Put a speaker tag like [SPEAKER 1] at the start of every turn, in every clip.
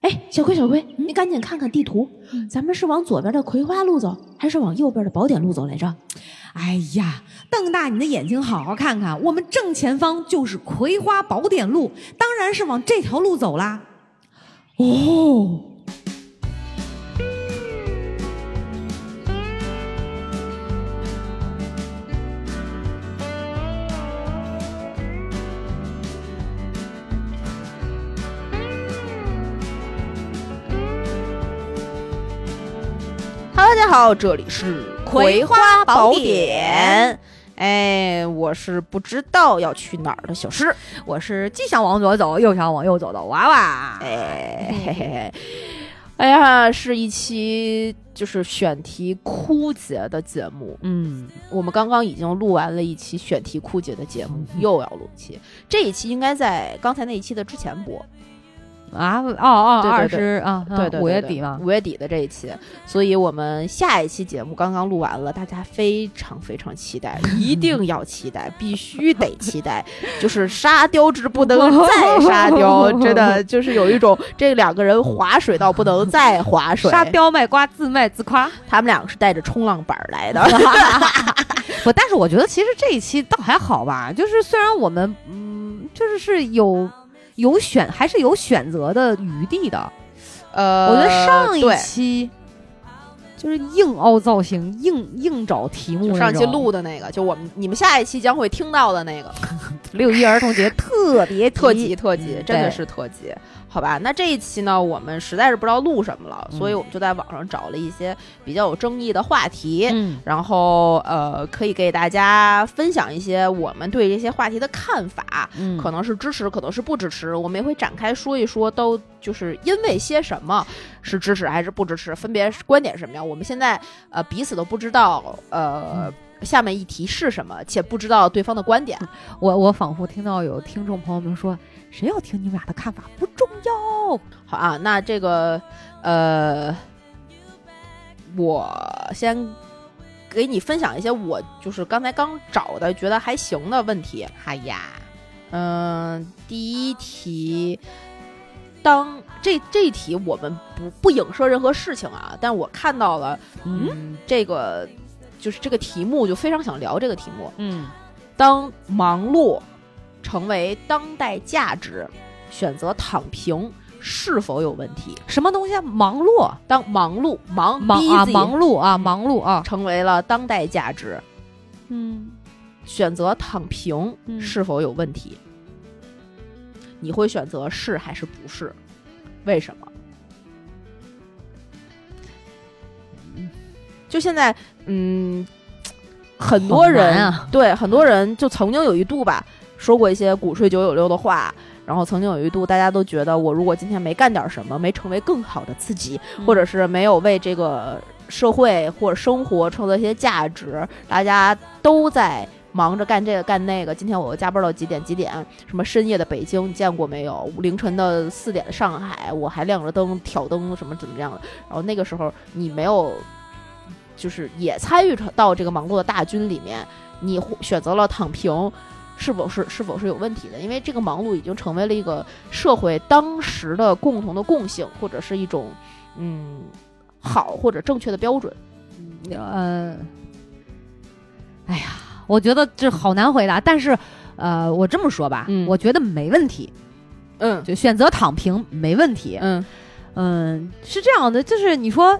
[SPEAKER 1] 哎小葵，小葵，你赶紧看看地图，咱们是往左边的葵花路走，还是往右边的宝典路走来着？
[SPEAKER 2] 哎呀，瞪大你的眼睛，好好看看，我们正前方就是葵花宝典路，当然是往这条路走啦。
[SPEAKER 1] 哦，
[SPEAKER 3] Hello，大家好，这里是
[SPEAKER 2] 葵花
[SPEAKER 3] 花
[SPEAKER 2] 宝
[SPEAKER 3] 宝
[SPEAKER 2] 典
[SPEAKER 3] 典。哎，我是不知道要去哪儿的小诗。
[SPEAKER 2] 我是既想往左走，又想往右走的娃娃。
[SPEAKER 3] 哎，嘿嘿嘿，哎呀，是一期就是选题枯竭的节目。
[SPEAKER 2] 嗯，
[SPEAKER 3] 我们刚刚已经录完了一期选题枯竭的节目，又要录一期。这一期应该在刚才那一期的之前播，
[SPEAKER 2] 啊，哦哦，
[SPEAKER 3] 对
[SPEAKER 2] 二
[SPEAKER 3] 对
[SPEAKER 2] 十啊，啊
[SPEAKER 3] 对对对
[SPEAKER 2] 五月
[SPEAKER 3] 对
[SPEAKER 2] 底嘛。
[SPEAKER 3] 五月底的这一期，所以我们下一期节目刚刚录完了，大家非常非常期待， 一定要期待，必须得期待，就是沙雕之不 能再沙雕，真的就是有一种这两个人划水到不能再划水，
[SPEAKER 2] 沙，雕卖瓜，自卖自夸。
[SPEAKER 3] 他们两个是带着冲浪板儿来 的，
[SPEAKER 2] 不，但是我觉得其实这一期倒还好吧，就是虽然我们嗯，就是是有有选，还是有选择的余地的。
[SPEAKER 3] 呃，
[SPEAKER 2] 我觉得上
[SPEAKER 3] 对
[SPEAKER 2] 一期就是硬凹造型，硬硬找题目
[SPEAKER 3] 就
[SPEAKER 2] 那种。
[SPEAKER 3] 上期录的那个，就我们你们下一期将会听到的那个，
[SPEAKER 2] 六一儿童节特别
[SPEAKER 3] 特辑，特辑
[SPEAKER 2] 嗯
[SPEAKER 3] 真的
[SPEAKER 2] 对
[SPEAKER 3] 是特辑，好吧？那这一期呢，我们实在是不知道录什么了，所以
[SPEAKER 2] 嗯
[SPEAKER 3] 我们就在网上找了一些比较有争议的话题，
[SPEAKER 2] 嗯，
[SPEAKER 3] 然后呃，可以给大家分享一些我们对这些话题的看法，
[SPEAKER 2] 嗯
[SPEAKER 3] 可能是支持，可能是不支持，我们也会展开说一说，都就是因为些什么是支持还是不支持，分别是观点是什么样。我们现在呃彼此都不知道呃。
[SPEAKER 2] 嗯
[SPEAKER 3] 下面一题是什么？且不知道对方的观点，
[SPEAKER 2] 我我仿佛听到有听众朋友们说，谁要听你们俩的看法不重要。
[SPEAKER 3] 好啊，那这个呃，我先给你分享一些我就是刚才刚找的，觉得还行的问题。哎呀，嗯、第一题，当这这一题我们不不影射任何事情啊，但我看到了
[SPEAKER 2] 嗯
[SPEAKER 3] 这个就是这个题目，就非常想聊这个题目。
[SPEAKER 2] 嗯，
[SPEAKER 3] 当忙碌成为当代价值，选择躺平是否有问题？
[SPEAKER 2] 什么东西啊？忙碌，
[SPEAKER 3] 当忙碌忙
[SPEAKER 2] 忙啊，
[SPEAKER 3] busy
[SPEAKER 2] 忙碌啊，忙碌啊。
[SPEAKER 3] 成为了当代价值，
[SPEAKER 2] 嗯，
[SPEAKER 3] 选择躺平
[SPEAKER 2] 嗯
[SPEAKER 3] 是否有问题？你会选择是还是不是？为什么？就现在，嗯，很多人、
[SPEAKER 2] 好难啊
[SPEAKER 3] 对很多人就曾经有一度吧，说过一些鼓吹九九六的话。然后曾经有一度，大家都觉得我如果今天没干点什么，没成为更好的自己，
[SPEAKER 2] 嗯
[SPEAKER 3] 或者是没有为这个社会或者生活创造一些价值，大家都在忙着干这个干那个。今天我又加班到几点几点？什么深夜的北京你见过没有？凌晨的四点的上海，我还亮着灯挑灯什么怎么样的？然后那个时候你没有，就是也参与到这个忙碌的大军里面，你或选择了躺平。是否是是否是有问题的？因为这个忙碌已经成为了一个社会当时的共同的共性，或者是一种嗯好或者正确的标准。
[SPEAKER 2] 呃，哎呀，我觉得这好难回答。但是，呃，我这么说吧，
[SPEAKER 3] 嗯
[SPEAKER 2] 我觉得没问题，
[SPEAKER 3] 嗯
[SPEAKER 2] 就选择躺平没问题。
[SPEAKER 3] 嗯
[SPEAKER 2] 嗯，是这样的，就是你说，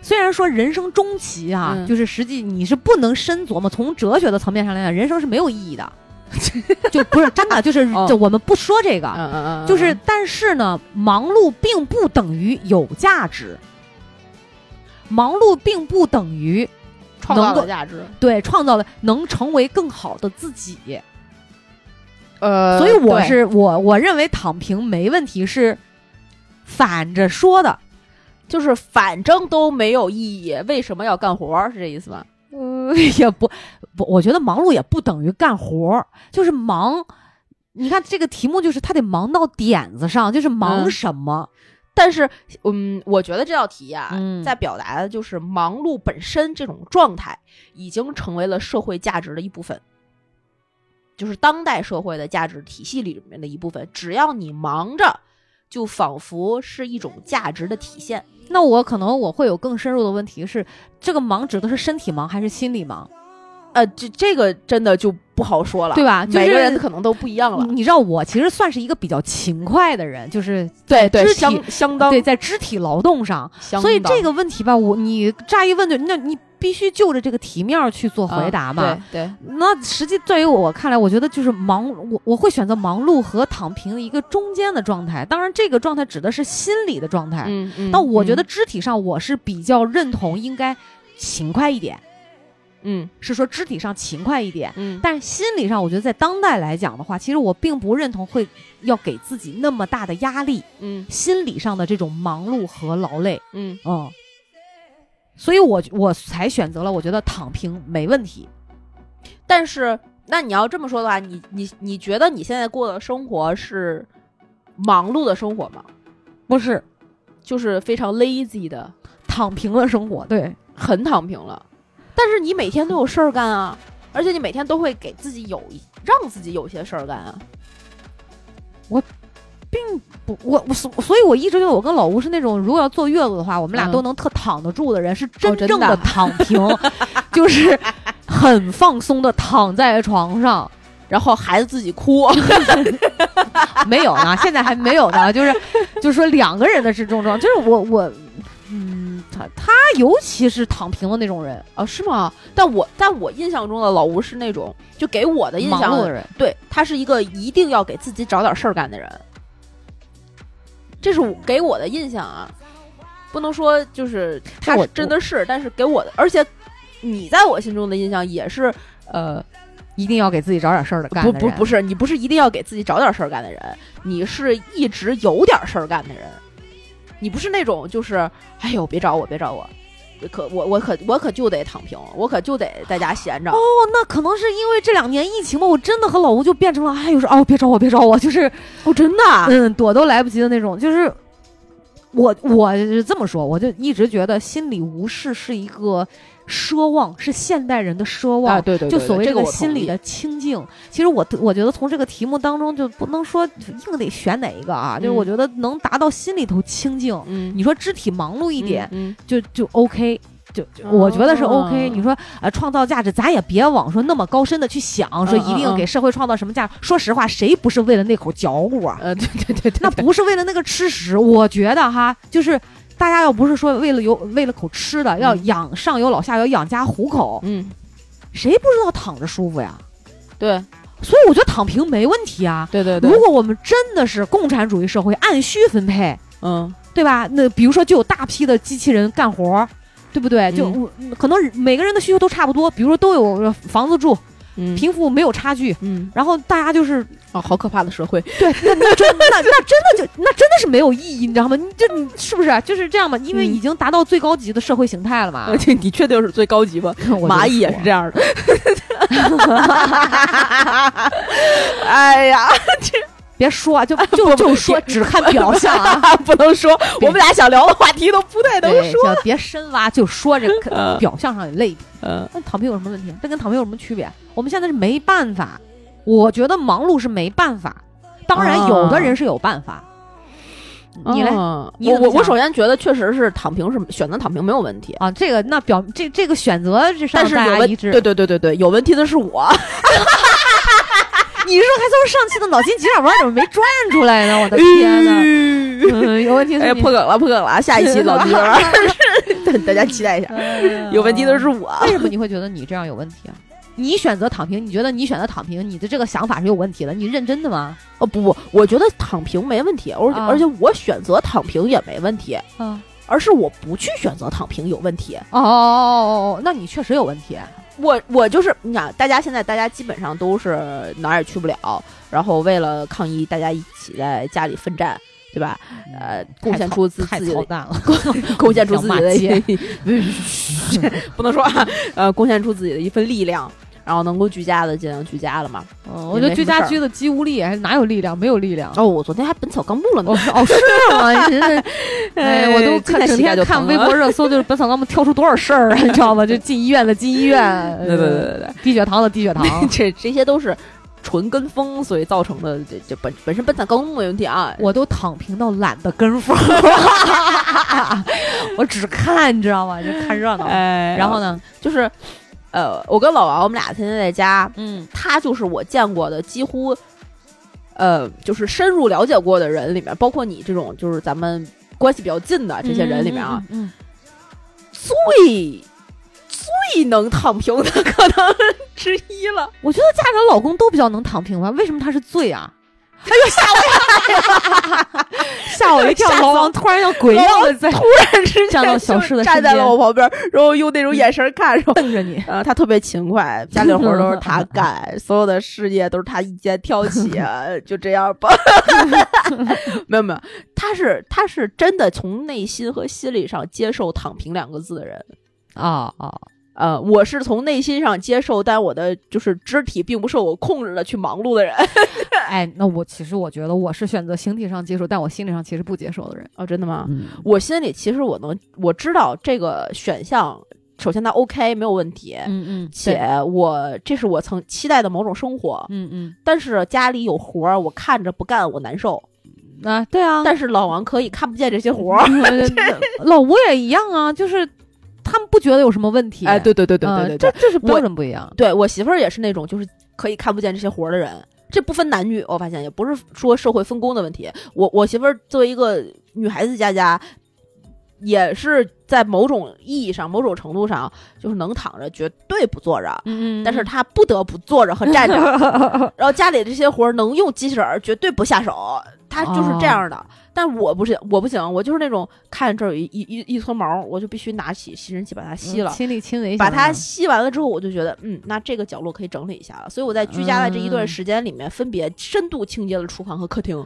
[SPEAKER 2] 虽然说人生中期啊，
[SPEAKER 3] 嗯
[SPEAKER 2] 就是实际你是不能深琢磨，从哲学的层面上来讲，人生是没有意义 的，就不是真的，就是、
[SPEAKER 3] 哦
[SPEAKER 2] 就我们不说这个，
[SPEAKER 3] 嗯嗯
[SPEAKER 2] 就是但是呢，忙碌并不等于有价值，忙碌并不等于
[SPEAKER 3] 创造
[SPEAKER 2] 能
[SPEAKER 3] 的
[SPEAKER 2] 够
[SPEAKER 3] 价值。
[SPEAKER 2] 对创造了能成为更好的自己，
[SPEAKER 3] 呃
[SPEAKER 2] 所以我是我我认为躺平没问题是反着说的。
[SPEAKER 3] 就是反正都没有意义，为什么要干活儿？是这意思吗？
[SPEAKER 2] 嗯， 也不不，我觉得忙碌也不等于干活儿，就是忙。你看这个题目，就是他得忙到点子上，就是忙
[SPEAKER 3] 嗯
[SPEAKER 2] 什么？
[SPEAKER 3] 但是，嗯，我觉得这道题呀、
[SPEAKER 2] 嗯
[SPEAKER 3] 在表达的就是忙碌本身这种状态，已经成为了社会价值的一部分，就是当代社会的价值体系里面的一部分。只要你忙着，就仿佛是一种价值的体现。
[SPEAKER 2] 那我可能我会有更深入的问题是，这个忙指的是身体忙还是心理忙？
[SPEAKER 3] 呃，这这个真的就不好说了，
[SPEAKER 2] 对吧？就是嗯
[SPEAKER 3] 每个人可能都不一样了。
[SPEAKER 2] 你你知道我其实算是一个比较勤快的人，就是
[SPEAKER 3] 对对
[SPEAKER 2] 肢，体
[SPEAKER 3] 相相当
[SPEAKER 2] 对在肢体劳动上，
[SPEAKER 3] 相当。
[SPEAKER 2] 所以这个问题吧，我你乍一问就那你必须就着这个题面儿去做
[SPEAKER 3] 嗯
[SPEAKER 2] 回答嘛。哎
[SPEAKER 3] 对对，
[SPEAKER 2] 那实际对于我看来，我觉得就是忙，我我会选择忙碌和躺平的一个中间的状态。当然，这个状态指的是心理的状态。
[SPEAKER 3] 嗯嗯
[SPEAKER 2] 但我觉得，肢体上我是比较认同应该勤快一点，
[SPEAKER 3] 嗯
[SPEAKER 2] 是说肢体上勤快一点。
[SPEAKER 3] 嗯，
[SPEAKER 2] 但是心理上，我觉得在当代来讲的话，其实我并不认同会要给自己那么大的压力，
[SPEAKER 3] 嗯
[SPEAKER 2] 心理上的这种忙碌和劳累，
[SPEAKER 3] 嗯
[SPEAKER 2] 嗯。所以我我才选择了，我觉得躺平没问题。
[SPEAKER 3] 但是那你要这么说的话，你你你觉得你现在过的生活是忙碌的生活吗？
[SPEAKER 2] 不是
[SPEAKER 3] 就是非常 lazy 的，
[SPEAKER 2] 躺平了生活，对，
[SPEAKER 3] 很躺平了。但是你每天都有事儿干啊，而且你每天都会给自己有一让自己有些事儿干啊。
[SPEAKER 2] 不，我我所所以，我一直觉得我跟老吴是那种，如果要坐月子的话，我们俩
[SPEAKER 3] 嗯
[SPEAKER 2] 都能特躺得住的人，是真
[SPEAKER 3] 真
[SPEAKER 2] 正
[SPEAKER 3] 的啊
[SPEAKER 2] 的躺平， 就是很放松的躺在床上。
[SPEAKER 3] 然后孩子自己哭，
[SPEAKER 2] 没有呢，现在还没有呢，就是就是说两个人的是重装，就是我我。嗯，他他尤其是躺平的那种人，
[SPEAKER 3] 啊，是吗？但我但我印象中的老吴是那种，就给我的印
[SPEAKER 2] 忙碌的
[SPEAKER 3] 象，
[SPEAKER 2] 人，
[SPEAKER 3] 对他是一个一定要给自己找点事儿干的人，这是我给我的印象啊。不能说就是他
[SPEAKER 2] 我
[SPEAKER 3] 真的是，但是给我的，而且你在我心中的印象也是，呃，
[SPEAKER 2] 一定要给自己找点事儿的干
[SPEAKER 3] 不不不
[SPEAKER 2] 是，
[SPEAKER 3] 是，你不是一定要给自己找点事儿干的人，你是一直有点事儿干的人，你不是那种就是，哎呦，别找我，别找我，可我我可我可就得躺平，我可就得在家闲着。
[SPEAKER 2] 哦，那可能是因为这两年疫情吧，我真的和老吴就变成了，哎，有时候哦，别找我，别找我，就是
[SPEAKER 3] 哦，真的啊、
[SPEAKER 2] 嗯，躲都来不及的那种。就是我我是这么说，我就一直觉得心理无视是一个奢望，是现代人的奢望。
[SPEAKER 3] 啊对对
[SPEAKER 2] 就所谓
[SPEAKER 3] 这
[SPEAKER 2] 这个
[SPEAKER 3] 我
[SPEAKER 2] 心
[SPEAKER 3] 同
[SPEAKER 2] 理
[SPEAKER 3] 意
[SPEAKER 2] 的清净，其实我我觉得从这个题目当中就不能说硬得选哪一个啊，就是
[SPEAKER 3] 嗯
[SPEAKER 2] 我觉得能达到心里头清净。
[SPEAKER 3] 嗯
[SPEAKER 2] 你说肢体忙碌一
[SPEAKER 3] 一
[SPEAKER 2] 点，
[SPEAKER 3] 点，嗯，
[SPEAKER 2] 就就 OK。就就我觉得是 OK，、
[SPEAKER 3] 哦
[SPEAKER 2] 你说呃，创造价值，咱也别往说那么高深的去想，说一定
[SPEAKER 3] 嗯嗯
[SPEAKER 2] 要给社会创造什么价值。说实话，谁不是为了那口嚼骨啊？
[SPEAKER 3] 呃，对对对对，
[SPEAKER 2] 那不是为了那个吃食， 我觉得哈，就是大家要不是说为了有为了口吃的，要
[SPEAKER 3] 嗯
[SPEAKER 2] 养上有老下有养家糊口，
[SPEAKER 3] 嗯，
[SPEAKER 2] 谁不知道躺着舒服呀？
[SPEAKER 3] 对
[SPEAKER 2] 所以我觉得躺平没问题啊。
[SPEAKER 3] 对对
[SPEAKER 2] 如果我们真的是共产主义社会，按需分配，
[SPEAKER 3] 嗯
[SPEAKER 2] 对吧？那比如说就有大批的机器人干活儿，对不对？就、
[SPEAKER 3] 嗯
[SPEAKER 2] 我可能每个人的需求都差不多，比如说都有房子住，
[SPEAKER 3] 嗯
[SPEAKER 2] 贫富没有差距。
[SPEAKER 3] 嗯
[SPEAKER 2] 然后大家就是
[SPEAKER 3] 啊，好可怕的社会，
[SPEAKER 2] 对，那那真那那真的就那真的是没有意义，你知道吗？你就你是不是就是这样嘛？因为
[SPEAKER 3] 嗯
[SPEAKER 2] 已经达到最高级的社会形态了嘛。
[SPEAKER 3] 这 你确定是最高级吧？
[SPEAKER 2] 我就
[SPEAKER 3] 嗯蚂蚁也
[SPEAKER 2] 说
[SPEAKER 3] 是这样的。哎呀，
[SPEAKER 2] 别说，啊 就就就说只看 表象啊，
[SPEAKER 3] 不能说，我们俩想聊的话题都不太能
[SPEAKER 2] 对，
[SPEAKER 3] 说。
[SPEAKER 2] 就别深挖，就说这个
[SPEAKER 3] 嗯
[SPEAKER 2] 表象上有类比。
[SPEAKER 3] 嗯
[SPEAKER 2] 那躺平有什么问题？这跟躺平有什么区别？啊我们现在是没办法，我觉得忙碌是没办法。当然，
[SPEAKER 3] 啊哦
[SPEAKER 2] 有的人是有办法。你来
[SPEAKER 3] 我
[SPEAKER 2] 你怎么
[SPEAKER 3] 我我
[SPEAKER 2] 想
[SPEAKER 3] 首先觉得确实是躺平是选择躺平没有问题，
[SPEAKER 2] 啊，这个那表这这个选择这上
[SPEAKER 3] 但是
[SPEAKER 2] 大
[SPEAKER 3] 有
[SPEAKER 2] 家
[SPEAKER 3] 问
[SPEAKER 2] 一致。
[SPEAKER 3] 对对对对对，有问题的是我。
[SPEAKER 2] 你是还从上期的脑筋急转弯里面没转出来呢？我的天哪！嗯，有问题
[SPEAKER 3] 哎
[SPEAKER 2] 是
[SPEAKER 3] 呀，
[SPEAKER 2] 你。
[SPEAKER 3] 破梗了，破梗了！ 下一期老弟， 大家期待一下。有问题的是我。
[SPEAKER 2] 为什哎么你会觉得你这样有问题啊？你选择躺平，你觉得你选择躺平，你的这个想法是有问题的，你认真的吗？
[SPEAKER 3] 哦不不，我觉得躺平没问题，而且、
[SPEAKER 2] 啊
[SPEAKER 3] 而且我选择躺平也没问题，
[SPEAKER 2] 啊，
[SPEAKER 3] 而是我不去选择躺平有问题。
[SPEAKER 2] 哦哦哦哦，那你确实有问题。
[SPEAKER 3] 我我就是你想，大家现在大家基本上都是哪儿也去不了，然后为了抗疫，大家一起在家里奋战，对吧？呃，贡献出自
[SPEAKER 2] 太
[SPEAKER 3] 自己的
[SPEAKER 2] 操蛋了，
[SPEAKER 3] 贡献出自己的
[SPEAKER 2] 想骂
[SPEAKER 3] 一，嗯 不能说啊，呃，贡献出自己的一份力量，然后能够居家的尽量居家了嘛。
[SPEAKER 2] 嗯我觉得居家居的肌无力，还哪有力量？没有力量。
[SPEAKER 3] 哦，我昨天还《本草纲目》了呢
[SPEAKER 2] 哦。 是哦是吗？你真是，哎，我都
[SPEAKER 3] 哎
[SPEAKER 2] 看
[SPEAKER 3] 现在
[SPEAKER 2] 整
[SPEAKER 3] 膝盖
[SPEAKER 2] 天
[SPEAKER 3] 就
[SPEAKER 2] 看
[SPEAKER 3] 疼了
[SPEAKER 2] 微博热搜，就是《本草纲目》挑出多少事儿啊，你知道吗？就进医院的进医院，
[SPEAKER 3] 对对对对对。 ，
[SPEAKER 2] 低血糖的低血糖
[SPEAKER 3] 这这些都是纯跟风，所以造成的这这本本身奔散高中没问题啊。
[SPEAKER 2] 我都躺平到懒得跟风， 我只看，你知道吗？就看热闹。
[SPEAKER 3] 哎
[SPEAKER 2] 然后呢？
[SPEAKER 3] 就是，呃，我跟老王我们俩天天在家，
[SPEAKER 2] 嗯，
[SPEAKER 3] 他就是我见过的几乎，呃，就是深入了解过的人里面，包括你这种就是咱们关系比较近的这些人里面啊，，
[SPEAKER 2] 嗯，
[SPEAKER 3] 最最能躺平的可能之一了。
[SPEAKER 2] 我觉得嫁给老公都比较能躺平吧？为什么他是醉啊？ 哎呦，吓我一跳！
[SPEAKER 3] 吓死
[SPEAKER 2] 老
[SPEAKER 3] 我
[SPEAKER 2] 王突然像鬼一样的在
[SPEAKER 3] 突然之间
[SPEAKER 2] 站到小
[SPEAKER 3] 就是
[SPEAKER 2] 诗的
[SPEAKER 3] 站
[SPEAKER 2] 身
[SPEAKER 3] 在
[SPEAKER 2] 边
[SPEAKER 3] 了我旁边，然后用那种眼神看着我。
[SPEAKER 2] 瞪着 你。
[SPEAKER 3] 呃，他特别勤快，家里的活儿都是 他干，所有的事业都是他一肩挑起，就这样吧。 没有没有，他是他是真的从内心和心理上接受“躺平”两个字的人。
[SPEAKER 2] 啊啊！
[SPEAKER 3] 呃，我是从内心上接受，但我的就是肢体并不受我控制的去忙碌的人。
[SPEAKER 2] 哎，那我其实我觉得我是选择形体上接受，但我心理上其实不接受的人。
[SPEAKER 3] 哦，真的吗？
[SPEAKER 2] 嗯，
[SPEAKER 3] 我心里其实我能我知道这个选项，首先它 OK 没有问题，
[SPEAKER 2] 嗯嗯，
[SPEAKER 3] 且
[SPEAKER 2] 对
[SPEAKER 3] 我这是我曾期待的某种生活。
[SPEAKER 2] 嗯嗯，
[SPEAKER 3] 但是家里有活儿，我看着不干我难受。
[SPEAKER 2] 啊，对啊，
[SPEAKER 3] 但是老王可以看不见 这些活儿。
[SPEAKER 2] 嗯老吴也一样啊，就是他们不觉得有什么问题。
[SPEAKER 3] 哎对对
[SPEAKER 2] 嗯这这是标
[SPEAKER 3] 我
[SPEAKER 2] 准不一样。
[SPEAKER 3] 对我媳妇儿也是那种就是可以看不见这些活儿的人。这不分男女，我发现也不是说社会分工的问题。我我媳妇儿作为一个女孩子家家，也是在某种意义上、某种程度上，就是能躺着绝对不坐着，
[SPEAKER 2] 嗯
[SPEAKER 3] 但是她不得不坐着和站着。 然后家里这些活儿能用机器人儿绝对不下手，她
[SPEAKER 2] 哦
[SPEAKER 3] 就是这样的。但我不是，我不行，我就是那种看这儿有一一一一撮毛儿，我就必须拿起吸尘器把它吸了。
[SPEAKER 2] 亲力亲为型的，
[SPEAKER 3] 把它吸完了之后，我就觉得，嗯，那这个角落可以整理一下了。所以我在居家的这一段
[SPEAKER 2] 嗯
[SPEAKER 3] 时间里面，分别深度清洁了厨房和客厅，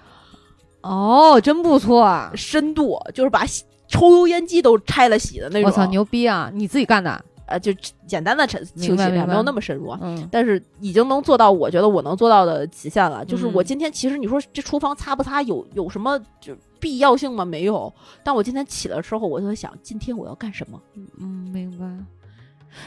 [SPEAKER 2] 哦，真不错啊！
[SPEAKER 3] 深度就是把洗抽油烟机都拆了洗的那种。
[SPEAKER 2] 我操，牛逼啊！你自己干的，
[SPEAKER 3] 呃，就简单的清清
[SPEAKER 2] 明白
[SPEAKER 3] 洗一下，
[SPEAKER 2] 明白
[SPEAKER 3] 没有那么深入啊。
[SPEAKER 2] 嗯，
[SPEAKER 3] 但是已经能做到，我觉得我能做到的极限了。就是
[SPEAKER 2] 嗯
[SPEAKER 3] 我今天其实你说这厨房擦不擦有有什么就必要性吗？没有。但我今天起来之后，我就在想今天我要干什么。
[SPEAKER 2] 嗯，明白。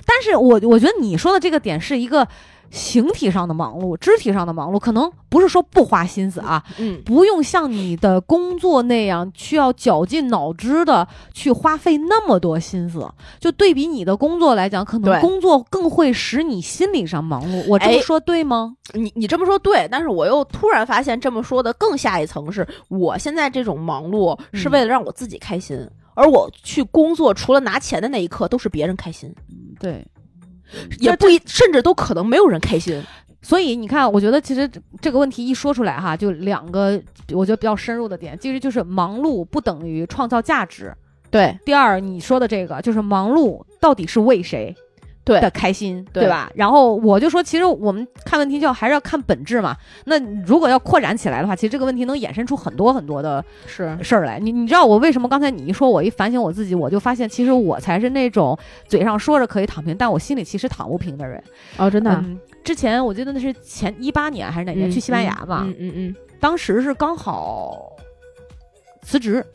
[SPEAKER 2] 但是我我觉得你说的这个点是一个形体上的忙碌，肢体上的忙碌，可能不是说不花心思啊，
[SPEAKER 3] 嗯，
[SPEAKER 2] 不用像你的工作那样需要绞尽脑汁的去花费那么多心思。就对比你的工作来讲，可
[SPEAKER 3] 对
[SPEAKER 2] 能工作更会使你心理上忙碌。我这
[SPEAKER 3] 哎
[SPEAKER 2] 么说对吗？
[SPEAKER 3] 你你这么说对，但是我又突然发现，这么说的更下一层是，我现在这种忙碌
[SPEAKER 2] 嗯
[SPEAKER 3] 是为了让我自己开心，而我去工作，除了拿钱的那一刻，都是别人开心，
[SPEAKER 2] 对，
[SPEAKER 3] 也不一，甚至都可能没有人开心。
[SPEAKER 2] 所以你看，我觉得其实这个问题一说出来哈，就两个我觉得比较深入的点，其实就是忙碌不等于创造价值。
[SPEAKER 3] 对
[SPEAKER 2] 第二，你说的这个就是忙碌到底是为谁
[SPEAKER 3] 对
[SPEAKER 2] 的开心，
[SPEAKER 3] 对
[SPEAKER 2] 对吧？然后我就说，其实我们看问题就要还是要看本质嘛。那如果要扩展起来的话，其实这个问题能衍生出很多很多的
[SPEAKER 3] 是，
[SPEAKER 2] 事儿来。你你知道我为什么刚才你一说，我一反省我自己，我就发现其实我才是那种嘴上说着可以躺平，但我心里其实躺不平的人。
[SPEAKER 3] 哦，真
[SPEAKER 2] 嗯，之前我记得那是前一八年还是哪年、去西班牙嘛，
[SPEAKER 3] 嗯嗯嗯，
[SPEAKER 2] 当时是刚好辞职，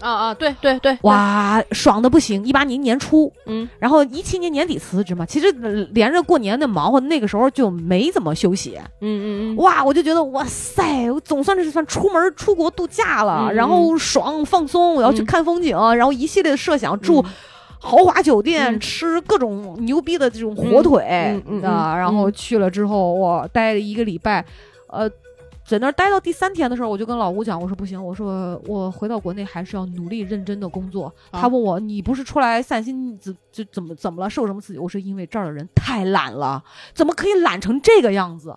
[SPEAKER 3] 啊啊，对对对，，
[SPEAKER 2] 哇，爽的不行！一八年年初，
[SPEAKER 3] 嗯，
[SPEAKER 2] 然后一七年年底辞职嘛，其实呃连着过年那忙活，那个时候就没怎么休息，
[SPEAKER 3] 嗯嗯嗯，
[SPEAKER 2] 哇，我就觉得哇塞，我总算是算出门出国度假了，
[SPEAKER 3] 嗯
[SPEAKER 2] 然后爽放松，我要去
[SPEAKER 3] 嗯
[SPEAKER 2] 看风景，然后一系列的设想，住
[SPEAKER 3] 嗯
[SPEAKER 2] 豪华酒店、
[SPEAKER 3] 嗯
[SPEAKER 2] 吃各种牛逼的这种火腿
[SPEAKER 3] 嗯嗯嗯
[SPEAKER 2] 啊，
[SPEAKER 3] 嗯
[SPEAKER 2] 然后去了之后，我待了一个礼拜，呃，在那儿待到第三天的时候，我就跟老吴讲，我说不行，我说我回到国内还是要努力认真的工作。
[SPEAKER 3] 啊
[SPEAKER 2] 他问我，你不是出来散心，怎就怎么怎么了，受什么刺激？我说因为这儿的人太懒了，怎么可以懒成这个样子？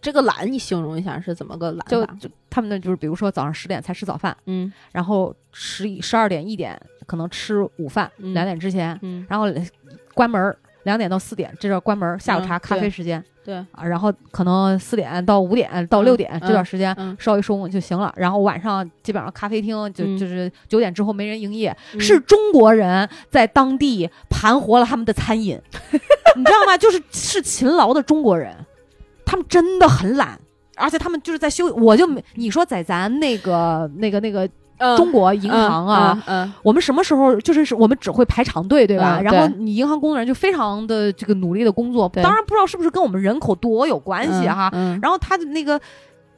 [SPEAKER 3] 这个懒你形容一下是怎么个懒
[SPEAKER 2] 就
[SPEAKER 3] 法？
[SPEAKER 2] 就他们那就是比如说早上十点才吃早饭，
[SPEAKER 3] 嗯
[SPEAKER 2] 然后十一十二点一点可能吃午饭，
[SPEAKER 3] 嗯
[SPEAKER 2] 两点之前，
[SPEAKER 3] 嗯，
[SPEAKER 2] 然后关门儿两点到四点，这段关门儿下午茶、
[SPEAKER 3] 嗯
[SPEAKER 2] 咖
[SPEAKER 3] 对
[SPEAKER 2] 啡时间
[SPEAKER 3] 对，
[SPEAKER 2] 啊，然后可能四点到五点到
[SPEAKER 3] 嗯
[SPEAKER 2] 六点、这段时间。
[SPEAKER 3] 嗯，
[SPEAKER 2] 稍微收工就行了，然后晚上基本上咖啡厅就、
[SPEAKER 3] 嗯
[SPEAKER 2] 就是九点之后没人营业，是中国人在当地盘活了他们的餐 饮，你知道吗？就是是勤劳的中国人，他们真的很懒，而且他们就是在休。我就没你说在咱那个那个那个中国银行啊，，
[SPEAKER 3] 呃嗯
[SPEAKER 2] 我们什么时候就是是我们只会排长队，对吧？
[SPEAKER 3] 嗯
[SPEAKER 2] 然后
[SPEAKER 3] 对
[SPEAKER 2] 你银行工作人员就非常的这个努力的工作，
[SPEAKER 3] 对
[SPEAKER 2] 当然不知道是不是跟我们人口多有关系哈。
[SPEAKER 3] 嗯
[SPEAKER 2] 然后他的那个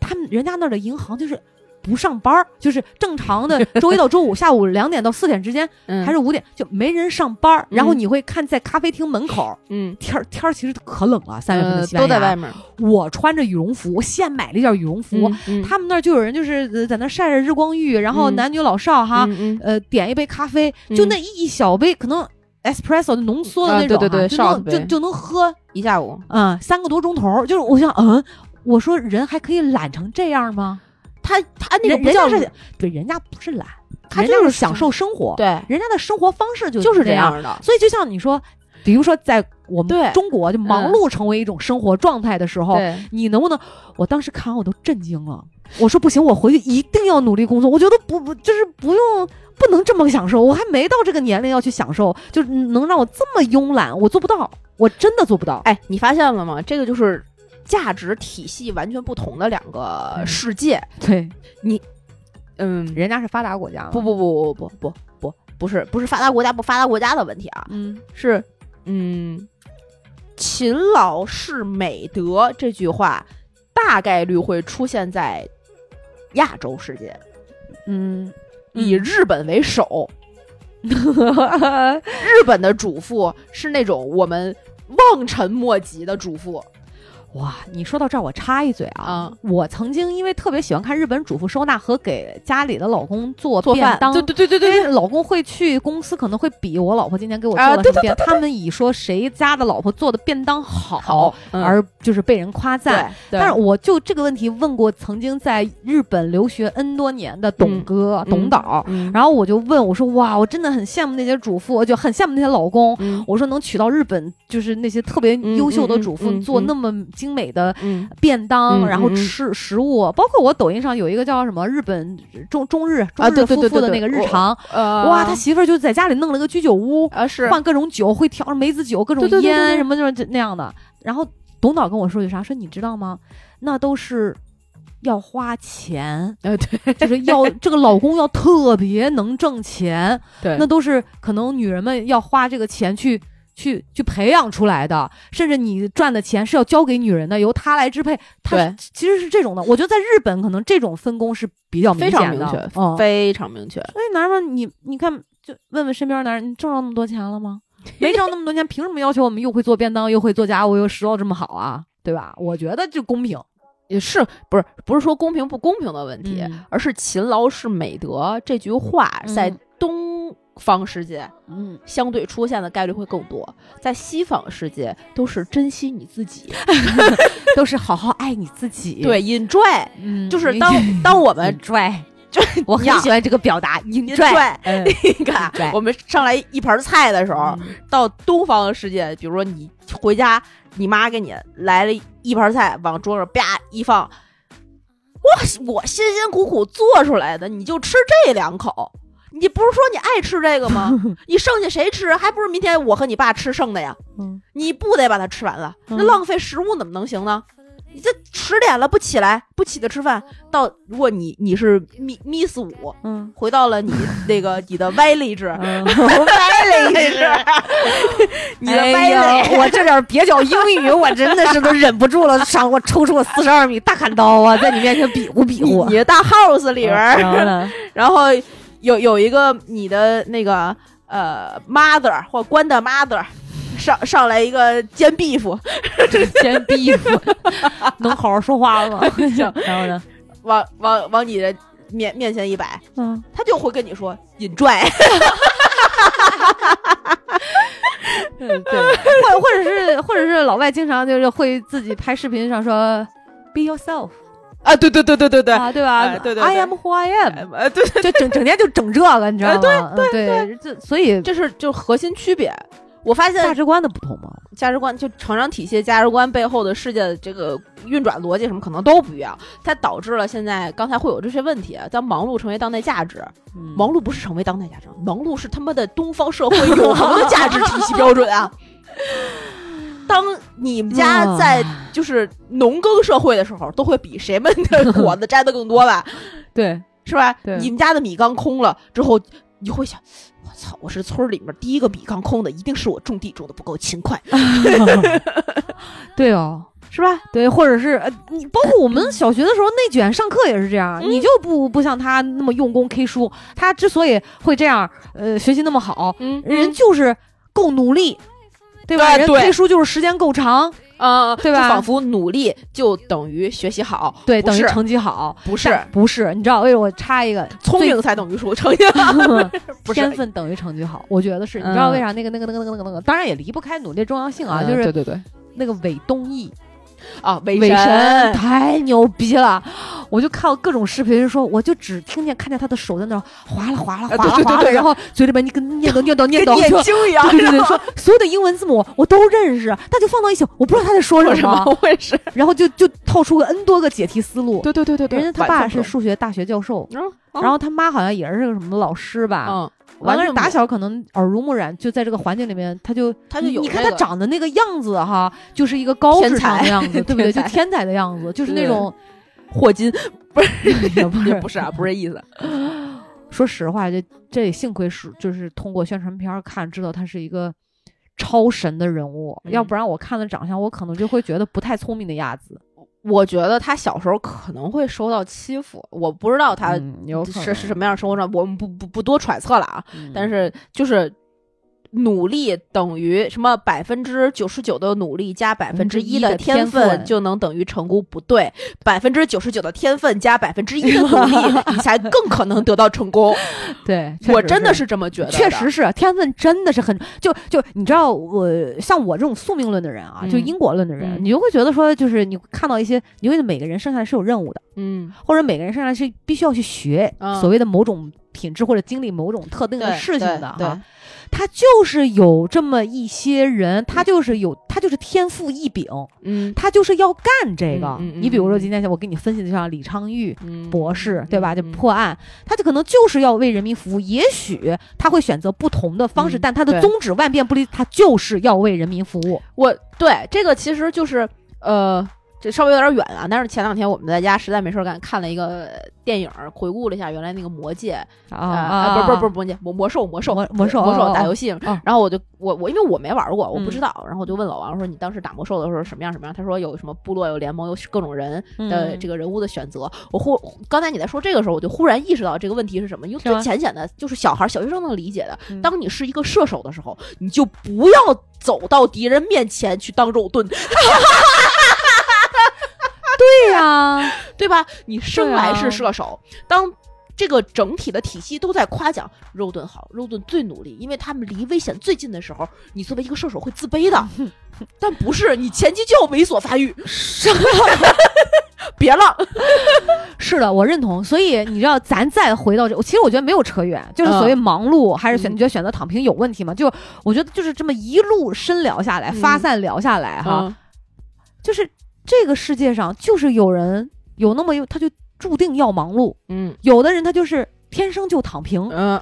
[SPEAKER 2] 他们人家那儿的银行就是。不上班儿就是正常的 周一到周五下午两点到四点之间，
[SPEAKER 3] 嗯
[SPEAKER 2] 还是五点就没人上班儿。然后
[SPEAKER 3] 嗯
[SPEAKER 2] 你会看在咖啡厅门口，
[SPEAKER 3] 嗯，
[SPEAKER 2] 天儿天儿其实可冷了，三月份的
[SPEAKER 3] 呃
[SPEAKER 2] 西班牙
[SPEAKER 3] 都在外面，
[SPEAKER 2] 我穿着羽绒服，我现买了一件羽绒服，
[SPEAKER 3] 嗯
[SPEAKER 2] 他们那儿就有人就是呃在那晒着日光浴，然后
[SPEAKER 3] 嗯
[SPEAKER 2] 男女老少哈，
[SPEAKER 3] 嗯嗯
[SPEAKER 2] 呃，点一杯咖啡，就
[SPEAKER 3] 嗯
[SPEAKER 2] 那一小杯，可能 espresso 就浓缩的
[SPEAKER 3] 啊
[SPEAKER 2] 那种哈、
[SPEAKER 3] 对对对
[SPEAKER 2] 就
[SPEAKER 3] 少
[SPEAKER 2] 能
[SPEAKER 3] 的
[SPEAKER 2] 就
[SPEAKER 3] 杯
[SPEAKER 2] 就能喝，
[SPEAKER 3] 一下午，
[SPEAKER 2] 嗯，三个多钟头，就是我想，嗯，我说人还可以懒成这样吗？
[SPEAKER 3] 他他那个
[SPEAKER 2] 人
[SPEAKER 3] 不
[SPEAKER 2] 人
[SPEAKER 3] 叫
[SPEAKER 2] 家是，对，人家不是懒，
[SPEAKER 3] 他
[SPEAKER 2] 人家
[SPEAKER 3] 就是是
[SPEAKER 2] 享受生活，，
[SPEAKER 3] 对，
[SPEAKER 2] 人家的生活方式就
[SPEAKER 3] 就是
[SPEAKER 2] 这
[SPEAKER 3] 这
[SPEAKER 2] 样，
[SPEAKER 3] 样的，
[SPEAKER 2] 所以就像你说，比如说在我们
[SPEAKER 3] 对
[SPEAKER 2] 中国，就忙
[SPEAKER 3] 嗯
[SPEAKER 2] 碌成为一种生活状态的时候，
[SPEAKER 3] 对，
[SPEAKER 2] 你能不能？我当时看完我都震惊了，我说不行，我回去一定要努力工作。我觉得不不就是不用不能这么享受，我还没到这个年龄要去享受，就是能让我这么慵懒，我做不到，我真的做不到。
[SPEAKER 3] 哎，你发现了吗？这个就是价值体系完全不同的两个
[SPEAKER 2] 嗯
[SPEAKER 3] 世界，
[SPEAKER 2] 对，
[SPEAKER 3] 嗯，
[SPEAKER 2] 人家是发达国家，
[SPEAKER 3] 不，不不不不不不不是不是发达国家不发达国家的问题啊，
[SPEAKER 2] 嗯
[SPEAKER 3] 是嗯，勤劳是美德这句话大概率会出现在亚洲世界，
[SPEAKER 2] 嗯，
[SPEAKER 3] 以日本为 首。日本的主妇是那种我们望尘莫及的主妇，
[SPEAKER 2] 哇，你说到这儿，我插一嘴啊，
[SPEAKER 3] 啊
[SPEAKER 2] 我曾经因为特别喜欢看日本主妇收纳和给家里的老公做
[SPEAKER 3] 做
[SPEAKER 2] 便
[SPEAKER 3] 饭
[SPEAKER 2] 当，
[SPEAKER 3] 对对对对
[SPEAKER 2] 因
[SPEAKER 3] 对，
[SPEAKER 2] 为老公会去公司，可能会比我老婆今天给我做
[SPEAKER 3] 啊
[SPEAKER 2] 了什么便，他们以说谁家的老婆做的便当好，
[SPEAKER 3] 嗯
[SPEAKER 2] 而就是被人夸赞。
[SPEAKER 3] 对，
[SPEAKER 2] 但是我就这个问题问过曾经在日本留学 N 多年的董哥、
[SPEAKER 3] 嗯
[SPEAKER 2] 董导，
[SPEAKER 3] 嗯
[SPEAKER 2] 然后我就问我说：“哇，我真的很羡慕那些主妇，我就很羡慕那些老公。
[SPEAKER 3] 嗯
[SPEAKER 2] 我说能娶到日本，就是那些特别优秀的主妇，
[SPEAKER 3] 嗯嗯嗯嗯
[SPEAKER 2] 做那么精美的
[SPEAKER 3] 嗯
[SPEAKER 2] 便当，
[SPEAKER 3] 嗯
[SPEAKER 2] 然后
[SPEAKER 3] 嗯嗯
[SPEAKER 2] 吃食物，包括我抖音上有一个叫什么日本中中日中
[SPEAKER 3] 啊对
[SPEAKER 2] 日
[SPEAKER 3] 对
[SPEAKER 2] 夫
[SPEAKER 3] 对
[SPEAKER 2] 妇的
[SPEAKER 3] 对
[SPEAKER 2] 那个
[SPEAKER 3] 对
[SPEAKER 2] 日
[SPEAKER 3] 我
[SPEAKER 2] 常，
[SPEAKER 3] 呃
[SPEAKER 2] 哇，他媳妇儿就在家里弄了个居酒屋，
[SPEAKER 3] 啊是
[SPEAKER 2] 换各种酒，会调梅子酒、各种
[SPEAKER 3] 对对对对
[SPEAKER 2] 烟
[SPEAKER 3] 对
[SPEAKER 2] 什么就是这那样的。然后董导跟我说句啥，说你知道吗？那都是要花钱，
[SPEAKER 3] 呃对
[SPEAKER 2] 就是 要这个老公要特别能挣钱，
[SPEAKER 3] 对
[SPEAKER 2] 那都是可能女人们要花这个钱去。去去培养出来的，甚至你赚的钱是要交给女人的，由她来支配。她
[SPEAKER 3] 对
[SPEAKER 2] 其实是这种的，我觉得在日本可能这种分工是比较明
[SPEAKER 3] 非常
[SPEAKER 2] 显的，
[SPEAKER 3] 明确
[SPEAKER 2] 嗯
[SPEAKER 3] 非常明确，
[SPEAKER 2] 所以男人们，你你看，就问问身边男人，你挣着那么多钱了 吗？没挣那么多钱，凭什么要求我们又会做便当，又会做家务，又食道这么好啊？对吧？我觉得就公平。
[SPEAKER 3] 也是不是不是说公平不公平的问题，
[SPEAKER 2] 嗯
[SPEAKER 3] 而是勤劳是美德这句话
[SPEAKER 2] 嗯
[SPEAKER 3] 在东方世界
[SPEAKER 2] 嗯，
[SPEAKER 3] 相对出现的概率会更多，在西方世界都是珍惜你自己，
[SPEAKER 2] 都是好好爱你自己。
[SPEAKER 3] 对，，enjoy，
[SPEAKER 2] 嗯，
[SPEAKER 3] 就是当 当我们
[SPEAKER 2] 拽， 我很
[SPEAKER 3] 呀
[SPEAKER 2] 喜欢这个表达，引拽。
[SPEAKER 3] enjoy。
[SPEAKER 2] 嗯
[SPEAKER 3] 你看
[SPEAKER 2] enjoy，
[SPEAKER 3] 我们上来一盘
[SPEAKER 2] 嗯
[SPEAKER 3] 菜的时候，到东方世界，比如说你回家，你妈给你来了一盘菜，往桌上啪一放，我我辛辛苦苦做出来的，你就吃这两口。你不是说你爱吃这个 吗？你剩下谁吃？还不是明天我和你爸吃剩的呀？
[SPEAKER 2] 嗯
[SPEAKER 3] 你不得把它吃完了？那
[SPEAKER 2] 嗯
[SPEAKER 3] 浪费食物怎么能行呢？你这十点了不起来，不起来吃饭。到如果你你是 miss miss 五，
[SPEAKER 2] 嗯
[SPEAKER 3] 回到了你那个你的歪位置，
[SPEAKER 2] 嗯，
[SPEAKER 3] 歪位置，你的
[SPEAKER 2] 哎
[SPEAKER 3] 歪位
[SPEAKER 2] 呀，我这点蹩脚英语，我真的是都忍不住了，上我抽出我四十二米大砍刀啊，在你面前比划比
[SPEAKER 3] 你
[SPEAKER 2] 划
[SPEAKER 3] 你。的大 house 里边儿，
[SPEAKER 2] 然后呢？
[SPEAKER 3] 嗯 然后有有一个你的那个呃 mother 或官的 mother。上上来一个煎 beef，
[SPEAKER 2] 先逼服，能好好说话 吗？然后呢？
[SPEAKER 3] 往往往你的面面前一摆，
[SPEAKER 2] 嗯，
[SPEAKER 3] 他就会跟你说引拽，
[SPEAKER 2] 对，或或者是或者是老外经常就是会自己拍视频上说 be yourself
[SPEAKER 3] 啊，对对对对对对，
[SPEAKER 2] 啊，对吧？
[SPEAKER 3] 哎对对对哎
[SPEAKER 2] i am who I am，
[SPEAKER 3] 呃，对，
[SPEAKER 2] 就整整天就整这个，你知道吗？对对对，这所以
[SPEAKER 3] 这是就核心区别。我发
[SPEAKER 2] 价
[SPEAKER 3] 现
[SPEAKER 2] 值观的不同嘛。
[SPEAKER 3] 价值观就成长体系、价值观背后的世界的这个运转逻辑什么可能都不一样，它导致了现在刚才会有这些问题。当忙碌成为当代价值，
[SPEAKER 2] 嗯
[SPEAKER 3] 忙碌不是成为当代价值，忙碌是他妈的东方社会永恒的价值体系标 准啊！当你们家在就是农耕社会的时候，都会比谁们的果子摘的更多吧？
[SPEAKER 2] 对，
[SPEAKER 3] 是吧？
[SPEAKER 2] 嗯对
[SPEAKER 3] 你们家的米缸空了之后，你就会想，我操，我是村里面第一个米缸空的，一定是我种地种的不够勤快，
[SPEAKER 2] 对哦，
[SPEAKER 3] 是吧？
[SPEAKER 2] 对，或者是呃，你包括我
[SPEAKER 3] 嗯
[SPEAKER 2] 们小学的时候内卷上课也是这样，你就不不像他那么用功 K 书，他之所以会这样，呃，学习那么好，
[SPEAKER 3] 嗯
[SPEAKER 2] 人就是够努力，对吧？
[SPEAKER 3] 哎
[SPEAKER 2] 人
[SPEAKER 3] 对
[SPEAKER 2] K 书就是时间够长，
[SPEAKER 3] 啊、
[SPEAKER 2] 对吧
[SPEAKER 3] 就仿佛努力就等于学习好，
[SPEAKER 2] 对，
[SPEAKER 3] 不
[SPEAKER 2] 等于
[SPEAKER 3] 是
[SPEAKER 2] 成绩好，
[SPEAKER 3] 不是
[SPEAKER 2] 但不是？你知道为什么我插一个
[SPEAKER 3] 聪明才等于说成绩 好， 不是
[SPEAKER 2] 天分等于成绩好，我觉得是。你
[SPEAKER 3] 嗯
[SPEAKER 2] 知道为啥那个那个那个那个那个那个，当然也离不开努力的重要性啊，
[SPEAKER 3] 嗯
[SPEAKER 2] 就是
[SPEAKER 3] 对对
[SPEAKER 2] 那个韦东奕，
[SPEAKER 3] 啊，伪
[SPEAKER 2] 韦神
[SPEAKER 3] 神
[SPEAKER 2] 太牛逼了，我就看各种视频说，我就只听见看见他的手在那儿划拉划拉
[SPEAKER 3] 啊
[SPEAKER 2] 划拉
[SPEAKER 3] 对对
[SPEAKER 2] 划
[SPEAKER 3] 对
[SPEAKER 2] 拉，
[SPEAKER 3] 对
[SPEAKER 2] 然后嘴里边你跟念叨念叨念
[SPEAKER 3] 跟
[SPEAKER 2] 叨，
[SPEAKER 3] 眼
[SPEAKER 2] 说
[SPEAKER 3] 睛一样，
[SPEAKER 2] 对对对，说所有的英文字母我都认识，但就放到一起，我不知道他在说
[SPEAKER 3] 为
[SPEAKER 2] 什
[SPEAKER 3] 什
[SPEAKER 2] 么
[SPEAKER 3] 么，会是？
[SPEAKER 2] 然后就就套出个 N 多个解题思路。
[SPEAKER 3] 对对对
[SPEAKER 2] 人家他爸是，数学大学教授，
[SPEAKER 3] 嗯，
[SPEAKER 2] 然后他妈好像也是个什么老师吧，
[SPEAKER 3] 嗯，
[SPEAKER 2] 完了，打
[SPEAKER 3] 打小
[SPEAKER 2] 小可能耳濡目染，就在这个环境里面，他就
[SPEAKER 3] 他就有
[SPEAKER 2] 你看他
[SPEAKER 3] 那个
[SPEAKER 2] 长得那个样子哈，就是一个高
[SPEAKER 3] 天
[SPEAKER 2] 智商的
[SPEAKER 3] 才
[SPEAKER 2] 样 子，对不对？
[SPEAKER 3] 天才
[SPEAKER 2] 就天才的样子，就是那
[SPEAKER 3] 对
[SPEAKER 2] 种
[SPEAKER 3] 霍金，
[SPEAKER 2] 也不
[SPEAKER 3] 也
[SPEAKER 2] 是
[SPEAKER 3] 不是啊，不是这意思，
[SPEAKER 2] 说实话，就这也幸亏是就是通过宣传片儿看知道他是一个超神的人物，
[SPEAKER 3] 嗯
[SPEAKER 2] 要不然我看他长相，我可能就会觉得不太聪明的样子。
[SPEAKER 3] 我觉得他小时候可能会受到欺负，我不知道他
[SPEAKER 2] 嗯有可
[SPEAKER 3] 是
[SPEAKER 2] 能
[SPEAKER 3] 是什么样的生活状态，我们不不不多揣测了啊。
[SPEAKER 2] 嗯
[SPEAKER 3] 但是就是努力等于什么百分之九十九的努力加百分之一
[SPEAKER 2] 1%的
[SPEAKER 3] 天
[SPEAKER 2] 天
[SPEAKER 3] 分
[SPEAKER 2] 分
[SPEAKER 3] 就能等于成功，不对，百分之九十九的天分加百分之一的努 力，你才更可能得到成功。
[SPEAKER 2] 对，确
[SPEAKER 3] 我
[SPEAKER 2] 实
[SPEAKER 3] 真的
[SPEAKER 2] 是。
[SPEAKER 3] 是这么觉得的，
[SPEAKER 2] 确实是天分真的是很就就你知道我像我这种宿命论的人啊，
[SPEAKER 3] 嗯
[SPEAKER 2] 就因果论的人，
[SPEAKER 3] 嗯
[SPEAKER 2] 你就会觉得说，就是你看到一些，你会觉得每个人生下来是有任务的，
[SPEAKER 3] 嗯，
[SPEAKER 2] 或者每个人生下来是必须要去学
[SPEAKER 3] 嗯
[SPEAKER 2] 所谓的某种品质或者经历某种特定
[SPEAKER 3] 对
[SPEAKER 2] 的事情的
[SPEAKER 3] 对
[SPEAKER 2] 哈。他就是有这么一些人，他就是有他就是天赋异禀，
[SPEAKER 3] 嗯
[SPEAKER 2] 他就是要干这个。
[SPEAKER 3] 嗯嗯嗯
[SPEAKER 2] 你比如说今天我给你分析的像李昌钰，
[SPEAKER 3] 嗯，
[SPEAKER 2] 博士，对吧？就
[SPEAKER 3] 嗯
[SPEAKER 2] 破案，他就可能就是要为人民服务。也许他会选择不同的方式，
[SPEAKER 3] 嗯
[SPEAKER 2] 但他的
[SPEAKER 3] 对
[SPEAKER 2] 宗旨万变不离，他就是要为人民服务。
[SPEAKER 3] 我对这个其实就是呃，这稍微有点远啊。但是前两天我们在家实在没事儿干，看了一个电影儿，回顾了一下原来那个《魔戒》
[SPEAKER 2] 啊
[SPEAKER 3] 啊
[SPEAKER 2] 啊！
[SPEAKER 3] 不是不是不是魔戒，魔魔兽魔兽
[SPEAKER 2] 魔 魔兽
[SPEAKER 3] 魔
[SPEAKER 2] 哦
[SPEAKER 3] 兽打
[SPEAKER 2] 哦
[SPEAKER 3] 游戏
[SPEAKER 2] 哦。
[SPEAKER 3] 然后我就我我因为我没玩过，我
[SPEAKER 2] 嗯
[SPEAKER 3] 不知道。然后我就问老王说：“你当时打魔兽的时候什么样什么样？”他说：“有什么部落，有联盟，有各种人的
[SPEAKER 2] 嗯
[SPEAKER 3] 这个人物的选择。”我忽刚才你在说这个时候，我就忽然意识到这个问题是什么，因为
[SPEAKER 2] 是吗
[SPEAKER 3] 最浅显的就是小孩儿小学生能理解的，
[SPEAKER 2] 嗯
[SPEAKER 3] 当你是一个射手的时候，你就不要走到敌人面前去当肉盾，
[SPEAKER 2] 对呀，
[SPEAKER 3] 对吧？你生
[SPEAKER 2] 对
[SPEAKER 3] 来
[SPEAKER 2] 啊
[SPEAKER 3] 是射手，当这个整体的体系都在夸奖肉盾好，肉盾最努力，因为他们离危险最近的时候，你作为一个射手会自卑的。 但不是你前期就要猥琐 发育，别了，
[SPEAKER 2] 是的，我认同。所以你知道，咱再回到这，我其实我觉得没有扯远，就是所谓忙碌还是选，
[SPEAKER 3] 嗯
[SPEAKER 2] 你觉得选择躺平有问题吗？就我觉得就是这么一路深聊下来，
[SPEAKER 3] 嗯
[SPEAKER 2] 发散聊下来哈，
[SPEAKER 3] 哈，
[SPEAKER 2] 就是这个世界上就是有人有那么有，他就注定要忙碌。
[SPEAKER 3] 嗯
[SPEAKER 2] 有的人他就是天生就躺平，
[SPEAKER 3] 嗯，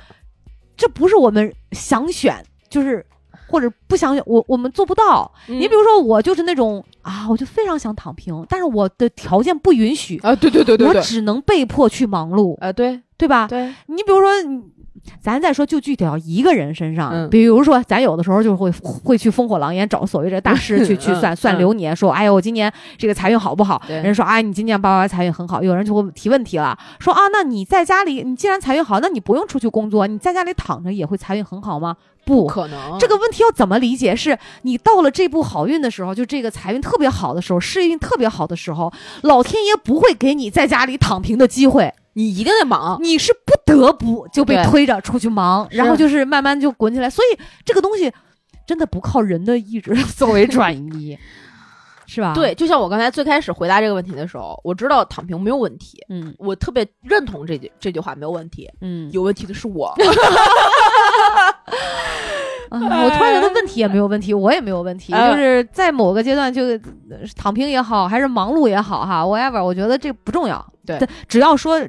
[SPEAKER 2] 这不是我们想选，就是或者不想选，我我们做不到。
[SPEAKER 3] 你
[SPEAKER 2] 你比如说，我就是那种啊，我就非常想躺平，但是我的条件不允许，
[SPEAKER 3] 啊，对对对
[SPEAKER 2] 我只能被迫去忙碌，
[SPEAKER 3] 啊，对
[SPEAKER 2] 对吧？
[SPEAKER 3] 对，
[SPEAKER 2] 你比如说。你咱再说，就具体到一个人身上，
[SPEAKER 3] 嗯
[SPEAKER 2] 比如说，咱有的时候就会会去烽火狼烟找所谓这大师 去去
[SPEAKER 3] 嗯
[SPEAKER 2] 算算
[SPEAKER 3] 嗯
[SPEAKER 2] 流年，说，哎呀，我今年这个财运好不好？
[SPEAKER 3] 对
[SPEAKER 2] 人说，哎，你今年八八财运很好。有人就会提问题了，说啊，那你在家里，你既然财运好，那你不用出去工作，你在家里躺着也会财运很好吗？不
[SPEAKER 3] 不，可能
[SPEAKER 2] 这个问题要怎么理解？是你到了这步好运的时候，就这个财运特别好的时候，事运特别好的时候，老天爷不会给你在家里躺平的机会，
[SPEAKER 3] 你一定得忙，
[SPEAKER 2] 你是不得不就被
[SPEAKER 3] 对
[SPEAKER 2] 推着出去忙，
[SPEAKER 3] 是
[SPEAKER 2] 然后就是慢慢就滚起来。所以这个东西真的不靠人的意志 作为转 移，是吧？
[SPEAKER 3] 对，，就像我刚才最开始回答这个问题的时候，我知道躺平没有问题，
[SPEAKER 2] 嗯
[SPEAKER 3] 我特别认同这句这句话没有问题，
[SPEAKER 2] 嗯，
[SPEAKER 3] 有问题的是我。
[SPEAKER 2] 啊，我突然觉得问题也没有问题， 我也没有问题，
[SPEAKER 3] 哎
[SPEAKER 2] 就是在某个阶段就呃躺平也好，还是忙碌也好哈，whatever，我觉得这不重要。
[SPEAKER 3] 对
[SPEAKER 2] 但，只要说，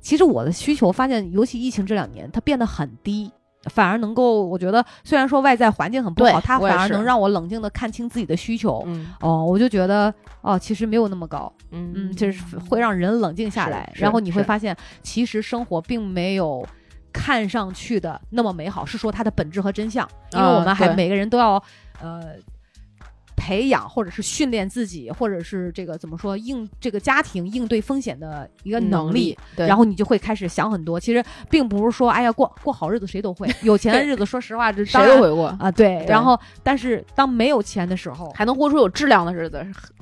[SPEAKER 2] 其实我的需求发现，尤其疫情这两年，它变得很低。反而能够，我觉得虽然说外在环境很不
[SPEAKER 3] 对
[SPEAKER 2] 好，它
[SPEAKER 3] 我也
[SPEAKER 2] 反而
[SPEAKER 3] 是
[SPEAKER 2] 能让我冷静的看清自己的需求。
[SPEAKER 3] 嗯
[SPEAKER 2] 哦，我就觉得哦，其实没有那么高，
[SPEAKER 3] 嗯
[SPEAKER 2] 嗯，就是会让人冷静下
[SPEAKER 3] 是
[SPEAKER 2] 来，
[SPEAKER 3] 是
[SPEAKER 2] 然后你会
[SPEAKER 3] 是
[SPEAKER 2] 发现，其实生活并没有看上去的那么美好，是说它的本质和真相，因为
[SPEAKER 3] 啊
[SPEAKER 2] 我们还
[SPEAKER 3] 对
[SPEAKER 2] 每个人都要呃培养或者是训练自己，或者是这个怎么说应这个家庭应对风险的一个能力，，
[SPEAKER 3] 对，
[SPEAKER 2] 然后你就会开始想很多。其实并不是说，哎呀，过过好日子谁都会，有钱的日 子，说实话，这
[SPEAKER 3] 谁
[SPEAKER 2] 当
[SPEAKER 3] 都
[SPEAKER 2] 然
[SPEAKER 3] 会过，
[SPEAKER 2] 啊，对。
[SPEAKER 3] 对
[SPEAKER 2] 然后，但是当没有钱的时候，
[SPEAKER 3] 还能过出有质量的日子是很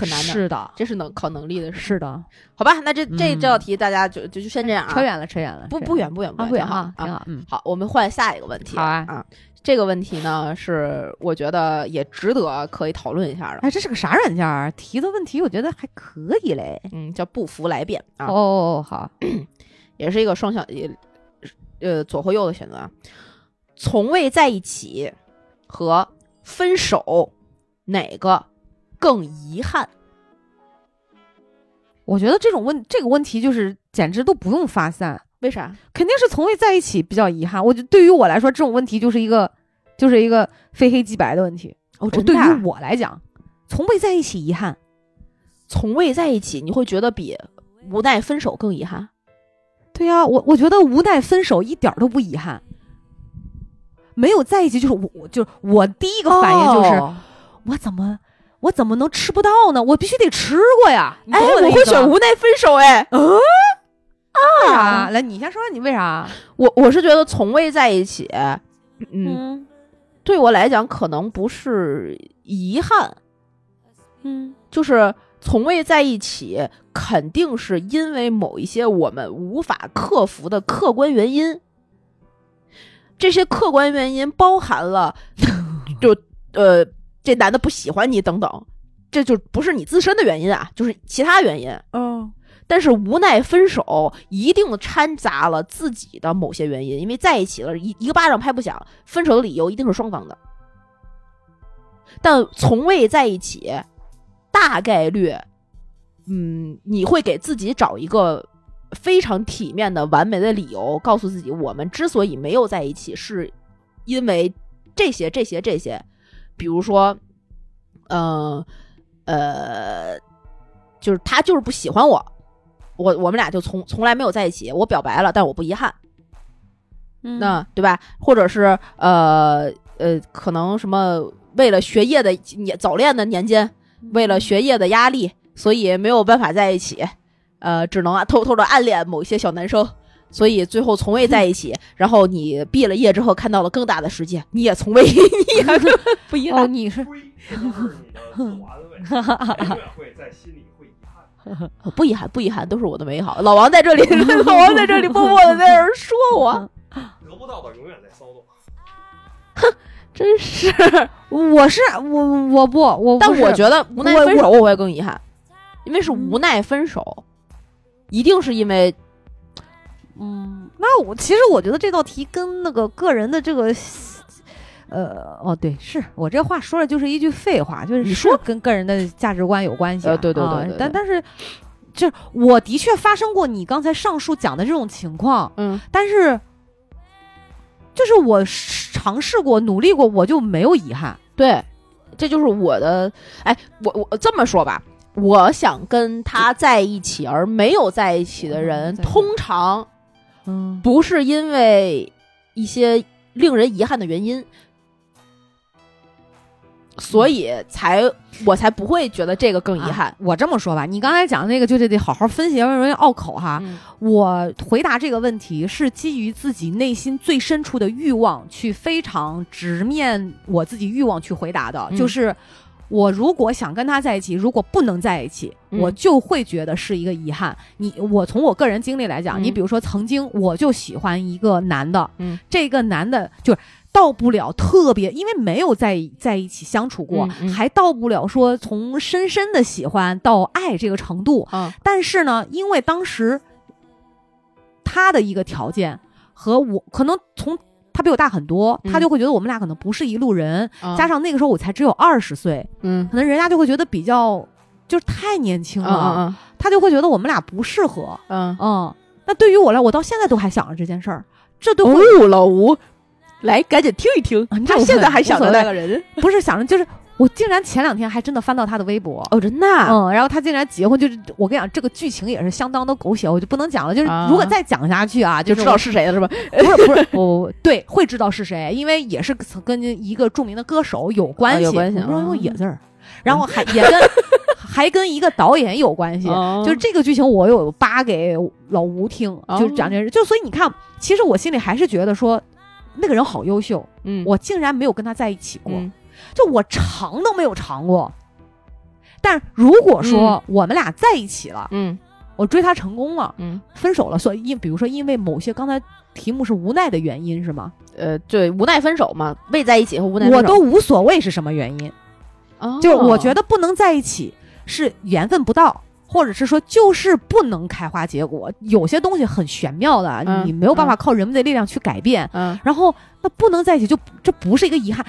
[SPEAKER 3] 很难的，
[SPEAKER 2] 是的，
[SPEAKER 3] 这是能靠能力的事。
[SPEAKER 2] 是的，
[SPEAKER 3] 好吧，那这这
[SPEAKER 2] 嗯
[SPEAKER 3] 这道题大家就就就先这样
[SPEAKER 2] 扯
[SPEAKER 3] 啊，
[SPEAKER 2] 远了，扯远了，
[SPEAKER 3] 不
[SPEAKER 2] 扯
[SPEAKER 3] 不远不远
[SPEAKER 2] 啊，
[SPEAKER 3] 远，
[SPEAKER 2] 不远
[SPEAKER 3] 挺好
[SPEAKER 2] 啊，挺
[SPEAKER 3] 啊。
[SPEAKER 2] 好，嗯，
[SPEAKER 3] 好，我们换下一个问题。
[SPEAKER 2] 好啊
[SPEAKER 3] 啊，这个问题呢是我觉得也值得可以讨论一下的。
[SPEAKER 2] 哎，这是个啥软件儿？提的问题我觉得还可以嘞。
[SPEAKER 3] 嗯，叫不服来辩啊
[SPEAKER 2] 哦，哦，哦好，
[SPEAKER 3] 也是一个双向也呃左和右的选择啊。从未在一起和分手哪个更遗憾？
[SPEAKER 2] 我觉得这种问这个问题就是简直都不用发散，
[SPEAKER 3] 为啥？
[SPEAKER 2] 肯定是从未在一起比较遗憾。我就对于我来说，这种问题就是一个就是一个非黑即白的问题。
[SPEAKER 3] 哦
[SPEAKER 2] 我对于我来讲，从未在一起遗憾，
[SPEAKER 3] 从未在一起，你会觉得比无奈分手更遗憾？
[SPEAKER 2] 对呀、我我觉得无奈分手一点儿都不遗憾。没有在一起，就是我，我就是我第一个反应就是、
[SPEAKER 3] 哦
[SPEAKER 2] 我怎么我怎么能吃不到呢？我必须得吃过呀！你
[SPEAKER 3] 哎，
[SPEAKER 2] 懂我的啊
[SPEAKER 3] 我
[SPEAKER 2] 意
[SPEAKER 3] 会
[SPEAKER 2] 思吗嗯
[SPEAKER 3] 选无奈分手哎。
[SPEAKER 2] 为啥？
[SPEAKER 3] 啊
[SPEAKER 2] 来，你先说说你为啥？
[SPEAKER 3] 我我是觉得从未在一起，嗯，
[SPEAKER 2] 嗯
[SPEAKER 3] 对我来讲可能不是遗憾，
[SPEAKER 2] 嗯
[SPEAKER 3] 就是从未在一起，肯定是因为某一些我们无法克服的客观原因。这些客观原因包含了， 就呃，这男的不喜欢你等等，这就不是你自身的原因啊，就是其他原因。
[SPEAKER 2] 哦，
[SPEAKER 3] 但是无奈分手一定掺杂了自己的某些原因，因为在一起了一一个巴掌拍不响，分手的理由一定是双方的，但从未在一起，大概率，嗯，你会给自己找一个。非常体面的、完美的理由，告诉自己，我们之所以没有在一起，是因为这些、这些、这些，比如说，嗯、呃，就是他就是不喜欢我，我我们俩就从从来没有在一起。我表白了，但我不遗憾，那对吧？或者是呃呃，可能什么为了学业的年早恋的年间，为了学业的压力，所以没有办法在一起，呃，只能啊偷偷的暗恋某一些小男生。所以最后从未在一起， 然后你毕了业之后看到了更大的世界，你也从未 你也不遗
[SPEAKER 2] 哦，
[SPEAKER 3] 憾。
[SPEAKER 2] 你是
[SPEAKER 4] 亏，都是你的自我安慰，永远会在心里会遗憾。
[SPEAKER 3] 哦不遗憾，不遗憾，都是我的美好。 老王在这里， 老王在这里默默的在 那儿说我，
[SPEAKER 4] 得不到的永远在骚动。
[SPEAKER 3] 真是。
[SPEAKER 2] 我是我我不我，
[SPEAKER 3] 但我
[SPEAKER 2] 得
[SPEAKER 3] 觉得无奈
[SPEAKER 2] 我
[SPEAKER 3] 分手我嗯会更遗憾，因为是无奈分手，一定是因为
[SPEAKER 2] 嗯，那我其实我觉得这道题跟那个个人的这个。呃，哦，对，是我这话说了就是一句废话，就是
[SPEAKER 3] 你
[SPEAKER 2] 是
[SPEAKER 3] 说
[SPEAKER 2] 跟个人的价值观有关系啊、啊，
[SPEAKER 3] 呃对对对对对
[SPEAKER 2] 但但是，就是我的确发生过你刚才上述讲的这种情况，
[SPEAKER 3] 嗯
[SPEAKER 2] 但是，就是我尝试过、努力过，我就没有遗憾。
[SPEAKER 3] 对，这就是我的哎，我我这么说吧，我想跟他在一起而没有在一起的
[SPEAKER 2] 嗯
[SPEAKER 3] 人，
[SPEAKER 2] 在一起
[SPEAKER 3] 通常
[SPEAKER 2] 嗯，
[SPEAKER 3] 不是因为一些令人遗憾的原因。所以才我才不会觉得这个更遗憾。
[SPEAKER 2] 我这么说吧，你刚才讲的那个就得得好好分析，要不然容易拗口哈。
[SPEAKER 3] 嗯
[SPEAKER 2] 我回答这个问题是基于自己内心最深处的欲望，去非常直面我自己欲望去回答的，
[SPEAKER 3] 嗯
[SPEAKER 2] 就是。我如果想跟他在一起，如果不能在一起，
[SPEAKER 3] 嗯
[SPEAKER 2] 我就会觉得是一个遗憾。你我从我个人经历来讲，
[SPEAKER 3] 嗯
[SPEAKER 2] 你比如说曾经我就喜欢一个男的，
[SPEAKER 3] 嗯，
[SPEAKER 2] 这个男的就是到不了特别，因为没有在一在一起相处过，
[SPEAKER 3] 嗯嗯
[SPEAKER 2] 还到不了说从深深的喜欢到爱这个程度。
[SPEAKER 3] 嗯
[SPEAKER 2] 但是呢，因为当时他的一个条件和我可能从他比我大很多，
[SPEAKER 3] 嗯
[SPEAKER 2] 他就会觉得我们俩可能不是一路人。
[SPEAKER 3] 嗯
[SPEAKER 2] 加上那个时候我才只有二十岁，
[SPEAKER 3] 嗯
[SPEAKER 2] 可能人家就会觉得比较就是太年轻
[SPEAKER 3] 嗯
[SPEAKER 2] 了，
[SPEAKER 3] 嗯
[SPEAKER 2] 他就会觉得我们俩不适合。
[SPEAKER 3] 嗯
[SPEAKER 2] 嗯，那对于我来，我到现在都还想着这件事儿，这对我、
[SPEAKER 3] 哦，老吴来，赶紧听一听
[SPEAKER 2] 啊，
[SPEAKER 3] 他
[SPEAKER 2] 那我
[SPEAKER 3] 现在
[SPEAKER 2] 很
[SPEAKER 3] 还
[SPEAKER 2] 无
[SPEAKER 3] 想
[SPEAKER 2] 所
[SPEAKER 3] 着那
[SPEAKER 2] 谓
[SPEAKER 3] 个人
[SPEAKER 2] 不是想着就是我竟然前两天还真的翻到他的微博。
[SPEAKER 3] 哦，真的啊，
[SPEAKER 2] 嗯，然后他竟然结婚，就是我跟你讲，这个剧情也是相当的狗血，我就不能讲了。就是
[SPEAKER 3] 啊
[SPEAKER 2] 如果再讲下去啊，
[SPEAKER 3] 就是知
[SPEAKER 2] 我
[SPEAKER 3] 道是谁了是吧？
[SPEAKER 2] 不是不是，我对会知道是谁，因为也是曾跟一个著名的歌手有关
[SPEAKER 3] 啊
[SPEAKER 2] 系，
[SPEAKER 3] 有关系
[SPEAKER 2] 我不知道
[SPEAKER 3] 啊
[SPEAKER 2] 用野字儿，然后还也跟还跟一个导演有关系。
[SPEAKER 3] 就
[SPEAKER 2] 就是是这个剧情，我有扒给老吴听，
[SPEAKER 3] 哦
[SPEAKER 2] 就是讲这，就所以你看，其实我心里还是觉得说，那个人好优秀，
[SPEAKER 3] 嗯我
[SPEAKER 2] 我竟然没有跟他在一起过，
[SPEAKER 3] 嗯
[SPEAKER 2] 就我尝都没有尝过。但如果说我们俩在一起了，
[SPEAKER 3] 嗯
[SPEAKER 2] 我追他成功了，
[SPEAKER 3] 嗯
[SPEAKER 2] 分手了，所以因比如说因为某些刚才题目是无奈的原因是吗？
[SPEAKER 3] 呃，对，无奈分手嘛，未在一起和无奈分手，
[SPEAKER 2] 我都无所谓是什么原因，
[SPEAKER 3] 哦
[SPEAKER 2] 就是我觉得不能在一起是缘分不到。或者是说，就是不能开花结果，有些东西很玄妙的，啊
[SPEAKER 3] 嗯
[SPEAKER 2] 你没有办法靠人为的力量去改变。
[SPEAKER 3] 嗯
[SPEAKER 2] 然后，那不能在一起就这不是一个遗憾，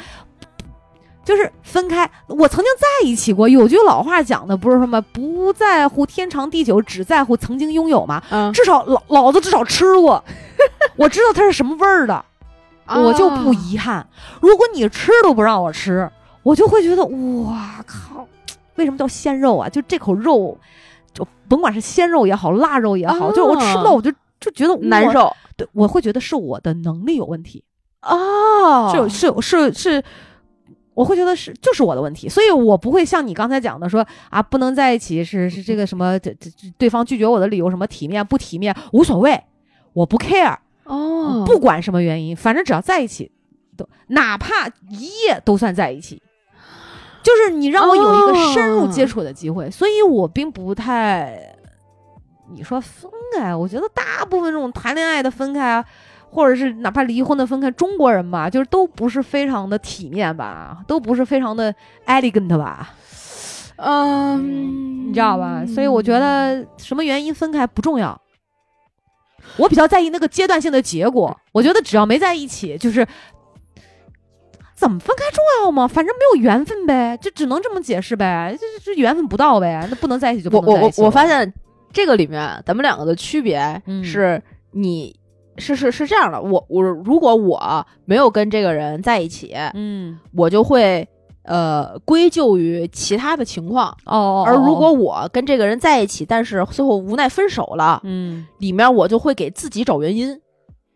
[SPEAKER 2] 就是分开。我曾经在一起过，有句老话讲的不是什么不在乎天长地久，只在乎曾经拥有嘛。
[SPEAKER 3] 嗯，
[SPEAKER 2] 至少老老子至少吃 过，我知道它是什么味儿的。
[SPEAKER 3] 啊
[SPEAKER 2] 我就不
[SPEAKER 3] 一
[SPEAKER 2] 遗憾。如果你吃都不让我吃，我就会觉得哇靠，为什么叫鲜肉啊？就这口肉，就甭管是鲜肉也好，腊肉也好，
[SPEAKER 3] 啊
[SPEAKER 2] 就是我吃到我就就觉得我
[SPEAKER 3] 难。受
[SPEAKER 2] 对，我会觉得是我的能力有问题，
[SPEAKER 3] 哦
[SPEAKER 2] 是是是是。我会觉得是，就是我的问题，所以我不会像你刚才讲的说啊，不能在一起是是这个什么，这这这对方拒绝我的理由什么体面不体面无所谓，我不 care，
[SPEAKER 3] 哦
[SPEAKER 2] 不管什么原因，反正只要在一起，都哪怕一夜都算在一起。就是你让我有一个深入接触的机会，所以我并不太。你说分开，我觉得大部分这种谈恋爱的分开啊，或者是哪怕离婚的分开，中国人吧，就是都不是非常的体面吧，都不是非常的 elegant 吧，
[SPEAKER 3] 嗯，
[SPEAKER 2] 你知道吧？所以我觉得什么原因分开不重要，我比较在意那个阶段性的结果。我觉得只要没在一起，就是怎么分开重要吗？反正没有缘分呗，就只能这么解释呗，这这缘分不到呗，那不能在一起就
[SPEAKER 3] 我
[SPEAKER 2] 不能
[SPEAKER 3] 我
[SPEAKER 2] 在一
[SPEAKER 3] 我
[SPEAKER 2] 起
[SPEAKER 3] 我
[SPEAKER 2] 了
[SPEAKER 3] 发现这个里面咱们两个的区别
[SPEAKER 2] 嗯
[SPEAKER 3] 是你。是是是这样的，我我如果我没有跟这个人在一起，
[SPEAKER 2] 嗯
[SPEAKER 3] 我就会呃归咎于其他的情况。
[SPEAKER 2] 哦哦，
[SPEAKER 3] 而
[SPEAKER 2] 哦
[SPEAKER 3] 如果我跟这个人在一起，但是最后无奈分手了，
[SPEAKER 2] 嗯
[SPEAKER 3] 里面我就会给自己找原因，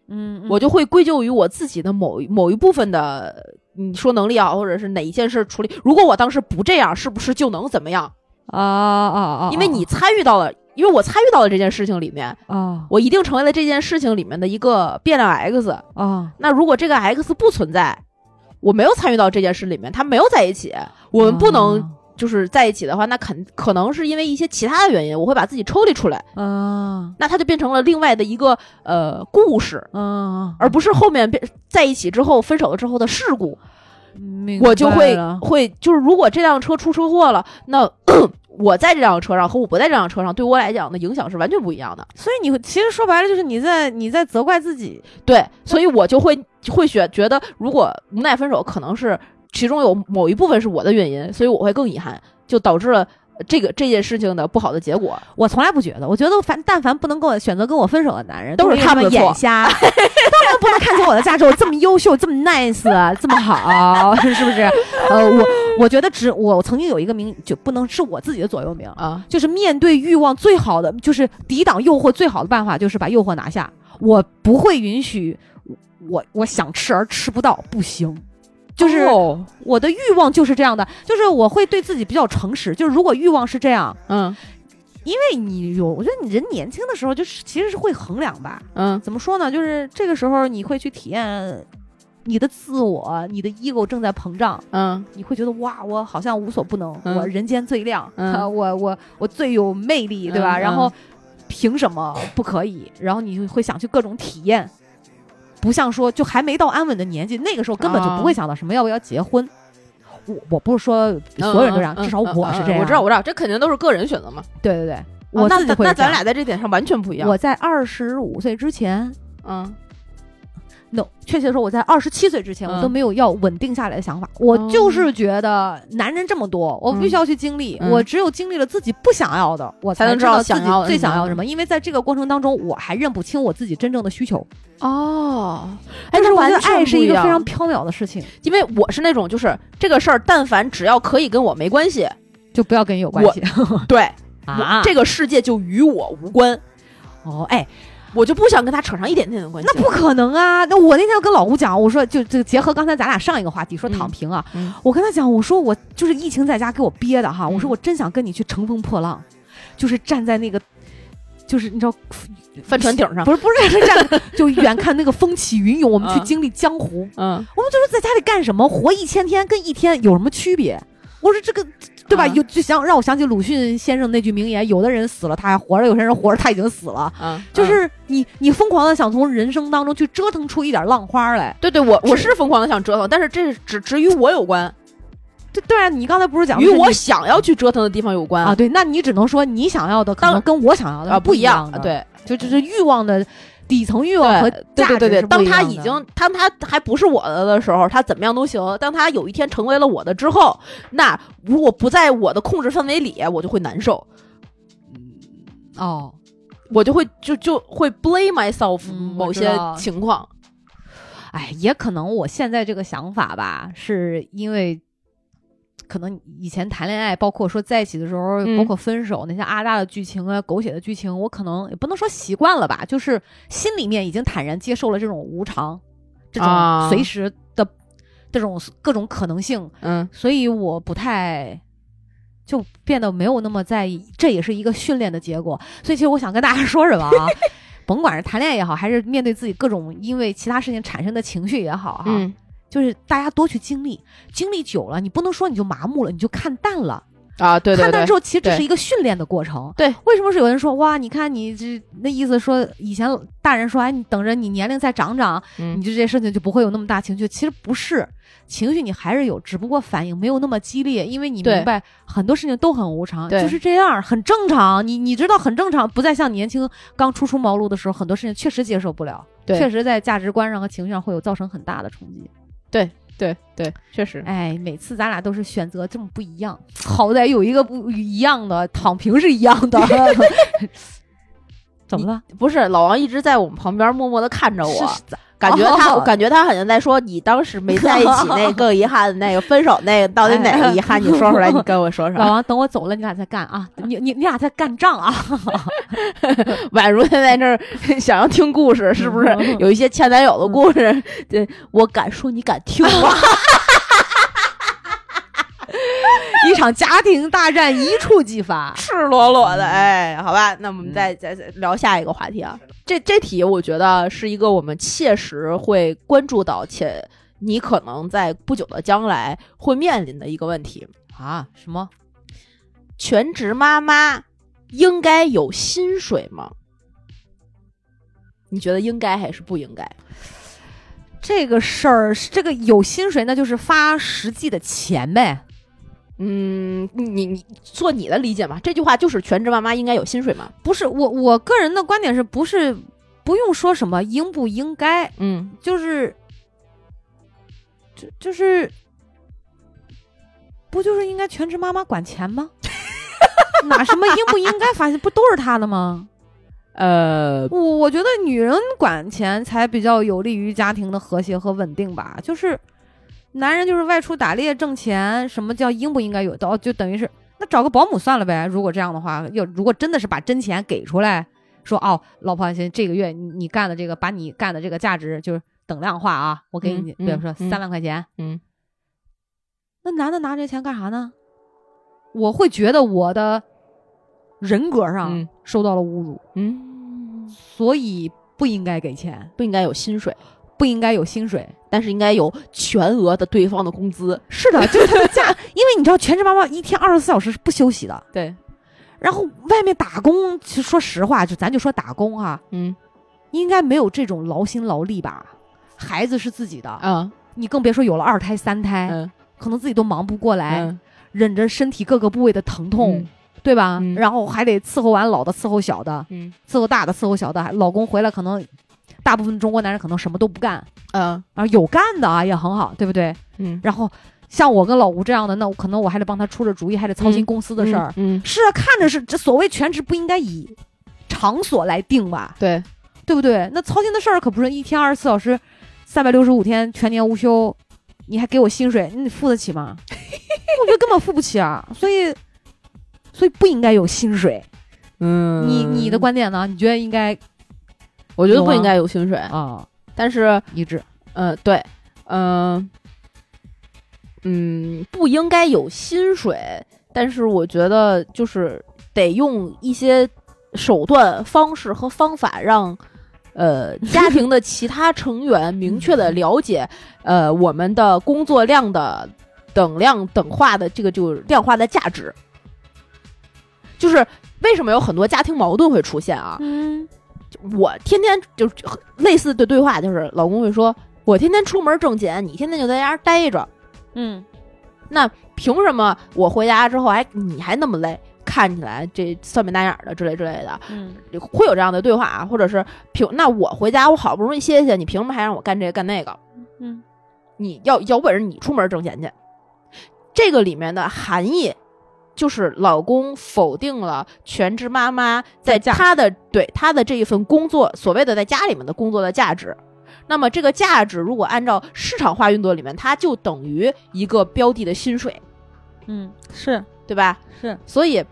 [SPEAKER 2] 嗯，嗯
[SPEAKER 3] 我就会归咎于我自己的某一某一部分的，你说能力啊，或者是哪一件事处理。如果我当时不这样，是不是就能怎么样？
[SPEAKER 2] 啊啊啊，
[SPEAKER 3] 因为你参与到了，因为我参与到了这件事情里面，
[SPEAKER 2] 啊
[SPEAKER 3] 我一定成为了这件事情里面的一个变量 X。
[SPEAKER 2] 啊
[SPEAKER 3] 那如果这个 X 不存在，我没有参与到这件事里面，他没有在一起，我们不
[SPEAKER 2] 哦
[SPEAKER 3] 能就是在一起的话，那肯可能是因为一些其他的原因，我会把自己抽离出来，
[SPEAKER 2] 啊
[SPEAKER 3] 那它就变成了另外的一个呃故事，
[SPEAKER 2] 啊啊，
[SPEAKER 3] 而不是后面变在一起之后分手了之后的事故。
[SPEAKER 2] 明
[SPEAKER 3] 我就
[SPEAKER 2] 白
[SPEAKER 3] 会
[SPEAKER 2] 了
[SPEAKER 3] 会就是，如果这辆车出车祸了，那 我在这辆车上和我不在这辆车上，对我来讲的影响是完全不一样的。
[SPEAKER 2] 所以你会其实说白了就是你在你在责怪自己，
[SPEAKER 3] 对，所以我就会会觉觉得，如果无奈分手，可能是其中有某一部分是我的原因，所以我会更遗憾，就导致了这个这件事情的不好的结果。
[SPEAKER 2] 我从来不觉得，我觉得凡但凡不能跟我选择跟我分手的男人，
[SPEAKER 3] 都是
[SPEAKER 2] 因为
[SPEAKER 3] 他
[SPEAKER 2] 他
[SPEAKER 3] 们
[SPEAKER 2] 们
[SPEAKER 3] 的错
[SPEAKER 2] 眼瞎， 当然不能看出我的价值，我这么优秀，这么 nice，这啊么好， 是不是？呃，我我觉得只我曾经有一个名就不能是我自己的左右铭，
[SPEAKER 3] 啊，
[SPEAKER 2] 就是面对欲望最好的，就是抵挡诱惑最好的办法就是把诱惑拿下。我不会允许我我想吃而吃不到，不行。就是
[SPEAKER 3] 哦
[SPEAKER 2] 我的欲望就是这样的，就是我会对自己比较诚实。就是如果欲望是这样，
[SPEAKER 3] 嗯
[SPEAKER 2] 因为你有，我觉得你人年轻的时候就是其实是会衡量吧。
[SPEAKER 3] 嗯
[SPEAKER 2] 怎么说呢？就是这个时候你会去体验你的自我，你的 ego 正在膨胀，
[SPEAKER 3] 嗯
[SPEAKER 2] 你会觉得哇，我好像无所不能，
[SPEAKER 3] 嗯
[SPEAKER 2] 我人间最亮，
[SPEAKER 3] 嗯
[SPEAKER 2] 啊 我我我最有魅力，对吧？
[SPEAKER 3] 嗯嗯
[SPEAKER 2] 然后凭什么不可以？然后你就会想去各种体验。不像说就还没到安稳的年纪，那个时候根本就不会想到什么要不要结婚。我我不是说所有人都这样，
[SPEAKER 3] 嗯
[SPEAKER 2] 至少
[SPEAKER 3] 嗯嗯
[SPEAKER 2] 我是
[SPEAKER 3] 嗯
[SPEAKER 2] 这样。
[SPEAKER 3] 我知道我知道，这肯定都是个人选择嘛。
[SPEAKER 2] 对对对，
[SPEAKER 3] 啊
[SPEAKER 2] 我
[SPEAKER 3] 那
[SPEAKER 2] 自己
[SPEAKER 3] 咱
[SPEAKER 2] 会
[SPEAKER 3] 那
[SPEAKER 2] 这样
[SPEAKER 3] 咱俩在这点上完全不一样。
[SPEAKER 2] 我在二十五岁之前
[SPEAKER 3] 嗯
[SPEAKER 2] ，no，确切地说我在二十七岁之前，
[SPEAKER 3] 嗯哦
[SPEAKER 2] 我都没有要稳定下来的想法。我就是觉得男人这么多，我必须要去经历。
[SPEAKER 3] 嗯
[SPEAKER 2] 我只有经历了自己不想要的，我
[SPEAKER 3] 才能
[SPEAKER 2] 知
[SPEAKER 3] 知道
[SPEAKER 2] 自己
[SPEAKER 3] 想要的
[SPEAKER 2] 最
[SPEAKER 3] 是什么
[SPEAKER 2] 想要什么。因为在这个过程当中，我还认不清我自己真正的需求。
[SPEAKER 3] 哦，哎，
[SPEAKER 2] 就是
[SPEAKER 3] 那
[SPEAKER 2] 我觉得
[SPEAKER 3] 完全
[SPEAKER 2] 爱是
[SPEAKER 3] 不
[SPEAKER 2] 一个
[SPEAKER 3] 样
[SPEAKER 2] 非常缥缈的事情，
[SPEAKER 3] 因为我是那种就是这个事儿，但凡只要可以跟我没关系，
[SPEAKER 2] 就不要跟你有关
[SPEAKER 3] 我
[SPEAKER 2] 系
[SPEAKER 3] 对、
[SPEAKER 2] 啊。
[SPEAKER 3] 这个世界就与我无关，
[SPEAKER 2] 哦，哎，
[SPEAKER 3] 我就不想跟他扯上一点点的关系。
[SPEAKER 2] 那不可能啊！那我那天跟老吴讲，我说就就结合刚才咱俩上一个话题说
[SPEAKER 3] 嗯
[SPEAKER 2] 躺平啊，
[SPEAKER 3] 嗯
[SPEAKER 2] 我跟他讲，我说我就是疫情在家给我憋的哈，我说
[SPEAKER 3] 嗯
[SPEAKER 2] 我真想跟你去乘风破浪，就是站在那个，就是你知道
[SPEAKER 3] 帆船顶上，
[SPEAKER 2] 不是 不是站 着，就远看那个风起云涌，我们去
[SPEAKER 3] 嗯
[SPEAKER 2] 经历江湖，
[SPEAKER 3] 嗯，
[SPEAKER 2] 我们就说在家里干什么，活一千天跟一天有什么区别？我说这个对吧？
[SPEAKER 3] 啊
[SPEAKER 2] 有就想让我想起鲁迅先生那句名言：有的人死了他还活着，有些人活着他已经死了。
[SPEAKER 3] 嗯，
[SPEAKER 2] 就
[SPEAKER 3] 嗯
[SPEAKER 2] 是你，你疯狂的想从人生当中去折腾出一点浪花来。
[SPEAKER 3] 对对，我我
[SPEAKER 2] 是
[SPEAKER 3] 是疯狂的想折腾，但是这是只只与我有关，
[SPEAKER 2] 对对啊，你刚才不是讲
[SPEAKER 3] 与
[SPEAKER 2] 是
[SPEAKER 3] 我
[SPEAKER 2] 你
[SPEAKER 3] 想要去折腾的地方有关
[SPEAKER 2] 啊？对，那你只能说你想要的可能
[SPEAKER 3] 当
[SPEAKER 2] 跟我想要的
[SPEAKER 3] 啊
[SPEAKER 2] 是不
[SPEAKER 3] 不
[SPEAKER 2] 一
[SPEAKER 3] 一样
[SPEAKER 2] 的，，
[SPEAKER 3] 对
[SPEAKER 2] 就就是欲望的底层欲望
[SPEAKER 3] 对
[SPEAKER 2] 和
[SPEAKER 3] 对
[SPEAKER 2] 价值
[SPEAKER 3] 对对对，
[SPEAKER 2] 是不
[SPEAKER 3] 当
[SPEAKER 2] 一
[SPEAKER 3] 他
[SPEAKER 2] 样
[SPEAKER 3] 已
[SPEAKER 2] 的
[SPEAKER 3] 经当他还不是我的的时候，他怎么样都行。当他有一天成为了我的之后，那如果不在我的控制范围里，我就会难受，
[SPEAKER 2] 哦，
[SPEAKER 3] 我就会就就会 blame myself
[SPEAKER 2] 嗯我
[SPEAKER 3] 某
[SPEAKER 2] 知
[SPEAKER 3] 些
[SPEAKER 2] 道
[SPEAKER 3] 情况。
[SPEAKER 2] 哎，也可能我现在这个想法吧，是因为。可能以前谈恋爱，包括说在一起的时候，
[SPEAKER 3] 嗯
[SPEAKER 2] 包括分手那些阿大的剧情啊、狗血的剧情，我可能也不能说习惯了吧，就是心里面已经坦然接受了这种无常，这种
[SPEAKER 3] 啊
[SPEAKER 2] 随时的、这种各种可能性，
[SPEAKER 3] 嗯
[SPEAKER 2] 所以我不太就变得没有那么在意，这也是一个训练的结果。所以其实我想跟大家 说什么啊，甭管是谈恋爱也好，还是面对自己各种因为其他事情产生的情绪也好哈、
[SPEAKER 3] 嗯
[SPEAKER 2] 就是大家多去经历，经历久了，你不能说你就麻木了，你就看淡了。
[SPEAKER 3] 啊，对对
[SPEAKER 2] 看淡之
[SPEAKER 3] 对，
[SPEAKER 2] 后，其实这
[SPEAKER 3] 对
[SPEAKER 2] 是一个训练的过程。
[SPEAKER 3] 对，
[SPEAKER 2] 为什么是有人说哇？你看你这那意思说，以前大人说，哎，你等着你年龄再长长，你
[SPEAKER 3] 嗯
[SPEAKER 2] 就这些事情就不会有那么大情绪。其实不是，情绪你还是有，只不过反应没有那么激烈，因为你
[SPEAKER 3] 对
[SPEAKER 2] 明白很多事情都很无常，
[SPEAKER 3] 对
[SPEAKER 2] 就是这样，很正常。你你知道很正常，不再像年轻刚初出茅庐的时候，很多事情确实接受不了，
[SPEAKER 3] 对
[SPEAKER 2] 确实在价值观上和情绪上会有造成很大的冲击。
[SPEAKER 3] 对对，确实。
[SPEAKER 2] 哎，每次咱俩都是选择这么不一样，好歹有一个不一样的，躺平是一样的。 怎么了？
[SPEAKER 3] 不是老王一直在我们旁边默默的看着我，啊
[SPEAKER 2] 是
[SPEAKER 3] 感觉他、
[SPEAKER 2] 哦
[SPEAKER 3] 我感觉他好像在说你当时没在一起那更遗憾的那个分手那个到底哪
[SPEAKER 2] 哎
[SPEAKER 3] 个遗憾？你说 出来，你跟我说
[SPEAKER 2] 老
[SPEAKER 3] 说。
[SPEAKER 2] 王，等我走了，你俩再干啊！你你你俩再干仗啊！
[SPEAKER 3] 宛如现在这儿 想要听故事，是不是
[SPEAKER 2] 嗯
[SPEAKER 3] 有一些前男友的故事？ 对我敢说，你敢听吗？。
[SPEAKER 2] 一场家庭大战一触即发
[SPEAKER 3] 赤裸裸的，哎，好吧，那我们再再再聊下一个话题啊。这这题我觉得是一个我们切实会关注到，且你可能在不久的将来会面临的一个问题。
[SPEAKER 2] 啊？什么？
[SPEAKER 3] 全职妈妈应该有薪水吗？你觉得应该还是不应该？
[SPEAKER 2] 这个事儿是这个有薪水，那就是发实际的钱呗。
[SPEAKER 3] 嗯，你你做你的理解吧。这句话就是全职妈妈应该有薪水吗？
[SPEAKER 2] 不是我我个人的观点是不是不用说什么应不应该，
[SPEAKER 3] 嗯，
[SPEAKER 2] 就是就就是不就是应该全职妈妈管钱吗？ 哪什么应不应该发现不都是他的吗？
[SPEAKER 3] 呃，
[SPEAKER 2] 我我觉得女人管钱才比较有利于家庭的和谐和稳定吧。就是男人就是外出打猎挣钱，什么叫应不应该有？到就等于是那找个保姆算了呗。如果这样的话，要如果真的是把真钱给出来，说哦，老婆，先这个月你你干的这个，把你干的这个价值就是等量化啊，我给你，
[SPEAKER 3] 嗯嗯
[SPEAKER 2] 比如说
[SPEAKER 3] 嗯
[SPEAKER 2] 三万块钱，
[SPEAKER 3] 嗯，
[SPEAKER 2] 那男的拿这钱干啥呢？我会觉得我的人格上
[SPEAKER 3] 嗯
[SPEAKER 2] 受到了侮辱，
[SPEAKER 3] 嗯，
[SPEAKER 2] 所以不应该给钱。
[SPEAKER 3] 不应该有薪水，
[SPEAKER 2] 不应该有薪水。
[SPEAKER 3] 但是应该有全额的对方的工资。
[SPEAKER 2] 是 的，就是他的假，因为你知道全职妈妈一天二十四小时是不休息的。
[SPEAKER 3] 对，
[SPEAKER 2] 然后外面打工，其实说实话，就咱就说打工哈、啊
[SPEAKER 3] 嗯
[SPEAKER 2] 应该没有这种劳心劳力吧？孩子是自己的，
[SPEAKER 3] 啊，
[SPEAKER 2] 你更别说有了二胎、三胎，
[SPEAKER 3] 嗯，
[SPEAKER 2] 可能自己都忙不过来，
[SPEAKER 3] 嗯
[SPEAKER 2] 忍着身体各个部位的疼痛，
[SPEAKER 3] 嗯
[SPEAKER 2] 对吧？
[SPEAKER 3] 嗯
[SPEAKER 2] 然后还得伺候完老的，伺候小的，
[SPEAKER 3] 嗯
[SPEAKER 2] 伺候大的，伺候小的。老公回来可能，大部分中国男人可能什么都不干，
[SPEAKER 3] 啊
[SPEAKER 2] 啊，有干的啊也很好，对不对？
[SPEAKER 3] 嗯，
[SPEAKER 2] 然后像我跟老吴这样的，那我可能我还得帮他出着主意，还得操心公司的事儿。
[SPEAKER 3] 嗯，
[SPEAKER 2] 是啊，看着是这所谓全职不应该以场所来定吧，
[SPEAKER 3] 对，
[SPEAKER 2] 对不对？那操心的事儿可不是一天二十四小时。三百六十五天全年无休，你还给我薪水，你付得起 吗？我觉得根本付不起啊，所以，所以不应该有薪水。
[SPEAKER 3] 嗯
[SPEAKER 2] 你你的，观点呢？你觉得应该
[SPEAKER 3] 我觉得
[SPEAKER 2] 有
[SPEAKER 3] 不
[SPEAKER 2] 啊
[SPEAKER 3] 应该有薪水，
[SPEAKER 2] 啊
[SPEAKER 3] 但是
[SPEAKER 2] 一致？
[SPEAKER 3] 呃，对，嗯、嗯，不应该有薪水，但是我觉得就是得用一些手段、方式和方法让。呃，家庭的其他成员明确的了解，呃，我们的工作量的等量等化的这个就是量化的价值，就是为什么有很多家庭矛盾会出现啊？
[SPEAKER 2] 嗯，
[SPEAKER 3] 我天天就是类似的对话，就是老公会说：“我天天出门挣钱，你天天就在家待着，
[SPEAKER 2] 嗯，
[SPEAKER 3] 那凭什么我回家之后还你还那么累？看起来这酸眉大眼儿的之类之类的，
[SPEAKER 2] 嗯，
[SPEAKER 3] 会有这样的对话啊，或者是凭那我回家我好不容易歇歇，你凭什么还让我干这个干那个？
[SPEAKER 2] 嗯，
[SPEAKER 3] 你要有本事你出门挣钱去。这个里面的含义就是老公否定了全职妈妈
[SPEAKER 2] 在
[SPEAKER 3] 在
[SPEAKER 2] 家
[SPEAKER 3] 她的对她的这一份工作，所谓的在家里面的工作的价值。那么这个价值如果按照市场化运作里面，它就等于一个标的的薪水，
[SPEAKER 2] 嗯，是
[SPEAKER 3] 对吧？
[SPEAKER 2] 是，
[SPEAKER 3] 所以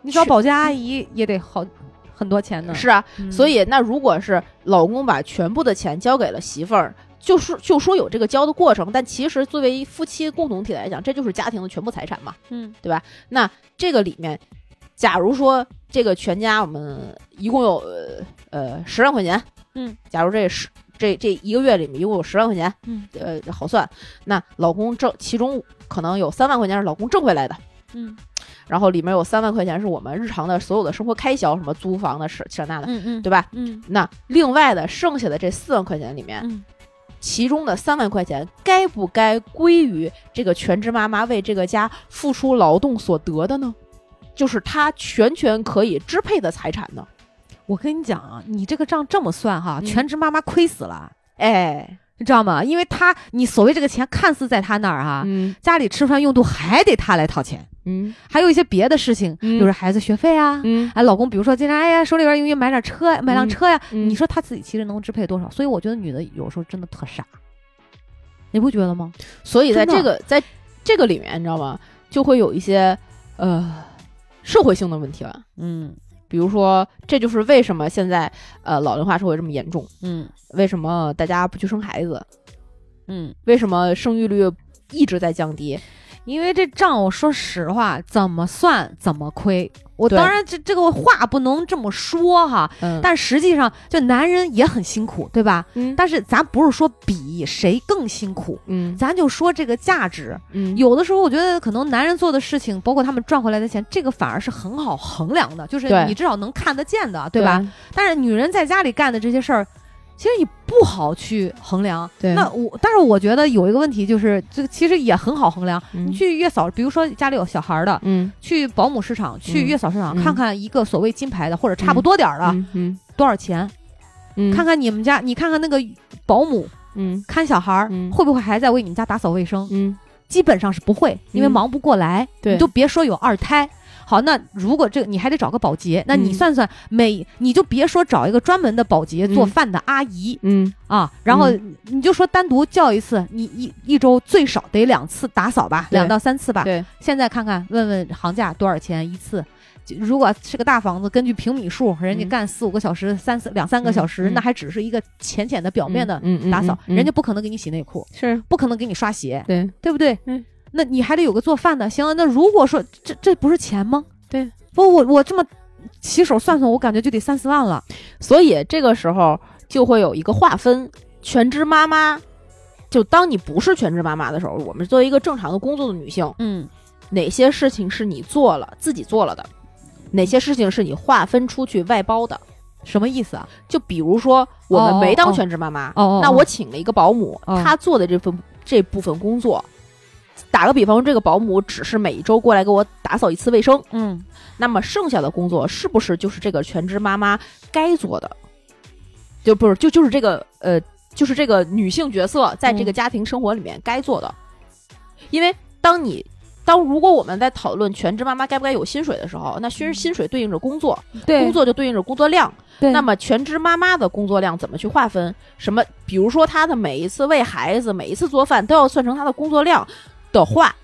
[SPEAKER 2] 你找
[SPEAKER 3] 是
[SPEAKER 2] 保洁阿姨也得好很多钱呢。
[SPEAKER 3] 是啊，
[SPEAKER 2] 嗯，
[SPEAKER 3] 所以，那如果是老公把全部的钱交给了媳妇儿，就说就说有这个交的过程，但其实作为夫妻共同体来讲，这就是家庭的全部财产嘛。
[SPEAKER 2] 嗯
[SPEAKER 3] 这个里面，假如说这个全家我们一共有呃呃十万块钱，
[SPEAKER 2] 嗯，
[SPEAKER 3] 假如这十这这一个月里面一共有十万块钱，
[SPEAKER 2] 嗯
[SPEAKER 3] 呃好算，那老公挣其中可能有三万块钱是老公挣回来的，
[SPEAKER 2] 嗯
[SPEAKER 3] 然后里面有三万块钱是我们日常的所有的生活开销，什么租房的是这那的，
[SPEAKER 2] 嗯嗯，
[SPEAKER 3] 对吧？
[SPEAKER 2] 嗯
[SPEAKER 3] 那另外的剩下的这四万块钱里面，
[SPEAKER 2] 嗯
[SPEAKER 3] 其中的三万块钱该不该归于这个全职妈妈为这个家付出劳动所得的呢？就是她全权可以支配的财产呢？
[SPEAKER 2] 我跟你讲啊，你这个账这么算哈，
[SPEAKER 3] 嗯
[SPEAKER 2] 全职妈妈亏死了，
[SPEAKER 3] 哎，
[SPEAKER 2] 你知道吗？因为她你所谓这个钱看似在她那儿哈，
[SPEAKER 3] 嗯
[SPEAKER 2] 家里吃穿用度还得她来掏钱，
[SPEAKER 3] 嗯
[SPEAKER 2] 还有一些别的事情，比
[SPEAKER 3] 嗯
[SPEAKER 2] 如说孩子学费啊。
[SPEAKER 3] 嗯，
[SPEAKER 2] 哎，老公，比如说经常哎呀，手里边用于买点车，买辆车呀、
[SPEAKER 3] 嗯
[SPEAKER 2] 你说她自己其实能支配多少？所以我觉得女的有时候真的特傻，你不觉得吗？
[SPEAKER 3] 所以在
[SPEAKER 2] 真的
[SPEAKER 3] 这个在这个里面，你知道吗？就会有一些呃社会性的问题了。
[SPEAKER 2] 嗯
[SPEAKER 3] 比如说，这就是为什么现在呃老龄化社会这么严重，
[SPEAKER 2] 嗯
[SPEAKER 3] 为什么大家不去生孩子，
[SPEAKER 2] 嗯，
[SPEAKER 3] 为什么生育率一直在降低？
[SPEAKER 2] 因为这账，我说实话，怎么算怎么亏。我
[SPEAKER 3] 对
[SPEAKER 2] 当然这这个话不能这么说哈，
[SPEAKER 3] 嗯
[SPEAKER 2] 但实际上就男人也很辛苦，对吧？
[SPEAKER 3] 嗯
[SPEAKER 2] 但是咱不是说比谁更辛苦，
[SPEAKER 3] 嗯
[SPEAKER 2] 咱就说这个价值。
[SPEAKER 3] 嗯
[SPEAKER 2] 有的时候我觉得可能男人做的事情，包括他们赚回来的钱，这个反而是很好衡量的，就是
[SPEAKER 3] 对
[SPEAKER 2] 你至少能看得见的，对吧？？但是女人在家里干的这些事儿，其实你不好去衡量。
[SPEAKER 3] 对
[SPEAKER 2] 那我，但是我觉得有一个问题就是，这个其实也很好衡量。
[SPEAKER 3] 嗯
[SPEAKER 2] 你去月嫂，比如说家里有小孩儿的，
[SPEAKER 3] 嗯
[SPEAKER 2] 去保姆市场、去
[SPEAKER 3] 嗯
[SPEAKER 2] 月嫂市场、
[SPEAKER 3] 嗯
[SPEAKER 2] 看看一个所谓金牌的或者差不多点儿的、
[SPEAKER 3] 嗯
[SPEAKER 2] 多少钱，
[SPEAKER 3] 嗯
[SPEAKER 2] 啊看看你们家，你看看那个保姆
[SPEAKER 3] 嗯
[SPEAKER 2] 看小孩儿、
[SPEAKER 3] 嗯
[SPEAKER 2] 会不会还在为你们家打扫卫生，
[SPEAKER 3] 嗯
[SPEAKER 2] 基本上是不会，因为
[SPEAKER 3] 嗯
[SPEAKER 2] 忙不过来。
[SPEAKER 3] 对
[SPEAKER 2] 你就别说有二胎。好，那如果这个你还得找个保洁，那你
[SPEAKER 3] 嗯
[SPEAKER 2] 算算每，你就别说找一个专门的保洁做
[SPEAKER 3] 嗯
[SPEAKER 2] 饭的阿姨、
[SPEAKER 3] 嗯
[SPEAKER 2] 啊，然后你就说单独叫一次，你一一周最少得两次打扫吧，
[SPEAKER 3] 对
[SPEAKER 2] 两到三次吧。
[SPEAKER 3] 对
[SPEAKER 2] 现在看看问问行价多少钱一次。就如果是个大房子，根据平米数，人家
[SPEAKER 3] 嗯
[SPEAKER 2] 干四五个小时、三四两三个小时，
[SPEAKER 3] 嗯嗯
[SPEAKER 2] 那还只是一个浅浅的表面的
[SPEAKER 3] 嗯
[SPEAKER 2] 打扫，人家不可能给你洗内裤，
[SPEAKER 3] 是
[SPEAKER 2] 不可能给你刷鞋，
[SPEAKER 3] 对
[SPEAKER 2] 对不对？
[SPEAKER 3] 嗯，
[SPEAKER 2] 那你还得有个做饭的。行啊，那如果说这这不是钱吗？
[SPEAKER 3] 对，
[SPEAKER 2] 不，我我这么起手算算，我感觉就得三四万了。
[SPEAKER 3] 所以这个时候就会有一个划分，全职妈妈。就当你不是全职妈妈的时候，我们作为一个正常的工作的女性，
[SPEAKER 2] 嗯
[SPEAKER 3] 哪些事情是你做了自己做了的，哪些事情是你划分出去外包的？
[SPEAKER 2] 什么意思啊？
[SPEAKER 3] 就比如说，我们
[SPEAKER 2] 哦
[SPEAKER 3] 没
[SPEAKER 2] 哦
[SPEAKER 3] 当全职妈妈，
[SPEAKER 2] 哦哦，
[SPEAKER 3] 那
[SPEAKER 2] 哦
[SPEAKER 3] 我请了一个保姆，
[SPEAKER 2] 哦
[SPEAKER 3] 她做的这份这部分工作，打个比方，这个保姆只是每一周过来给我打扫一次卫生，
[SPEAKER 2] 嗯
[SPEAKER 3] 那么剩下的工作是不是就是这个全职妈妈该做的？就不是就就是这个呃，就是这
[SPEAKER 2] 嗯
[SPEAKER 3] 个女性角色在这个家庭生活里面该做的，因为当你当如果我们在讨论全职妈妈该不该有薪水的时候，那薪薪水对应着工作，工
[SPEAKER 2] 嗯对
[SPEAKER 3] 作就对应着工作量。
[SPEAKER 2] 对，
[SPEAKER 3] 那么全职妈妈的工作量怎么去划分？什么？比如说她的每一次喂孩子、每一次做饭都要算成她的工作量的话，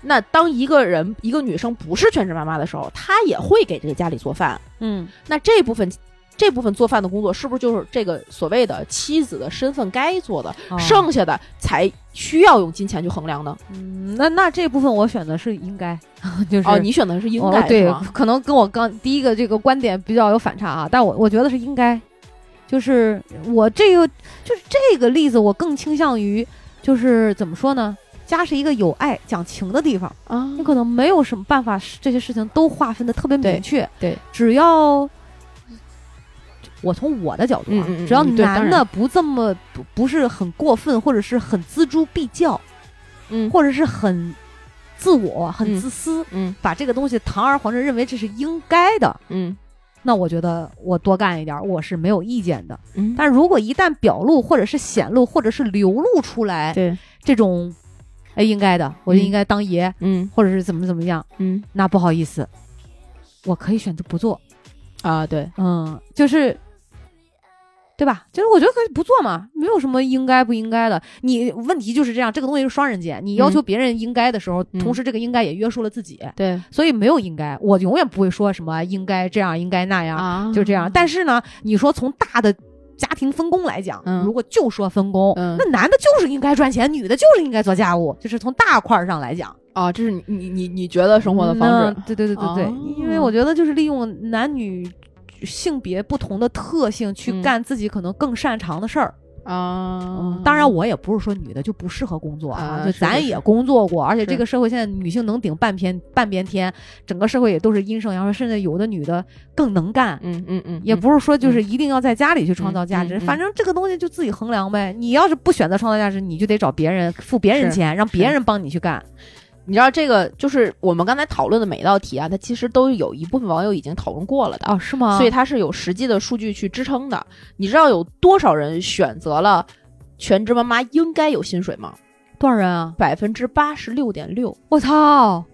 [SPEAKER 3] 那当一个人一个女生不是全职妈妈的时候，她也会给这个家里做饭。
[SPEAKER 2] 嗯
[SPEAKER 3] 那这部分。这部分做饭的工作是不是就是这个所谓的妻子的身份该做的？
[SPEAKER 2] 哦
[SPEAKER 3] 剩下的才需要用金钱去衡量呢？
[SPEAKER 2] 嗯那那这部分我选的是应该， 就是
[SPEAKER 3] 哦，你选的是应该、
[SPEAKER 2] 哦、对
[SPEAKER 3] 是吗？，
[SPEAKER 2] 可能跟我刚第一个这个观点比较有反差啊，但我我觉得是应该，就是我这个就是这个例子，我更倾向于就是怎么说呢？家是一个有爱讲情的地方，
[SPEAKER 3] 啊，
[SPEAKER 2] 你可能没有什么办法，这些事情都划分的特别
[SPEAKER 3] 对
[SPEAKER 2] 明确。
[SPEAKER 3] 对
[SPEAKER 2] 只要我从我的角度啊，
[SPEAKER 3] 嗯嗯嗯
[SPEAKER 2] 只要
[SPEAKER 3] 嗯对当
[SPEAKER 2] 男的
[SPEAKER 3] 然
[SPEAKER 2] 不这么不不是很过分，或者是很锱铢必较，
[SPEAKER 3] 嗯
[SPEAKER 2] 或者是很自我、很
[SPEAKER 3] 嗯
[SPEAKER 2] 自私，
[SPEAKER 3] 嗯
[SPEAKER 2] 把这个东西堂而皇之认为这是应该的，
[SPEAKER 3] 嗯
[SPEAKER 2] 那我觉得我多干一点儿我是没有意见的。
[SPEAKER 3] 嗯，
[SPEAKER 2] 但如果一旦表露，或者是显露，或者是流露出来
[SPEAKER 3] 对，
[SPEAKER 2] 这种，哎，应该的，我就应该当爷，
[SPEAKER 3] 嗯
[SPEAKER 2] 或者是怎么怎么样，
[SPEAKER 3] 嗯
[SPEAKER 2] 那不好意思，我可以选择不做。
[SPEAKER 3] 啊，对，
[SPEAKER 2] 嗯，就是，对吧？就是我觉得可以不做嘛，没有什么应该不应该的。你问题就是这样，这个东西是双刃剑。你要求别人应该的时候，
[SPEAKER 3] 嗯
[SPEAKER 2] 同时这个应该也约束了自己，
[SPEAKER 3] 对
[SPEAKER 2] 所以没有应该。我永远不会说什么应该这样，应该那样，
[SPEAKER 3] 啊
[SPEAKER 2] 就这样。但是呢，你说从大的。家庭分工来讲，
[SPEAKER 3] 嗯
[SPEAKER 2] 如果就说分工，
[SPEAKER 3] 嗯
[SPEAKER 2] 那男的就是应该赚钱，女的就是应该做家务，就是从大块儿上来讲。
[SPEAKER 3] 啊，这是你你你你觉得生活的方式
[SPEAKER 2] 嗯，对对对对对，
[SPEAKER 3] 哦
[SPEAKER 2] 因为我觉得就是利用男女性别不同的特性去
[SPEAKER 3] 嗯
[SPEAKER 2] 干自己可能更擅长的事儿。
[SPEAKER 3] 啊
[SPEAKER 2] 嗯当然，我也不是说女的就不适合工作
[SPEAKER 3] 啊
[SPEAKER 2] 就是咱
[SPEAKER 3] 是
[SPEAKER 2] 也
[SPEAKER 3] 是
[SPEAKER 2] 工作过，而且
[SPEAKER 3] 是
[SPEAKER 2] 这个社会现在女性能顶半边半边天，整个社会也都是阴盛阳衰，甚至有的女的更能干。
[SPEAKER 3] 嗯嗯嗯，
[SPEAKER 2] 也
[SPEAKER 3] 嗯
[SPEAKER 2] 不是说就是一定要在家里去创造价值，
[SPEAKER 3] 嗯嗯嗯
[SPEAKER 2] 反正这个东西就自己衡量呗。你要是不选择创造价值，你就得找别人付别人
[SPEAKER 3] 是
[SPEAKER 2] 钱，让别
[SPEAKER 3] 是
[SPEAKER 2] 人帮你去干。
[SPEAKER 3] 你知道这个就是我们刚才讨论的每一道题啊，它其实都有一部分网友已经讨论过了的，
[SPEAKER 2] 哦，是吗？
[SPEAKER 3] 所以它是有实际的数据去支撑的。你知道有多少人选择了全职妈妈应该有薪水吗？
[SPEAKER 2] 多少人啊？
[SPEAKER 3] 百分之八十六点六。
[SPEAKER 2] 我操，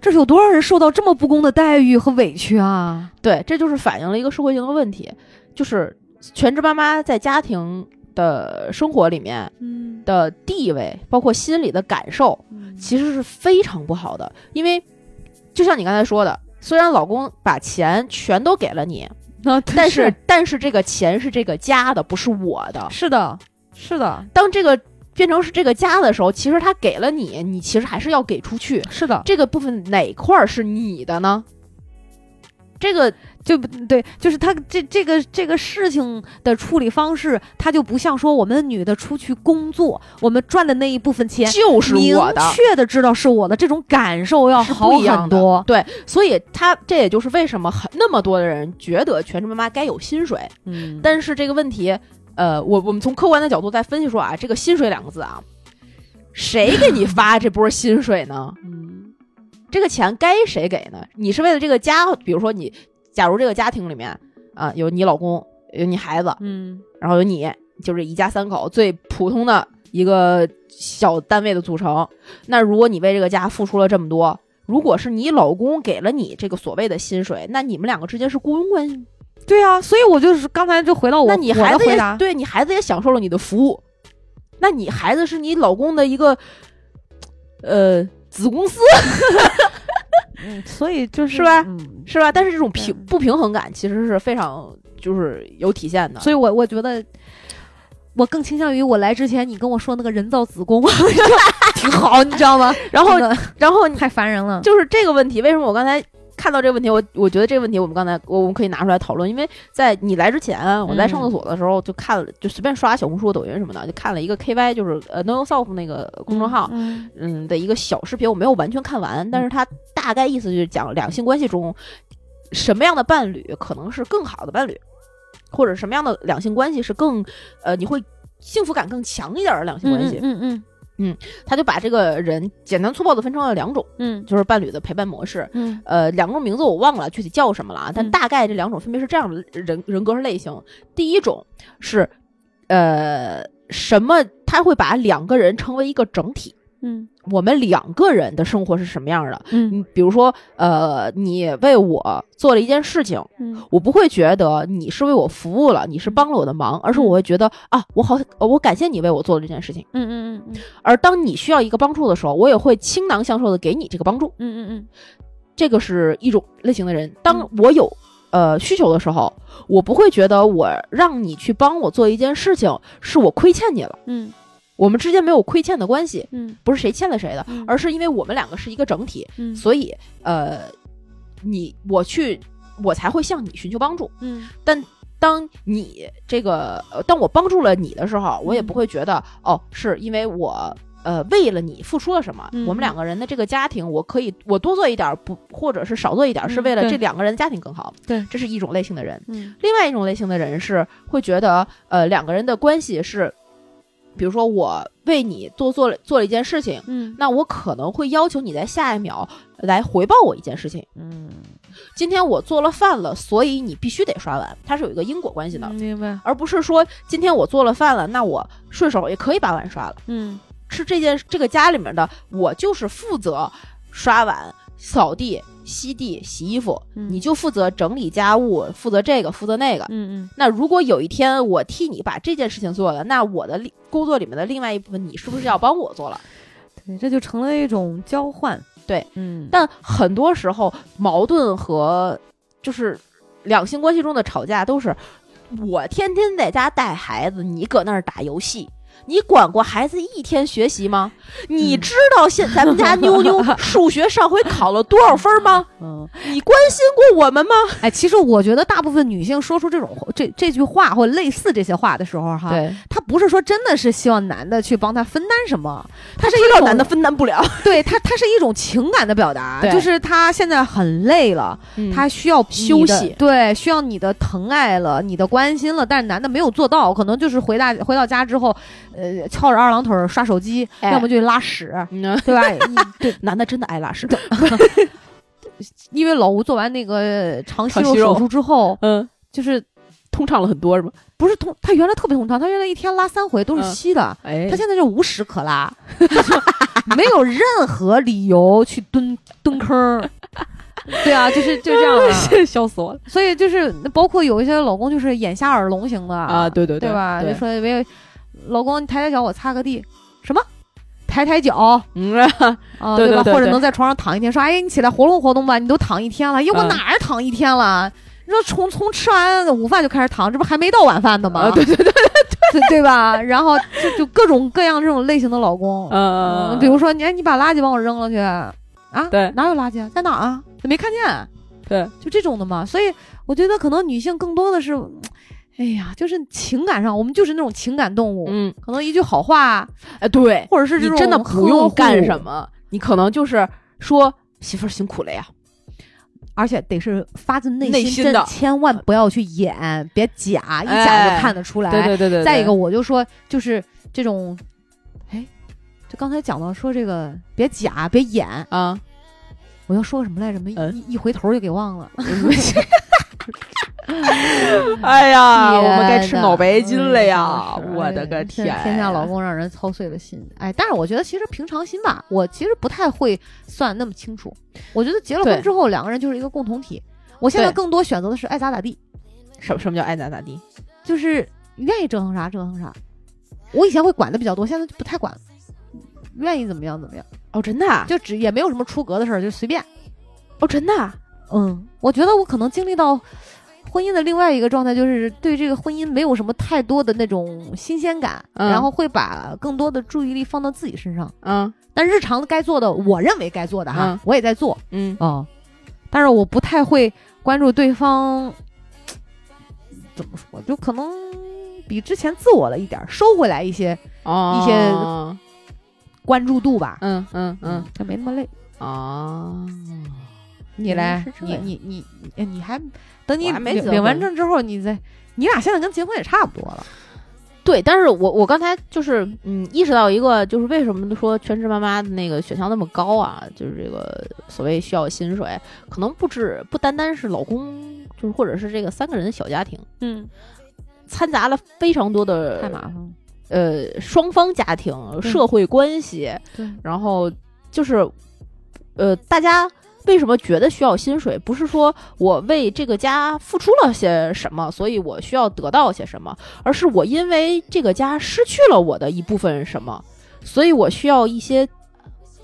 [SPEAKER 2] 这是有多少人受到这么不公的待遇和委屈啊？
[SPEAKER 3] 对，这就是反映了一个社会性的问题，就是全职妈妈在家庭的生活里面
[SPEAKER 2] 嗯，
[SPEAKER 3] 的地位，包括心理的感受，其实是非常不好的。因为就像你刚才说的，虽然老公把钱全都给了你，
[SPEAKER 2] 啊，
[SPEAKER 3] 但
[SPEAKER 2] 是
[SPEAKER 3] 是但是这个钱是这个家的，不是我的。
[SPEAKER 2] 是的，是的，
[SPEAKER 3] 当这个变成是这个家的时候，其实他给了你，你其实还是要给出去。
[SPEAKER 2] 是的，
[SPEAKER 3] 这个部分哪块儿是你的呢？这个
[SPEAKER 2] 就不对，就是他这这个这个事情的处理方式，他就不像说我们女的出去工作，我们赚的那一部分钱。
[SPEAKER 3] 就是
[SPEAKER 2] 明
[SPEAKER 3] 我的，
[SPEAKER 2] 确的知道是我的这种感受要
[SPEAKER 3] 是
[SPEAKER 2] 好
[SPEAKER 3] 不一样
[SPEAKER 2] 很
[SPEAKER 3] 的
[SPEAKER 2] 多，
[SPEAKER 3] 对，所以他这也就是为什么很那么多的人觉得全职妈妈该有薪水，
[SPEAKER 2] 嗯
[SPEAKER 3] 但是这个问题，呃，我我们从客观的角度再分析说啊，这个薪水两个字啊，谁给你发这波薪水呢？
[SPEAKER 2] 嗯
[SPEAKER 3] 这个钱该谁给呢？你是为了这个家，比如说你，假如这个家庭里面啊、有你老公，有你孩子，
[SPEAKER 2] 嗯
[SPEAKER 3] 然后有你，就是一家三口最普通的一个小单位的组成。那如果你为这个家付出了这么多，如果是你老公给了你这个所谓的薪水，那你们两个之间是雇佣关系，
[SPEAKER 2] 对啊，所以我就是刚才就回到我
[SPEAKER 3] 那你
[SPEAKER 2] 我
[SPEAKER 3] 孩
[SPEAKER 2] 的
[SPEAKER 3] 子
[SPEAKER 2] 回
[SPEAKER 3] 也
[SPEAKER 2] 答，
[SPEAKER 3] 对你孩子也享受了你的服务，那你孩子是你老公的一个呃子公司
[SPEAKER 2] 嗯所以就是
[SPEAKER 3] 是吧
[SPEAKER 2] 嗯，
[SPEAKER 3] 是吧？但是这种平
[SPEAKER 2] 对
[SPEAKER 3] 不平衡感其实是非常就是有体现的。
[SPEAKER 2] 所以我我觉得，我更倾向于我来之前你跟我说那个人造子宫 挺好，你知道吗？
[SPEAKER 3] 然后
[SPEAKER 2] 真的
[SPEAKER 3] 然后
[SPEAKER 2] 太烦人了，
[SPEAKER 3] 就是这个问题，为什么我刚才看到这个问题，我我觉得这个问题我们刚才我我们可以拿出来讨论，因为在你来之前，啊我在
[SPEAKER 2] 嗯
[SPEAKER 3] 上厕所的时候就看了，就随便刷小红书、抖音什么的，就看了一个 KY，就是呃 Know Yourself 那个公众号，
[SPEAKER 2] 嗯
[SPEAKER 3] 嗯的一个小视频，我没有完全看完，但是它大概意思就是讲两性关系中什么样的伴侣可能是更好的伴侣，或者什么样的两性关系是更呃你会幸福感更强一点的两性关系，
[SPEAKER 2] 嗯嗯
[SPEAKER 3] 他就把这个人简单粗暴的分成了两种，
[SPEAKER 2] 嗯
[SPEAKER 3] 就是伴侣的陪伴模式。
[SPEAKER 2] 嗯
[SPEAKER 3] 呃，两种名字我忘了具体叫什么了啊，但
[SPEAKER 2] 嗯
[SPEAKER 3] 大概这两种分别是这样的人人格类型。第一种是，呃，什么他会把两个人成为一个整体，
[SPEAKER 2] 嗯
[SPEAKER 3] 我们两个人的生活是什么样的。
[SPEAKER 2] 嗯
[SPEAKER 3] 嗯，比如说，呃，你为我做了一件事情，
[SPEAKER 2] 嗯
[SPEAKER 3] 我不会觉得你是为我服务了，你是帮了我的忙，而是我会觉得啊，我好，我感谢你为我做的这件事情。
[SPEAKER 2] 嗯嗯嗯
[SPEAKER 3] 而当你需要一个帮助的时候，我也会倾囊相授的给你这个帮助。
[SPEAKER 2] 嗯嗯
[SPEAKER 3] 这个是一种类型的人。当我有呃需求的时候，我不会觉得我让你去帮我做一件事情是我亏欠你了，
[SPEAKER 2] 嗯
[SPEAKER 3] 我们之间没有亏欠的关系，
[SPEAKER 2] 嗯
[SPEAKER 3] 不是谁欠了谁的，
[SPEAKER 2] 嗯
[SPEAKER 3] 而是因为我们两个是一个整体，
[SPEAKER 2] 嗯
[SPEAKER 3] 所以呃，你我去我才会向你寻求帮助。
[SPEAKER 2] 嗯
[SPEAKER 3] 当你这个呃，当我帮助了你的时
[SPEAKER 2] 嗯
[SPEAKER 3] 候，我也不会觉得、哦，是因为我呃为了你付出了什么。
[SPEAKER 2] 嗯
[SPEAKER 3] 我们两个人的这个家庭，我可以我多做一点儿不，或者是少做一点儿，
[SPEAKER 2] 嗯
[SPEAKER 3] 是为了
[SPEAKER 2] 对
[SPEAKER 3] 这两个人的家庭更好。
[SPEAKER 2] 对
[SPEAKER 3] 这是一种类型的人。
[SPEAKER 2] 嗯
[SPEAKER 3] 另外一种类型的人是会觉得呃两个人的关系是，比如说我为你做做了做了一件事情，
[SPEAKER 2] 嗯
[SPEAKER 3] 那我可能会要求你在下一秒来回报我一件事情。
[SPEAKER 2] 嗯，
[SPEAKER 3] 今天我做了饭了，所以你必须得刷碗，它是有一个因果关系的。
[SPEAKER 2] 嗯明白？
[SPEAKER 3] 而不是说今天我做了饭了，那我顺手也可以把碗刷了。
[SPEAKER 2] 嗯
[SPEAKER 3] 是这件这个家里面的，我就是负责刷碗、扫地、吸地、洗衣服，
[SPEAKER 2] 嗯
[SPEAKER 3] 你就负责整理家务，负责这个，负责那个。
[SPEAKER 2] 嗯
[SPEAKER 3] 那如果有一天我替你把这件事情做了，那我的另工作里面的另外一部分，你是不是要帮我做了？
[SPEAKER 2] 嗯，对，这就成了一种交换。
[SPEAKER 3] 对，
[SPEAKER 2] 嗯，
[SPEAKER 3] 但很多时候矛盾和就是两性关系中的吵架都是，我天天在家带孩子，你搁那儿打游戏。你管过孩子一天学习吗？你知道现咱 们家妞妞数学上回考了多少分吗？
[SPEAKER 2] 嗯，
[SPEAKER 3] 你关心过我们吗？
[SPEAKER 2] 哎，其实我觉得大部分女性说出这种这这句话或类似这些话的时候，哈，
[SPEAKER 3] 对，
[SPEAKER 2] 她不是说真的是希望男的去帮她分担什么，她是
[SPEAKER 3] 知
[SPEAKER 2] 一
[SPEAKER 3] 道
[SPEAKER 2] 种
[SPEAKER 3] 男的分担不了，
[SPEAKER 2] 对她，她是一种情感的表达，
[SPEAKER 3] 对
[SPEAKER 2] 就是她现在很累了，
[SPEAKER 3] 嗯
[SPEAKER 2] 她需要你
[SPEAKER 3] 休
[SPEAKER 2] 的
[SPEAKER 3] 息
[SPEAKER 2] 对，需要你的疼爱了，你的关心了，但是男的没有做到，可能就是回大回到家之后，呃，翘着二郎腿儿刷手机，
[SPEAKER 3] 哎
[SPEAKER 2] 要么就拉屎，
[SPEAKER 3] 嗯，
[SPEAKER 2] 对吧？ 你对，
[SPEAKER 3] 男的真的爱拉屎，
[SPEAKER 2] 因为老吴做完那个肠息
[SPEAKER 3] 肠
[SPEAKER 2] 肉
[SPEAKER 3] 息肉
[SPEAKER 2] 手术之后，
[SPEAKER 3] 嗯，
[SPEAKER 2] 就是
[SPEAKER 3] 通畅了很多是吗？
[SPEAKER 2] 不是通，他原来特别通畅，他原来一天拉三回都是
[SPEAKER 3] 嗯
[SPEAKER 2] 稀的，
[SPEAKER 3] 哎
[SPEAKER 2] 他现在是无屎可拉， 就没有任何理由去蹲蹲坑儿。对啊，就是就这样 的，
[SPEAKER 3] 笑死我了
[SPEAKER 2] 所以就是包括有一些老公就是眼瞎耳聋型的
[SPEAKER 3] 啊！对对
[SPEAKER 2] 对吧？就
[SPEAKER 3] 对
[SPEAKER 2] 说没有，老公你抬抬脚，我擦个地，什么？抬抬脚
[SPEAKER 3] 嗯，
[SPEAKER 2] 啊，
[SPEAKER 3] 对
[SPEAKER 2] 吧？
[SPEAKER 3] 对对
[SPEAKER 2] 或者
[SPEAKER 3] 对
[SPEAKER 2] 能在床上躺一天，说哎，你起来活动活动吧，你都躺一天了，因为我
[SPEAKER 3] 嗯
[SPEAKER 2] 哪儿躺一天了？你说从从吃完午饭就开始躺，这不还没到晚饭呢吗？
[SPEAKER 3] 啊，对对 对，
[SPEAKER 2] 对对吧？然后就就各种各样这种类型的老公，
[SPEAKER 3] 嗯
[SPEAKER 2] 嗯，比如说你哎你把垃圾帮我扔了去啊，
[SPEAKER 3] 对
[SPEAKER 2] 哪有垃圾啊？在哪儿啊？没看见，
[SPEAKER 3] 对，
[SPEAKER 2] 就这种的嘛。所以我觉得可能女性更多的是，哎呀，就是情感上，我们就是那种情感动物，
[SPEAKER 3] 嗯，
[SPEAKER 2] 可能一句好话，
[SPEAKER 3] 哎，对，
[SPEAKER 2] 或者是这
[SPEAKER 3] 你
[SPEAKER 2] 种
[SPEAKER 3] 真的不用干什
[SPEAKER 2] 么，
[SPEAKER 3] 么，你可能就是说媳妇儿辛苦了呀。
[SPEAKER 2] 而且得是发自内
[SPEAKER 3] 内
[SPEAKER 2] 心
[SPEAKER 3] 心
[SPEAKER 2] 真
[SPEAKER 3] 的
[SPEAKER 2] 千万不要去演，别假，一假就
[SPEAKER 3] 哎
[SPEAKER 2] 看得出来。
[SPEAKER 3] 对对
[SPEAKER 2] 再一个，，我就说就是这种，哎，就刚才讲到说这个别假别演，
[SPEAKER 3] 啊，
[SPEAKER 2] 我要说个什么来着？没
[SPEAKER 3] 嗯
[SPEAKER 2] 一一回头就给忘了。
[SPEAKER 3] 哎呀，我们该
[SPEAKER 2] 天
[SPEAKER 3] 吃
[SPEAKER 2] 呐
[SPEAKER 3] 脑白金了呀！
[SPEAKER 2] 嗯是
[SPEAKER 3] 我的
[SPEAKER 2] 哎
[SPEAKER 3] 个
[SPEAKER 2] 天
[SPEAKER 3] 天！
[SPEAKER 2] 天下老，公让人操碎了心。哎，但是我觉得其实平常心吧，我其实不太会算那么清楚。我觉得结了婚
[SPEAKER 3] 对
[SPEAKER 2] 之后，两个人就是一个共同体。我现在
[SPEAKER 3] 对
[SPEAKER 2] 更多选择的是哎爱咋咋地，
[SPEAKER 3] 什么什么叫爱咋咋地？
[SPEAKER 2] 就是愿意折腾啥折腾啥。我以前会管的比较多，现在就不太管了，愿意怎么样怎么样，
[SPEAKER 3] 哦，真的啊，
[SPEAKER 2] 就只也没有什么出格的事儿，就随便。
[SPEAKER 3] 哦，真的啊，
[SPEAKER 2] 嗯，我觉得我可能经历到婚姻的另外一个状态，就是对这个婚姻没有什么太多的那种新鲜感，
[SPEAKER 3] 嗯
[SPEAKER 2] 然后会把更多的注意力放到自己身上。
[SPEAKER 3] 嗯
[SPEAKER 2] 但日常该做的，我认为该做的哈，
[SPEAKER 3] 嗯
[SPEAKER 2] 我也在做
[SPEAKER 3] 嗯，
[SPEAKER 2] 哦，但是我不太会关注对方，怎么说，就可能比之前自我了一点儿，收回来一些
[SPEAKER 3] 哦，
[SPEAKER 2] 一些关注度吧。
[SPEAKER 3] 嗯嗯嗯，
[SPEAKER 2] 就没那么累。
[SPEAKER 3] 哦，
[SPEAKER 2] 你
[SPEAKER 3] 嗯
[SPEAKER 2] 嘞
[SPEAKER 3] 是，这
[SPEAKER 2] 你
[SPEAKER 3] 样
[SPEAKER 2] 你你你你还等你
[SPEAKER 3] 我还没
[SPEAKER 2] 领
[SPEAKER 3] 结
[SPEAKER 2] 领完
[SPEAKER 3] 婚
[SPEAKER 2] 证之后，你再你俩现在跟结婚也差不多了。
[SPEAKER 3] 对，但是我我刚才就是嗯意识到一个，就是为什么说全职妈妈的那个选项那么高啊？就是这个所谓需要薪水，可能不止不单单是老公，就是或者是这个三个人的小家庭，
[SPEAKER 2] 嗯，
[SPEAKER 3] 掺杂了非常多的
[SPEAKER 2] 太麻烦了。
[SPEAKER 3] 呃双方家庭、
[SPEAKER 2] 对
[SPEAKER 3] 社会关系，
[SPEAKER 2] 对
[SPEAKER 3] 然后就是呃大家。为什么觉得需要薪水？不是说我为这个家付出了些什么，所以我需要得到些什么，而是我因为这个家失去了我的一部分什么，所以我需要一些，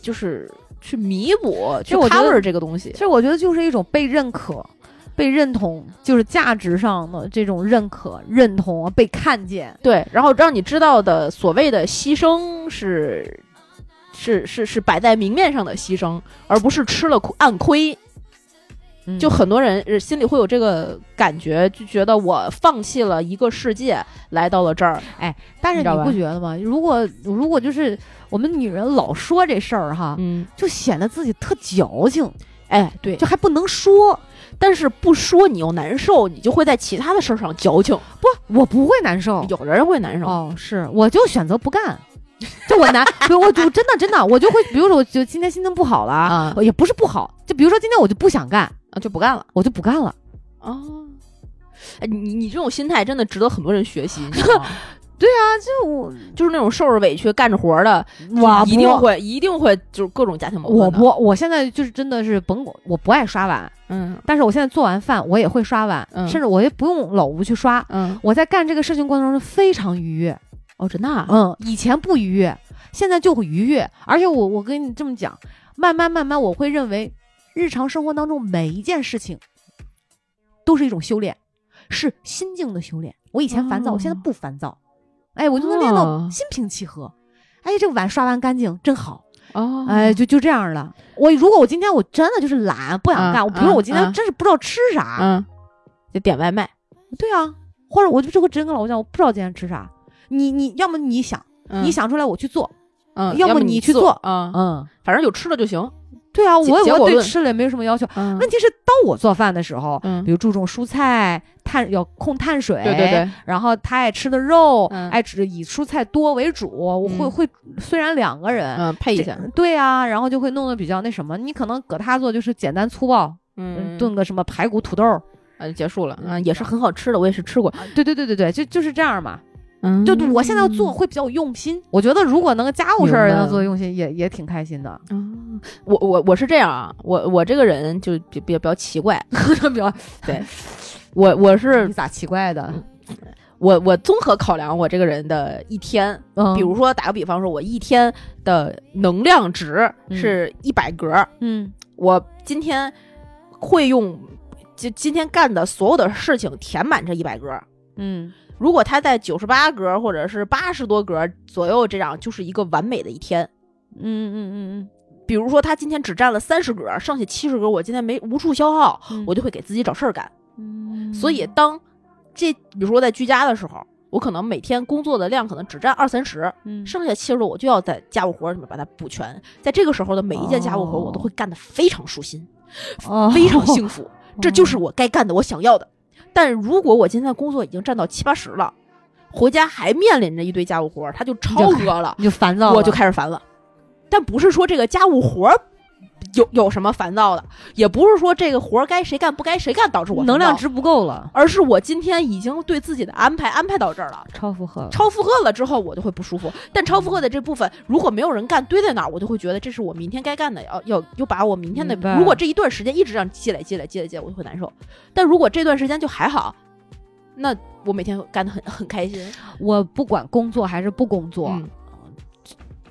[SPEAKER 3] 就是去弥补、去
[SPEAKER 2] 我觉得
[SPEAKER 3] cover 这个东西
[SPEAKER 2] 其。实我觉得就是一种被认可、被认同，就是价值上的这种认可、认同啊，被看见。
[SPEAKER 3] 对，然后让你知道的所谓的牺牲是，是是是摆在明面上的牺牲，而不是吃了亏暗亏。
[SPEAKER 2] 嗯
[SPEAKER 3] 就很多人呃心里会有这个感觉，就觉得我放弃了一个世界，来到了这儿。
[SPEAKER 2] 但是
[SPEAKER 3] 你知道
[SPEAKER 2] 你
[SPEAKER 3] 吧
[SPEAKER 2] 不觉得吗？如果如果就是我们女人老说这事儿哈，
[SPEAKER 3] 嗯，
[SPEAKER 2] 就显得自己特矫情，
[SPEAKER 3] 哎，对，
[SPEAKER 2] 就还不能说。
[SPEAKER 3] 但是不说你又难受，你就会在其他的事儿上矫情。
[SPEAKER 2] 我不会难受，
[SPEAKER 3] 有的人会难受，
[SPEAKER 2] 哦，是，我就选择不干。就我难，不是，我就真的真的，我就会，比如说，我就今天心情不好了，
[SPEAKER 3] 啊
[SPEAKER 2] 也不是不好，就比如说今天我就不想干，
[SPEAKER 3] 啊就不干了
[SPEAKER 2] 我就不干了。
[SPEAKER 3] 啊。哎，你你这种心态真的值得很多人学习，你知 道吗
[SPEAKER 2] 就我
[SPEAKER 3] 就是那种受着委屈干着活儿的，
[SPEAKER 2] 我
[SPEAKER 3] 一定会一定会就是各种家庭矛盾的。
[SPEAKER 2] 我不，我现在就是真的是甭管，我不爱刷碗，
[SPEAKER 3] 嗯
[SPEAKER 2] 但是我现在做完饭我也会刷碗，
[SPEAKER 3] 嗯
[SPEAKER 2] 甚至我也不用老吴去刷。
[SPEAKER 3] 嗯，
[SPEAKER 2] 我在干这个事情过程中非常愉悦，
[SPEAKER 3] 哦，真的、啊，
[SPEAKER 2] 嗯，以前不愉悦，现在就会愉悦。而且我我跟你这么讲，慢慢慢慢我会认为，日常生活当中每一件事情都是一种修炼，是心境的修炼。我以前烦躁，
[SPEAKER 3] 哦
[SPEAKER 2] 我现在不烦躁，哎，我就能练到
[SPEAKER 3] 哦
[SPEAKER 2] 心平气和。哎，这个碗刷完干净真好。
[SPEAKER 3] 哦
[SPEAKER 2] 哎，，就就这样了。我如果我今天我真的就是懒，不想
[SPEAKER 3] 嗯
[SPEAKER 2] 干。我比如说
[SPEAKER 3] 嗯
[SPEAKER 2] 我今天
[SPEAKER 3] 嗯
[SPEAKER 2] 真是不知道吃啥，
[SPEAKER 3] 嗯，就点外卖，
[SPEAKER 2] 对啊，或者我就就会真跟老公讲，我不知道今天吃啥。你你要么你想，
[SPEAKER 3] 嗯
[SPEAKER 2] 你，想出来我去做，
[SPEAKER 3] 嗯，
[SPEAKER 2] 要
[SPEAKER 3] 么
[SPEAKER 2] 么你去做
[SPEAKER 3] 啊，
[SPEAKER 2] 嗯，
[SPEAKER 3] 反正有吃的就行。
[SPEAKER 2] 对啊，
[SPEAKER 3] 结
[SPEAKER 2] 我
[SPEAKER 3] 结
[SPEAKER 2] 我
[SPEAKER 3] 果
[SPEAKER 2] 对
[SPEAKER 3] 论
[SPEAKER 2] 吃了也没什么要求。
[SPEAKER 3] 嗯
[SPEAKER 2] 问题是，当我做饭的时候，
[SPEAKER 3] 嗯
[SPEAKER 2] 比如注重蔬菜、碳要控碳水，
[SPEAKER 3] 对对，对，
[SPEAKER 2] 然后他爱吃的肉，
[SPEAKER 3] 嗯
[SPEAKER 2] 爱吃以蔬菜多为主，我会
[SPEAKER 3] 嗯
[SPEAKER 2] 会虽然两个人。
[SPEAKER 3] 嗯，配一
[SPEAKER 2] 这
[SPEAKER 3] 下，
[SPEAKER 2] 对啊，然后就会弄得比较那什么，你可能搁他做就是简单粗暴，嗯，
[SPEAKER 3] 嗯，
[SPEAKER 2] 炖个什么排骨土豆儿，
[SPEAKER 3] 啊，就结束了，嗯，也是很好吃的，我也是吃过，
[SPEAKER 2] 对对对对对，就就是这样嘛。
[SPEAKER 3] 嗯，
[SPEAKER 2] 就我现在做会比较用心，我觉得如果能个家务事儿
[SPEAKER 3] 明白
[SPEAKER 2] 能做用心，也也挺开心的。
[SPEAKER 3] 嗯，我我我是这样啊，我我这个人就比比 比较奇怪，
[SPEAKER 2] 比较
[SPEAKER 3] 我我是
[SPEAKER 2] 你咋奇怪的？
[SPEAKER 3] 我我综合考量我这个人的一天，
[SPEAKER 2] 嗯，
[SPEAKER 3] 比如说打个比方说，我一天的能量值
[SPEAKER 2] 嗯
[SPEAKER 3] 是一百格，
[SPEAKER 2] 嗯
[SPEAKER 3] 我今天会用就今天干的所有的事情填满这一百格。
[SPEAKER 2] 嗯
[SPEAKER 3] 如果它在九十八格或者是八十多格左右这样，就是一个完美的一天。
[SPEAKER 2] 嗯嗯嗯
[SPEAKER 3] 比如说，他今天只占了三十格，剩下七十格我今天没无处消耗，
[SPEAKER 2] 嗯，
[SPEAKER 3] 哦我就会给自己找事儿干。
[SPEAKER 2] 嗯
[SPEAKER 3] 所以当这比如说在居家的时候，我可能每天工作的量可能只占二三十，
[SPEAKER 2] 嗯
[SPEAKER 3] 剩下七十我就要在家务活儿里面把它补全。在这个时候的每一件家务活，
[SPEAKER 2] 哦
[SPEAKER 3] 我都会干得非常舒心，
[SPEAKER 2] 哦
[SPEAKER 3] 非常幸福。这就是我该干的，我想要的。但如果我今天的工作已经占到七八十了，回家还面临着一堆家务活儿，他就超额了，
[SPEAKER 2] 你就烦躁了，
[SPEAKER 3] 我就开始烦了。但不是说这个家务活儿有有什么烦躁的，也不是说这个活儿该谁干不该谁干导致我烦躁
[SPEAKER 2] 能量值不够了，
[SPEAKER 3] 而是我今天已经对自己的安排安排到这儿了。
[SPEAKER 2] 超负荷了。
[SPEAKER 3] 超负荷了之后，我就会不舒服。但超负荷的这部分，如果没有人干，堆在那儿，我就会觉得这是我明天该干的，要要要把我明天的
[SPEAKER 2] 明白。
[SPEAKER 3] 如果这一段时间一直这样积累积累积累积累，我就会难受。但如果这段时间就还好，那我每天干得很很开心。
[SPEAKER 2] 我不管工作还是不工作，
[SPEAKER 3] 嗯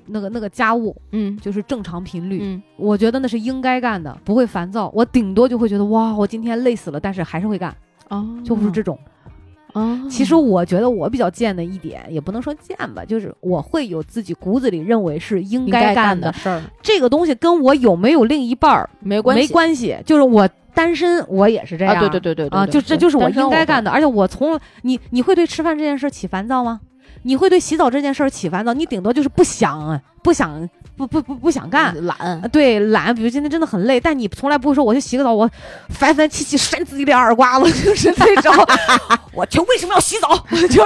[SPEAKER 2] 那个那个家务
[SPEAKER 3] 嗯
[SPEAKER 2] 就是正常频率，
[SPEAKER 3] 嗯
[SPEAKER 2] 我觉得那是应该干的，不会烦躁。我顶多就会觉得哇，我今天累死了，但是还是会干，
[SPEAKER 3] 哦
[SPEAKER 2] 就会是这种。
[SPEAKER 3] 哦
[SPEAKER 2] 其实我觉得我比较贱的一点，也不能说贱吧，就是我会有自己骨子里认为是应
[SPEAKER 3] 应该
[SPEAKER 2] 该干
[SPEAKER 3] 干
[SPEAKER 2] 的
[SPEAKER 3] 事儿
[SPEAKER 2] 这个东西，跟我有没有另一半儿
[SPEAKER 3] 没关系，
[SPEAKER 2] 没关系。就是我单身，我也是这样。
[SPEAKER 3] 啊，对对对对对
[SPEAKER 2] 啊，就这就是我应该干
[SPEAKER 3] 的。
[SPEAKER 2] 的。而且我从你你会对吃饭这件事起烦躁吗？你会对洗澡这件事起烦躁？你顶多就是不想不想不不不不想干。
[SPEAKER 3] 懒
[SPEAKER 2] 啊，对，懒，比如今天真的很累，但你从来不会说我去洗个澡，我烦烦气气扇自己两耳刮子，就是那 种，我就为什么要洗澡？ 我就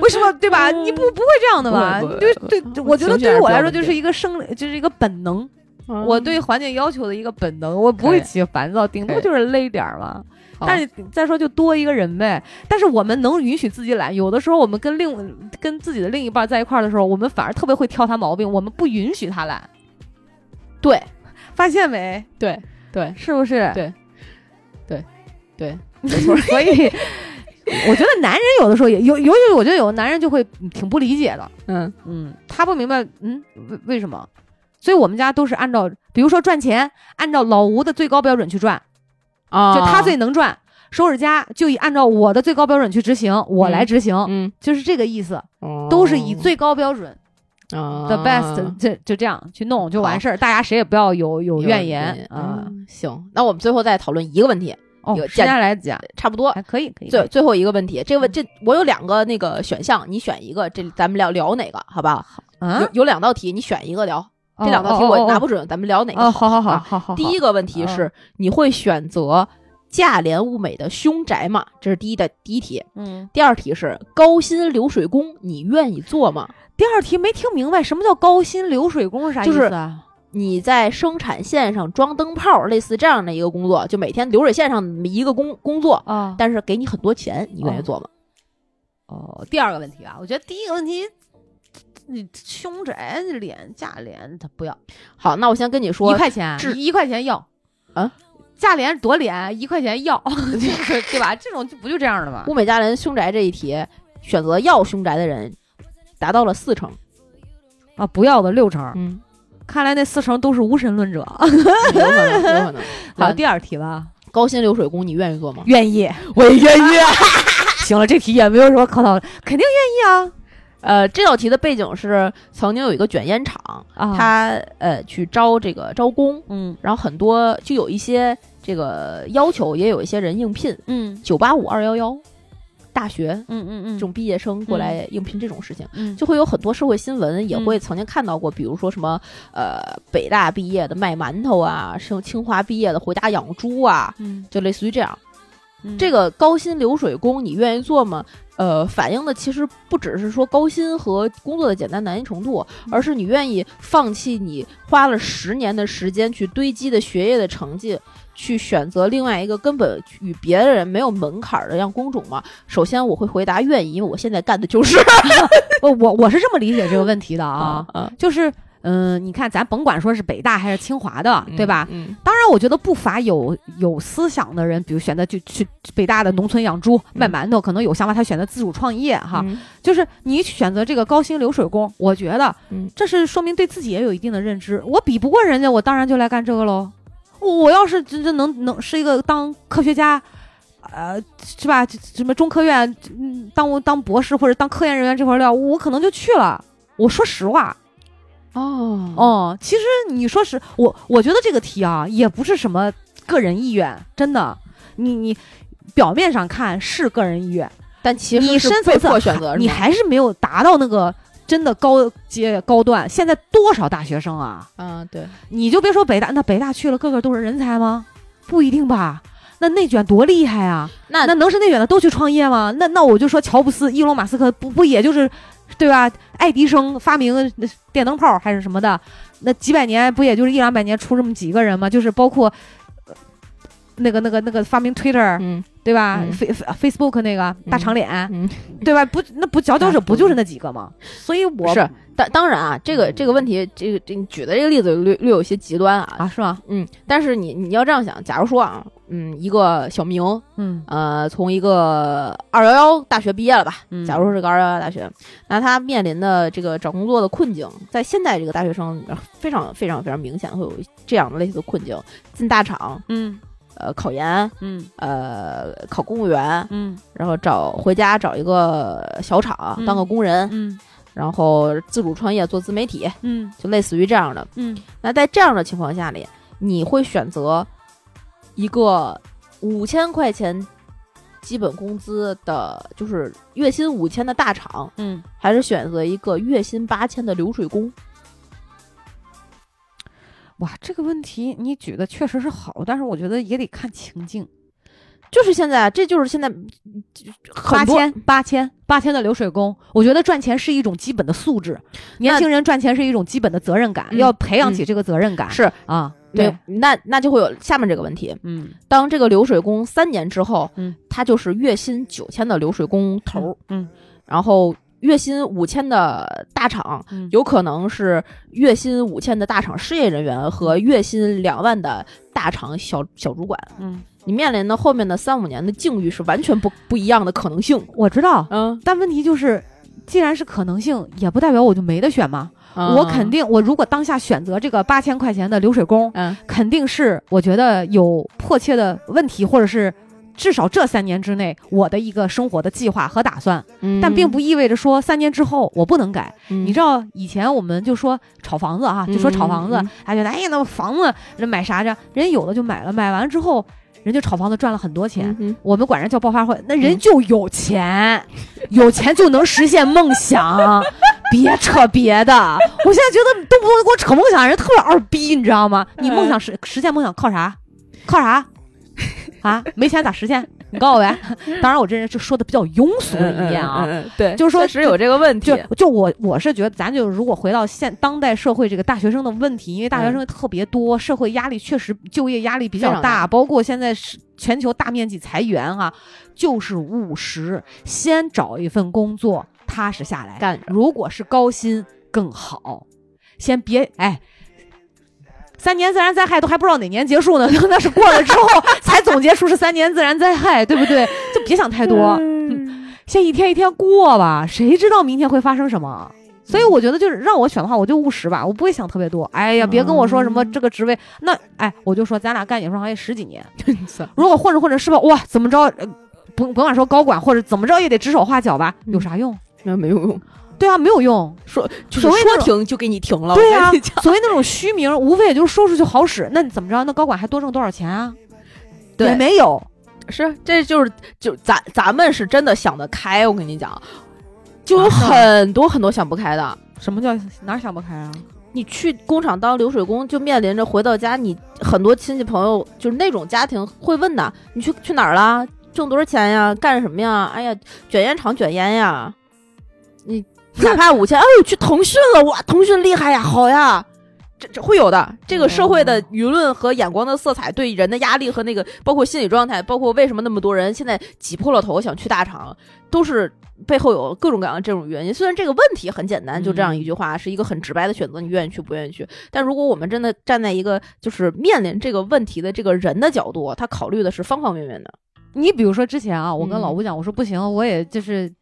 [SPEAKER 2] 为什么对吧？你不不会这样的吧？
[SPEAKER 3] 不会不
[SPEAKER 2] 对
[SPEAKER 3] 会
[SPEAKER 2] 对，
[SPEAKER 3] 不会
[SPEAKER 2] 对我觉得
[SPEAKER 3] 情绪
[SPEAKER 2] 对于
[SPEAKER 3] 还是
[SPEAKER 2] 我来说
[SPEAKER 3] 比较稳
[SPEAKER 2] 就是
[SPEAKER 3] 定
[SPEAKER 2] 一个生理，就是一个本能，
[SPEAKER 3] 嗯
[SPEAKER 2] 我对环境要求的一个本能，我不会
[SPEAKER 3] 对
[SPEAKER 2] 起烦躁，顶多
[SPEAKER 3] 对
[SPEAKER 2] 就是累点儿嘛。
[SPEAKER 3] 好
[SPEAKER 2] 但是再说就多一个人呗。但是我们能允许自己懒，有的时候我们跟另跟自己的另一半在一块儿的时候，我们反而特别会挑他毛病，我们不允许他懒，
[SPEAKER 3] 对
[SPEAKER 2] 发现没？
[SPEAKER 3] 对对
[SPEAKER 2] 是不是？
[SPEAKER 3] 对对，
[SPEAKER 2] 所 以。我觉得男人有的时候也有，尤其是我觉得有的男人就会挺不理解的，
[SPEAKER 3] 嗯
[SPEAKER 2] 嗯，他不明白，嗯，为为什么？所以我们家都是按照，比如说赚钱，按照老吴的最高标准去赚，
[SPEAKER 3] 啊
[SPEAKER 2] 就他最能赚，收拾家就以按照我的最高标准去执行，我来执行，
[SPEAKER 3] 嗯哦
[SPEAKER 2] 就是这个意思，都是以最高标准、
[SPEAKER 3] the
[SPEAKER 2] the
[SPEAKER 3] 哦
[SPEAKER 2] best，这就这样去弄就完事儿，大家谁也不要有有怨言啊。
[SPEAKER 3] 嗯行，那我们最后再讨论一个问题，
[SPEAKER 2] 哦，
[SPEAKER 3] 有呃
[SPEAKER 2] 时间来得及啊，
[SPEAKER 3] 差不多。
[SPEAKER 2] 还可以，可以。
[SPEAKER 3] 最最后一个问题，
[SPEAKER 2] 嗯
[SPEAKER 3] 这个问这我有两个那个选项，你选一个，这咱们聊聊哪个，好不好？
[SPEAKER 2] 啊哦
[SPEAKER 3] 有，有两道题，你选一个聊。这两道
[SPEAKER 2] 道
[SPEAKER 3] 题我拿不准，咱们聊哪个
[SPEAKER 2] 哦，好好好
[SPEAKER 3] 啊
[SPEAKER 2] 好好。
[SPEAKER 3] 第一个问题是，你会选择价廉物美的凶宅吗？这是第一的第一题。
[SPEAKER 2] 嗯，
[SPEAKER 3] 第二题是高薪流水工，你愿意做吗？
[SPEAKER 2] 第二题没听明白，什么叫高薪流水工是啥意
[SPEAKER 3] 就是
[SPEAKER 2] 思啊？
[SPEAKER 3] 你在生产线上装灯泡，类似这样的一个工作，就每天流水线上一个工工作，
[SPEAKER 2] 啊，
[SPEAKER 3] 但是给你很多钱，你愿意做吗？
[SPEAKER 2] 哦，第二个问题啊，我觉得第一个问题，你凶宅脸价脸他不要
[SPEAKER 3] 好，那我先跟你说
[SPEAKER 2] 一，块钱，
[SPEAKER 3] 治
[SPEAKER 2] 一块钱要
[SPEAKER 3] 啊，
[SPEAKER 2] 价廉多廉，一块钱要， 就是对吧？这种就不就这样的吗
[SPEAKER 3] 物？美价廉凶宅这一题，选择要凶宅的人达到了四成。
[SPEAKER 2] 啊，不要的六成，
[SPEAKER 3] 嗯，
[SPEAKER 2] 看来那四成都是无神论者。
[SPEAKER 3] 有可能，有 可能。
[SPEAKER 2] 好，
[SPEAKER 3] 好，
[SPEAKER 2] 第二题吧，
[SPEAKER 3] 高薪流水工，你愿意做吗？
[SPEAKER 2] 愿意。
[SPEAKER 3] 我也愿意。啊
[SPEAKER 2] 行了，这题也没有什么可讨论，肯定愿意 啊
[SPEAKER 3] 呃，这道题的背景是曾经有一个卷烟厂，
[SPEAKER 2] 啊啊，
[SPEAKER 3] 它呃去招这个招工，
[SPEAKER 2] 嗯
[SPEAKER 3] 然后很多就有一些这个要求，也有一些人应聘
[SPEAKER 2] 嗯
[SPEAKER 3] 九八五二幺幺大学
[SPEAKER 2] 嗯嗯嗯，
[SPEAKER 3] 这种毕业生过来应聘这种事情，
[SPEAKER 2] 嗯
[SPEAKER 3] 就会有很多社会新闻也
[SPEAKER 2] 嗯
[SPEAKER 3] 会曾经看到过，比如说什么呃北大毕业的卖馒头啊，像清华毕业的回家养猪啊，
[SPEAKER 2] 嗯
[SPEAKER 3] 就类似于这样。
[SPEAKER 2] 嗯
[SPEAKER 3] 这个高薪流水工，你愿意做吗？呃，反映的其实不只是说高薪和工作的简单难易程度，而是你愿意放弃你花了十年的时间去堆积的学业的成绩，去选择另外一个根本与别人没有门槛儿的样工种吗？首先我会回答愿意，因为我现在干的就是
[SPEAKER 2] 我我我是这么理解这个问题的啊，
[SPEAKER 3] 啊，
[SPEAKER 2] 就是嗯、你看咱甭管说是北大还是清华的，对吧？
[SPEAKER 3] 嗯
[SPEAKER 2] 当然，我觉得不乏有有思想的人，比如选择去去北大的农村养猪卖馒头，可能有想法，他选择自主创业哈。
[SPEAKER 3] 嗯
[SPEAKER 2] 就是你选择这个高薪流水工，我觉得
[SPEAKER 3] 嗯
[SPEAKER 2] 这是说明对自己也有一定的认知。我比不过人家，我当然就来干这个喽。我我要是真真能能是一个当科学家，呃，是吧？什么中科院，嗯，当我当博士或者当科研人员这块料，我可能就去了。我说实话，
[SPEAKER 3] 哦哦，
[SPEAKER 2] 哦，其实你说是我，我觉得这个题啊，也不是什么个人意愿，真的，你你表面上看是个人意愿，
[SPEAKER 3] 但其实
[SPEAKER 2] 你
[SPEAKER 3] 是
[SPEAKER 2] 深层
[SPEAKER 3] 被
[SPEAKER 2] 次
[SPEAKER 3] 迫选择，
[SPEAKER 2] 你
[SPEAKER 3] 是吗
[SPEAKER 2] 还是没有达到那个真的高阶高段。现在多少大学生啊？
[SPEAKER 3] 啊对，
[SPEAKER 2] 你就别说北大，那北大去了，个个都是人才吗？不一定吧。那内卷多厉害啊！
[SPEAKER 3] 那
[SPEAKER 2] 那能是内卷的都去创业吗？那那我就说乔布斯、伊隆马斯克不不也就是，对吧？爱迪生发明呃电灯泡还是什么的，那几百年不也就是一两百年出这么几个人吗？就是包括。呃那个、那个、那个发明 Twitter，、
[SPEAKER 3] 嗯
[SPEAKER 2] 对吧、
[SPEAKER 3] 嗯
[SPEAKER 2] f a c e b o o k 那个大长脸，
[SPEAKER 3] 嗯。
[SPEAKER 2] 对吧？不，那不佼佼者
[SPEAKER 3] 啊
[SPEAKER 2] 不就是那几个吗？所以我
[SPEAKER 3] 是当当然啊，这个这个问题，这个这你举的这个例子略略有些极端啊，
[SPEAKER 2] 啊，是吗？
[SPEAKER 3] 嗯，但是你你要这样想，假如说啊，嗯，一个小明，
[SPEAKER 2] 嗯
[SPEAKER 3] 呃，从一个二幺幺大学毕业了吧，
[SPEAKER 2] 嗯
[SPEAKER 3] 假如说是个二幺幺大学，那他面临的这个找工作的困境，在现在这个大学生呃非常非常非常明显会有这样的类似的困境：进大厂，
[SPEAKER 2] 嗯
[SPEAKER 3] 呃，考研，
[SPEAKER 2] 嗯
[SPEAKER 3] 呃，考公务员，
[SPEAKER 2] 嗯
[SPEAKER 3] 然后找回家找一个小厂
[SPEAKER 2] 嗯
[SPEAKER 3] 当个工人，
[SPEAKER 2] 嗯
[SPEAKER 3] 然后自主创业做自媒体，
[SPEAKER 2] 嗯
[SPEAKER 3] 就类似于这样的。
[SPEAKER 2] 嗯
[SPEAKER 3] 那在这样的情况下里，你会选择一个五千块钱基本工资的，就是月薪五千的大厂，
[SPEAKER 2] 嗯，
[SPEAKER 3] 还是选择一个月薪八千的流水工？
[SPEAKER 2] 哇，这个问题你举的确实是好，但是我觉得也得看情境。
[SPEAKER 3] 就是现在，啊这就是现在
[SPEAKER 2] 八
[SPEAKER 3] 很多
[SPEAKER 2] 千八千八千的流水工，我觉得赚钱是一种基本的素质，年轻人赚钱是一种基本的责任感，
[SPEAKER 3] 嗯
[SPEAKER 2] 要培养
[SPEAKER 3] 嗯
[SPEAKER 2] 起这个责任感、
[SPEAKER 3] 是
[SPEAKER 2] 啊。
[SPEAKER 3] 对，那那就会有下面这个问题：
[SPEAKER 2] 嗯
[SPEAKER 3] 当这个流水工三年之后，
[SPEAKER 2] 嗯，
[SPEAKER 3] 他就是月薪九千的流水工头儿，
[SPEAKER 2] 嗯嗯
[SPEAKER 3] 然后月薪五千的大厂，
[SPEAKER 2] 嗯
[SPEAKER 3] 有可能是月薪五千的大厂失业人员和月薪两万的大厂小小主管，
[SPEAKER 2] 嗯，
[SPEAKER 3] 你面临的后面的三五年的境遇是完全不不一样的可能性。
[SPEAKER 2] 我知道，
[SPEAKER 3] 嗯，
[SPEAKER 2] 但问题就是，既然是可能性，也不代表我就没得选嘛。
[SPEAKER 3] 啊嗯
[SPEAKER 2] 我肯定，我如果当下选择这个八千块钱的流水工，
[SPEAKER 3] 嗯，
[SPEAKER 2] 肯定是我觉得有迫切的问题，或者是至少这三年之内我的一个生活的计划和打算。
[SPEAKER 3] 嗯，
[SPEAKER 2] 但并不意味着说三年之后我不能改。
[SPEAKER 3] 嗯，
[SPEAKER 2] 你知道以前我们就说炒房子啊，就说炒房子
[SPEAKER 3] 嗯嗯，
[SPEAKER 2] 他觉得哎呀，那我房子人买啥着，人有的就买了，买完之后人家炒房子赚了很多钱。
[SPEAKER 3] 嗯嗯
[SPEAKER 2] 我们管人叫暴发户，那人就有钱，有钱就能实现梦想，别扯别的。我现在觉得动不动就给我扯梦想，人特别二逼，你知道吗？你梦想实实现梦想靠啥？靠啥？啊，没钱咋实现？你告诉我呗。当然，我这人就说的比较庸俗了一点啊，
[SPEAKER 3] 嗯嗯嗯对，
[SPEAKER 2] 就是说
[SPEAKER 3] 确实有这个问题
[SPEAKER 2] 就，就我我是觉得，咱就如果回到现当代社会这个大学生的问题，因为大学生特别多，社会压力确实就业压力比
[SPEAKER 3] 嗯非
[SPEAKER 2] 较
[SPEAKER 3] 常
[SPEAKER 2] 大，
[SPEAKER 3] 大
[SPEAKER 2] 包括现在是全球大面积裁员哈、就是务实，先找一份工作踏实下来，
[SPEAKER 3] 干着
[SPEAKER 2] 如果是高薪更好，先别哎。三年自然灾害都还不知道哪年结束呢， 那是过了之后才总结出是三年自然灾害，对不对？就别想太多，嗯先一天一天过吧，谁知道明天会发生什么？所以我觉得就是让我选的话，我就务实吧，我不会想特别多。哎呀，别跟我说什么这个职位，那哎，我就说咱俩干演说行业十几年， 如果混着混着是吧？哇，怎么着，呃不甭管说高管或者怎么着也得指手画脚吧，有啥用？
[SPEAKER 3] 那没有用，
[SPEAKER 2] 对啊，没有用。
[SPEAKER 3] 说就是
[SPEAKER 2] 所谓那
[SPEAKER 3] 说
[SPEAKER 2] 种
[SPEAKER 3] 停就给你停了，
[SPEAKER 2] 对
[SPEAKER 3] 呀
[SPEAKER 2] 啊， 所谓那种虚名，无非也就是说出去好使。那你怎么着？那高管还多挣多少钱啊？
[SPEAKER 3] 对
[SPEAKER 2] 也没有。
[SPEAKER 3] 是，这就是就咱咱们是真的想得开，我跟你讲，就有
[SPEAKER 2] 啊是吗
[SPEAKER 3] 很多很多想不开的。
[SPEAKER 2] 什么叫哪儿想不开啊？
[SPEAKER 3] 你去工厂当流水工，就面临着回到家，你很多亲戚朋友就是那种家庭会问的，你去去哪儿啦？挣多少钱呀？干什么呀？哎呀，卷烟厂卷烟呀！你哪怕五千，哎呦，去腾讯了，哇，腾讯厉害呀，好呀，这这会有的。这个社会的舆论和眼光的色彩对人的压力和那个，包括心理状态，包括为什么那么多人现在挤破了头想去大厂，都是背后有各种各样的这种原因。虽然这个问题很简单，就这
[SPEAKER 2] 嗯
[SPEAKER 3] 样一句话，是一个很直白的选择，你愿意去不愿意去。但如果我们真的站在一个就是面临这个问题的这个人的角度，他考虑的是方方面面的。
[SPEAKER 2] 你比如说之前啊，我跟
[SPEAKER 3] 嗯
[SPEAKER 2] 老吴讲，我说不行，我也就是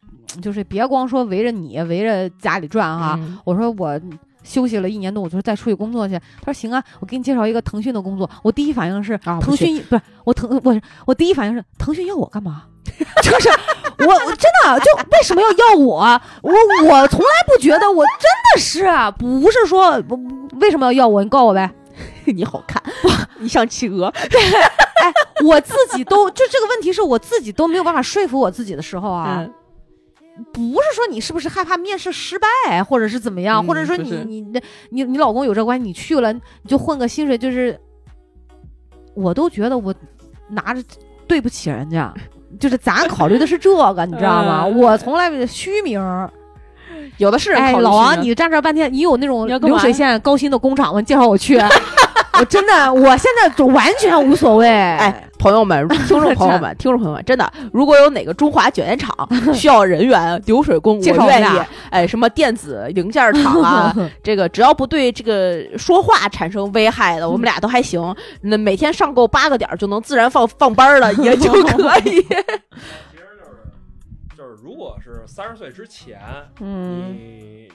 [SPEAKER 2] 就是别光说围着你围着家里转哈、
[SPEAKER 3] 嗯
[SPEAKER 2] 我说我。休息了一年多，我就说再出去工作去。他说行啊，我给你介绍一个腾讯的工作。我第一反应是、
[SPEAKER 3] 啊不
[SPEAKER 2] 腾讯，不是我腾我我第一反应是腾讯要我干嘛？ 就是我我真的就为什么要要我？啊我我从来不觉得我真的是啊不是说不为什么要要我？你告诉我呗。
[SPEAKER 3] 你好 看，哇，你像企鹅，
[SPEAKER 2] 我自己都就这个问题是我自己都没有办法说服我自己的时候啊，
[SPEAKER 3] 嗯
[SPEAKER 2] 不是说你是不是害怕面试失败，啊或者是怎么样，
[SPEAKER 3] 嗯
[SPEAKER 2] 或者说
[SPEAKER 3] 不
[SPEAKER 2] 你
[SPEAKER 3] 是
[SPEAKER 2] 你你你你老公有这关系，你去了你就混个薪水，就是我都觉得我拿着对不起人 家，就是咱考虑的是这个，你知道吗？
[SPEAKER 3] 嗯
[SPEAKER 2] 我从来没虚名儿。
[SPEAKER 3] 有的是人
[SPEAKER 2] 哎，
[SPEAKER 3] 考虑
[SPEAKER 2] 老
[SPEAKER 3] 虚
[SPEAKER 2] 王，
[SPEAKER 3] 名
[SPEAKER 2] 你站这儿半天，你有那种
[SPEAKER 3] 你要干嘛
[SPEAKER 2] 流水线高薪的工厂吗？你介绍我去。 我真的，我现在就完全无所谓。
[SPEAKER 3] 哎，朋友 们，听众朋友们，听众朋友们，真的，如果有哪个中华卷烟厂需要人员、流水工，
[SPEAKER 2] 介绍
[SPEAKER 3] 我
[SPEAKER 2] 我
[SPEAKER 3] 愿
[SPEAKER 2] 们
[SPEAKER 3] 意
[SPEAKER 2] 俩。
[SPEAKER 3] 哎，什么电子零件 厂啊，这个只要不对这个说话产生危害的，我 们俩都还行。那每天上够八个点儿就能自然放放班儿了，也就可以。
[SPEAKER 4] 其实就是就是，如果是三十岁之前，
[SPEAKER 2] 嗯
[SPEAKER 4] 你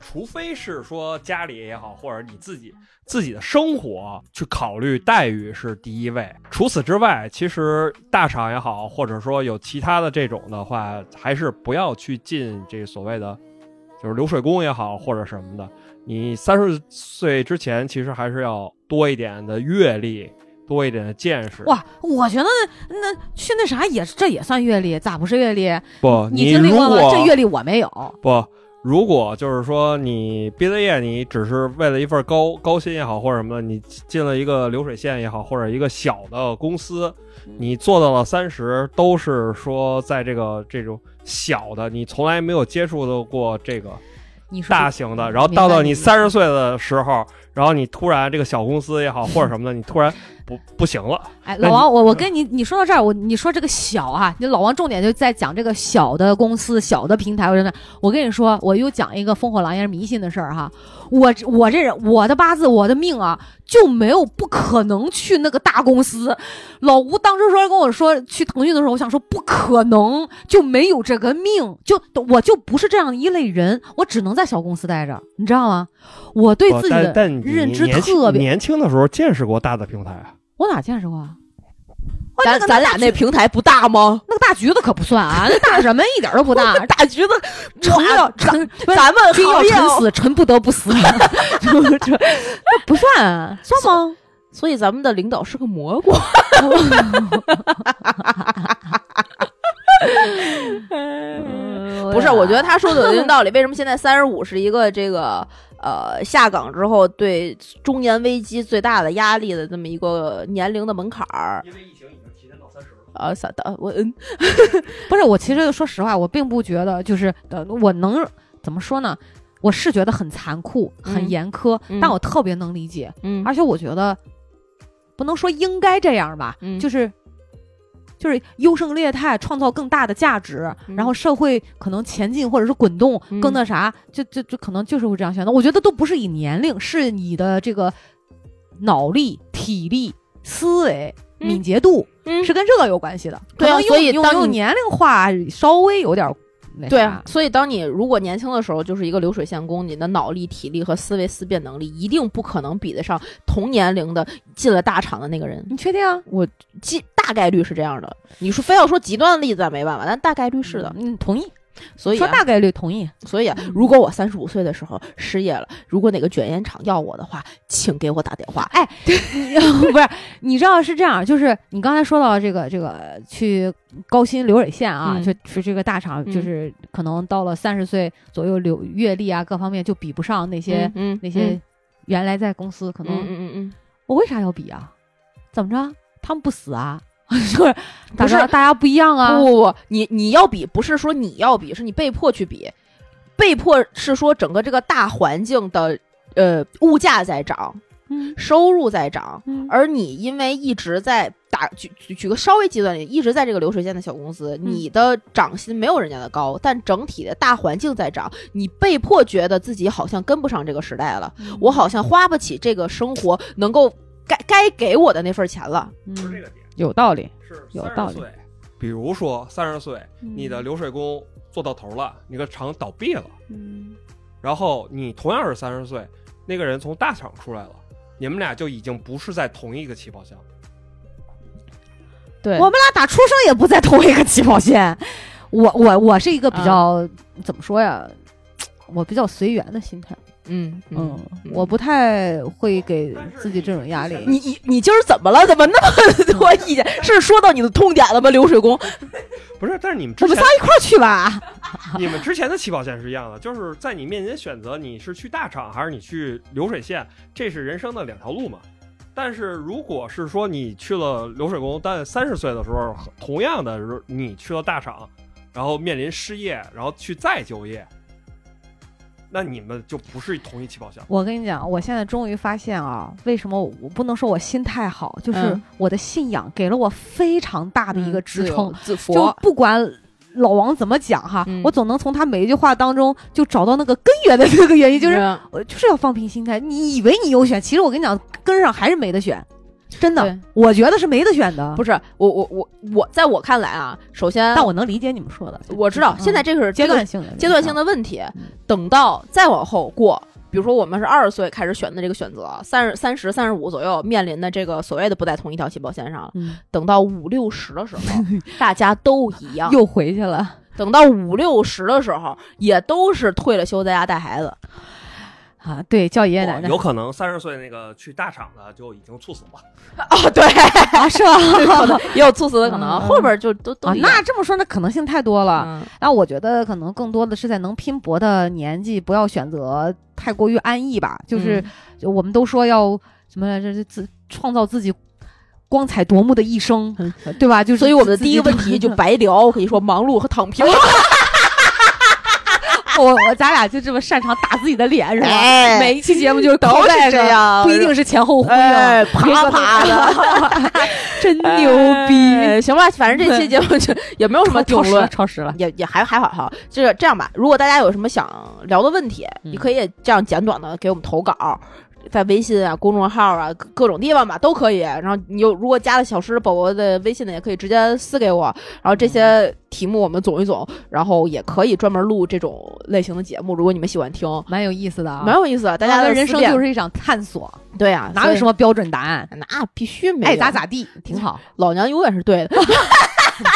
[SPEAKER 4] 除非是说家里也好，或者你自己自己的生活去考虑待遇是第一位。除此之外，其实大厂也好，或者说有其他的这种的话，还是不要去进这所谓的就是流水工也好，或者什么的。你三十岁之前，其实还是要多一点的阅历，多一点的见识。
[SPEAKER 2] 哇，我觉得那去那啥也是，这也算阅历，咋不是阅历？
[SPEAKER 4] 不，
[SPEAKER 2] 经历
[SPEAKER 4] 哦如
[SPEAKER 2] 过吗？
[SPEAKER 4] 果
[SPEAKER 2] 这阅历我没有。
[SPEAKER 4] 不，如果就是说你毕了业，你只是为了一份高高薪也好，或者什么的，你进了一个流水线也好，或者一个小的公司，
[SPEAKER 2] 嗯
[SPEAKER 4] 你做到了三十，都是说在这个这种小的，你从来没有接触到过这个
[SPEAKER 2] 你说
[SPEAKER 4] 大型的，然后到到你三十岁的时候，然后你突然这个小公司也好或者什么 的，你突然不不行了，
[SPEAKER 2] 哎，
[SPEAKER 4] 那
[SPEAKER 2] 老
[SPEAKER 4] 你嗯
[SPEAKER 2] 王，我我跟你你说到这儿，我你说这个小啊，你老王重点就在讲这个小的公司、小的平台，我真的，我跟你说，我又讲一个烽火狼烟迷信的事儿哈，我我这人我的八字我的命啊，就没有不可能去那个大公司。老吴当时说跟我说去腾讯的时候，我想说不可能，就没有这个命，就我就不是这样一类人，我只能在小公司待着，你知道吗？我对
[SPEAKER 4] 不
[SPEAKER 2] 自己
[SPEAKER 4] 哦呃但
[SPEAKER 2] 的
[SPEAKER 4] 但你
[SPEAKER 2] 认知
[SPEAKER 4] 年轻
[SPEAKER 2] 特别，
[SPEAKER 4] 年轻的时候见识过大的平台啊，
[SPEAKER 2] 我哪见识过啊？
[SPEAKER 3] 咱咱俩那平台不大吗？
[SPEAKER 2] 那个大橘子可不算啊，那大什么一点都不大，
[SPEAKER 3] 大橘子，
[SPEAKER 2] 沉要沉，
[SPEAKER 3] 咱们
[SPEAKER 2] 君要
[SPEAKER 3] 行业
[SPEAKER 2] 沉
[SPEAKER 3] 哦
[SPEAKER 2] 死，臣不得不死， 这这那不算啊，算吗？
[SPEAKER 3] 所以咱们的领导是个蘑菇。不是，我觉得他说的有一定道理。为什么现在三十五是一个这个呃下岗之后对中年危机最大的压力的这么一个年龄的门槛儿？
[SPEAKER 4] 因为疫情已经提前到三十了。
[SPEAKER 3] 啊，三的我嗯，
[SPEAKER 2] 不是，我其实说实话，我并不觉得就是呃，我能怎么说呢？我是觉得很残酷、很
[SPEAKER 3] 嗯
[SPEAKER 2] 严苛，
[SPEAKER 3] 嗯
[SPEAKER 2] 但我特别能理解，
[SPEAKER 3] 嗯
[SPEAKER 2] 而且我觉得不能说应该这样吧，
[SPEAKER 3] 嗯
[SPEAKER 2] 就是就是优胜劣汰，创造更大的价值，
[SPEAKER 3] 嗯
[SPEAKER 2] 然后社会可能前进或者是滚动
[SPEAKER 3] 嗯
[SPEAKER 2] 更那啥，就就就可能就是会这样选择。我觉得都不是以年龄，是你的这个脑力、体力、思维。
[SPEAKER 3] 嗯
[SPEAKER 2] 敏捷度、
[SPEAKER 3] 嗯
[SPEAKER 2] 是跟这个有关系的，
[SPEAKER 3] 对
[SPEAKER 2] 可
[SPEAKER 3] 啊
[SPEAKER 2] 能用
[SPEAKER 3] 所以
[SPEAKER 2] 用
[SPEAKER 3] 当你
[SPEAKER 2] 用年龄化稍微有点儿那
[SPEAKER 3] 对啊
[SPEAKER 2] 啥，
[SPEAKER 3] 所以当你如果年轻的时候就是一个流水线工，你的脑力、体力和思维思辨能力一定不可能比得上同年龄的进了大厂的那个人。
[SPEAKER 2] 你确定啊？
[SPEAKER 3] 基大概率是这样的。你说非要说极端的例子，啊没办法，但大概率是的。
[SPEAKER 2] 嗯，同意。
[SPEAKER 3] 所以
[SPEAKER 2] 说
[SPEAKER 3] 啊、
[SPEAKER 2] 大概率同意。
[SPEAKER 3] 所以啊，如果我三十五岁的时候失业了，如果哪个卷烟厂要我的话，请给我打电话。
[SPEAKER 2] 你不是，你知道是这样，就是你刚才说到这个这个去高新流水线啊，
[SPEAKER 3] 嗯
[SPEAKER 2] 就去这个大厂，
[SPEAKER 3] 嗯
[SPEAKER 2] 就是可能到了三十岁左右，流阅历啊各方面就比不上那些、
[SPEAKER 3] 嗯
[SPEAKER 2] 那些原来在公司可
[SPEAKER 3] 嗯
[SPEAKER 2] 能、
[SPEAKER 3] 嗯嗯嗯，
[SPEAKER 2] 我为啥要比啊？怎么着？他们不死啊？ 就是咋
[SPEAKER 3] 不是
[SPEAKER 2] 着？大家不一样啊？
[SPEAKER 3] 不不不，你你要比不是说你要比，是你被迫去比，被迫是说整个这个大环境的呃物价在涨，
[SPEAKER 2] 嗯
[SPEAKER 3] 收入在涨，
[SPEAKER 2] 嗯
[SPEAKER 3] 而你因为一直在打举举举个稍微极端点，一直在这个流水线的小公司，
[SPEAKER 2] 嗯
[SPEAKER 3] 你的涨薪没有人家的高，但整体的大环境在涨，你被迫觉得自己好像跟不上这个时代了，我好像花不起这个生活能够该该给我的那份钱了。
[SPEAKER 2] 嗯
[SPEAKER 4] 不是这个点，
[SPEAKER 2] 有道理，
[SPEAKER 4] 是
[SPEAKER 2] 有道理
[SPEAKER 4] 30岁。比如说三十岁，你
[SPEAKER 1] 嗯
[SPEAKER 4] 的流水工做到头了，你个厂倒闭了，
[SPEAKER 2] 嗯
[SPEAKER 4] 然后你同样是三十岁，那个人从大厂出来了，你们俩就已经不是在同一个起跑线了。
[SPEAKER 3] 对
[SPEAKER 2] 我们俩打出生也不在同一个起跑线。我我我是一个比较、怎么说呀？我比较随缘的心态，
[SPEAKER 3] 嗯
[SPEAKER 2] 嗯
[SPEAKER 3] 嗯，，
[SPEAKER 2] 我不太会给自己这种压力。
[SPEAKER 3] 你你你今儿怎么了？怎么那么多意见？是说到你的痛点了吗？流水工，
[SPEAKER 4] 不是，但是你们
[SPEAKER 2] 我
[SPEAKER 4] 之
[SPEAKER 2] 们
[SPEAKER 4] 前
[SPEAKER 2] 仨一块儿去吧。
[SPEAKER 4] 你们之前的起跑线是一样的，就是在你面前选择你是去大厂还是你去流水线，这是人生的两条路嘛。但是如果是说你去了流水工，但三十岁的时候，同样的是你去了大厂，然后面临失业，然后去再就业，那你们就不是同一起跑线。
[SPEAKER 2] 我跟你讲，我现在终于发现啊，为什么我不能说我心态好，就是
[SPEAKER 3] 嗯
[SPEAKER 2] 我的信仰给了我非常大的一个支撑。
[SPEAKER 3] 自
[SPEAKER 2] 就
[SPEAKER 3] 佛。
[SPEAKER 2] 不管老王怎么讲哈，
[SPEAKER 3] 嗯
[SPEAKER 2] 我总能从他每一句话当中就找到那个根源的那个原因，就是
[SPEAKER 3] 嗯
[SPEAKER 2] 我就是要放平心态。你以为你有选，其实我跟你讲，跟上还是没得选，真的
[SPEAKER 3] 对，
[SPEAKER 2] 我觉得是没得选的。
[SPEAKER 3] 不是我我我我，在我看来啊，首先
[SPEAKER 2] 但我能理解你们说的，
[SPEAKER 3] 我知道
[SPEAKER 2] 嗯
[SPEAKER 3] 现在这个是
[SPEAKER 2] 阶
[SPEAKER 3] 这个
[SPEAKER 2] 段性的
[SPEAKER 3] 阶段性，的问题，等到再往后过，比如说我们是二十岁开始选的这个选择，三十三十三十五左右面临的这个所谓的不在同一条起跑线上了。
[SPEAKER 2] 嗯，
[SPEAKER 3] 等到五六十的 时候，大家都一样；
[SPEAKER 2] 又回去了。
[SPEAKER 3] 等到五六十的时候，也都是退了休在家带孩 子。
[SPEAKER 2] 啊，对，叫爷爷奶奶
[SPEAKER 4] 有可能三十岁那个去大厂的就已经猝死了。
[SPEAKER 3] 哦，对，
[SPEAKER 2] 啊，是吧？
[SPEAKER 3] 可能也有猝死的可能，
[SPEAKER 2] 嗯
[SPEAKER 3] 后边就都都
[SPEAKER 2] 啊，
[SPEAKER 3] 一
[SPEAKER 2] 那啊
[SPEAKER 3] 样
[SPEAKER 2] 这么说，那可能性太多了。
[SPEAKER 3] 嗯
[SPEAKER 2] 那我觉得可能更多的是在能拼搏的年纪，不要选择太过于安逸吧。就是、
[SPEAKER 3] 嗯
[SPEAKER 2] 就我们都说要什么来着，这自创造自己光彩夺目的一生，对吧？就是
[SPEAKER 3] 嗯所以我们的
[SPEAKER 2] 自己
[SPEAKER 3] 第一个问题就白聊，我跟你说，忙碌和躺平。
[SPEAKER 2] 我我咱俩就这么擅长打自己的脸是吧？
[SPEAKER 3] 哎
[SPEAKER 2] 每一期节目就是
[SPEAKER 3] 都
[SPEAKER 2] 口
[SPEAKER 3] 是
[SPEAKER 2] 袋
[SPEAKER 3] 这
[SPEAKER 2] 的
[SPEAKER 3] 样
[SPEAKER 2] 不一定是前后呼应，啊
[SPEAKER 3] 哎，啪啪的，
[SPEAKER 2] 真牛逼！
[SPEAKER 3] 哎行吧，反正这期节目就也没有什么
[SPEAKER 2] 超
[SPEAKER 3] 评
[SPEAKER 2] 时了，
[SPEAKER 3] 论，
[SPEAKER 2] 超时了。
[SPEAKER 3] 也也还还好哈。就是这样吧，如果大家有什么想聊的问题，
[SPEAKER 2] 嗯
[SPEAKER 3] 你可以这样简短的给我们投稿。在微信啊、公众号啊、各各种地方吧，都可以。然后你有如果加了小诗宝宝的微信呢，也可以直接私给我。然后这
[SPEAKER 2] 嗯
[SPEAKER 3] 些题目我们总一总，然后也可以专门录这种类型的节目。如果你们喜欢听，
[SPEAKER 2] 蛮有意思的啊，
[SPEAKER 3] 蛮有意思的。大
[SPEAKER 2] 大
[SPEAKER 3] 家
[SPEAKER 2] 家
[SPEAKER 3] 的
[SPEAKER 2] 的人
[SPEAKER 3] 思
[SPEAKER 2] 生
[SPEAKER 3] 辨
[SPEAKER 2] 就是一场探索，
[SPEAKER 3] 对啊，
[SPEAKER 2] 哪有什
[SPEAKER 3] 么
[SPEAKER 2] 么标准答案？
[SPEAKER 3] 那必须没有
[SPEAKER 2] 爱咋，咋地，挺好。
[SPEAKER 3] 老娘永远是对的。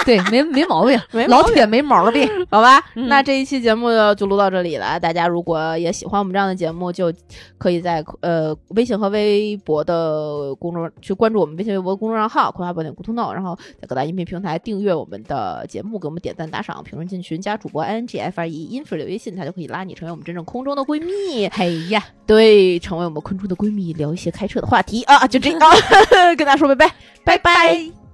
[SPEAKER 2] 对，没 没毛病，
[SPEAKER 3] 没毛
[SPEAKER 2] 老铁没毛病。
[SPEAKER 3] 好吧，
[SPEAKER 2] 嗯
[SPEAKER 3] 那这一期节目就录到这里了。大家如果也喜欢我们这样的节目，就可以在呃微信和微博的公众去关注我们微信、微博公众账号“葵花宝典 Good to Know”，然后在各大音频平台订阅我们的节目，给我们点赞、打赏、评论、进群，加主播 i n g f r e 音符留微信，他就可以拉你成为我们真正空中的闺蜜。
[SPEAKER 2] 嘿呀，
[SPEAKER 3] 对，成为我们空中的闺蜜，聊一些开车的话题啊，就这样，跟大家说拜拜，拜拜。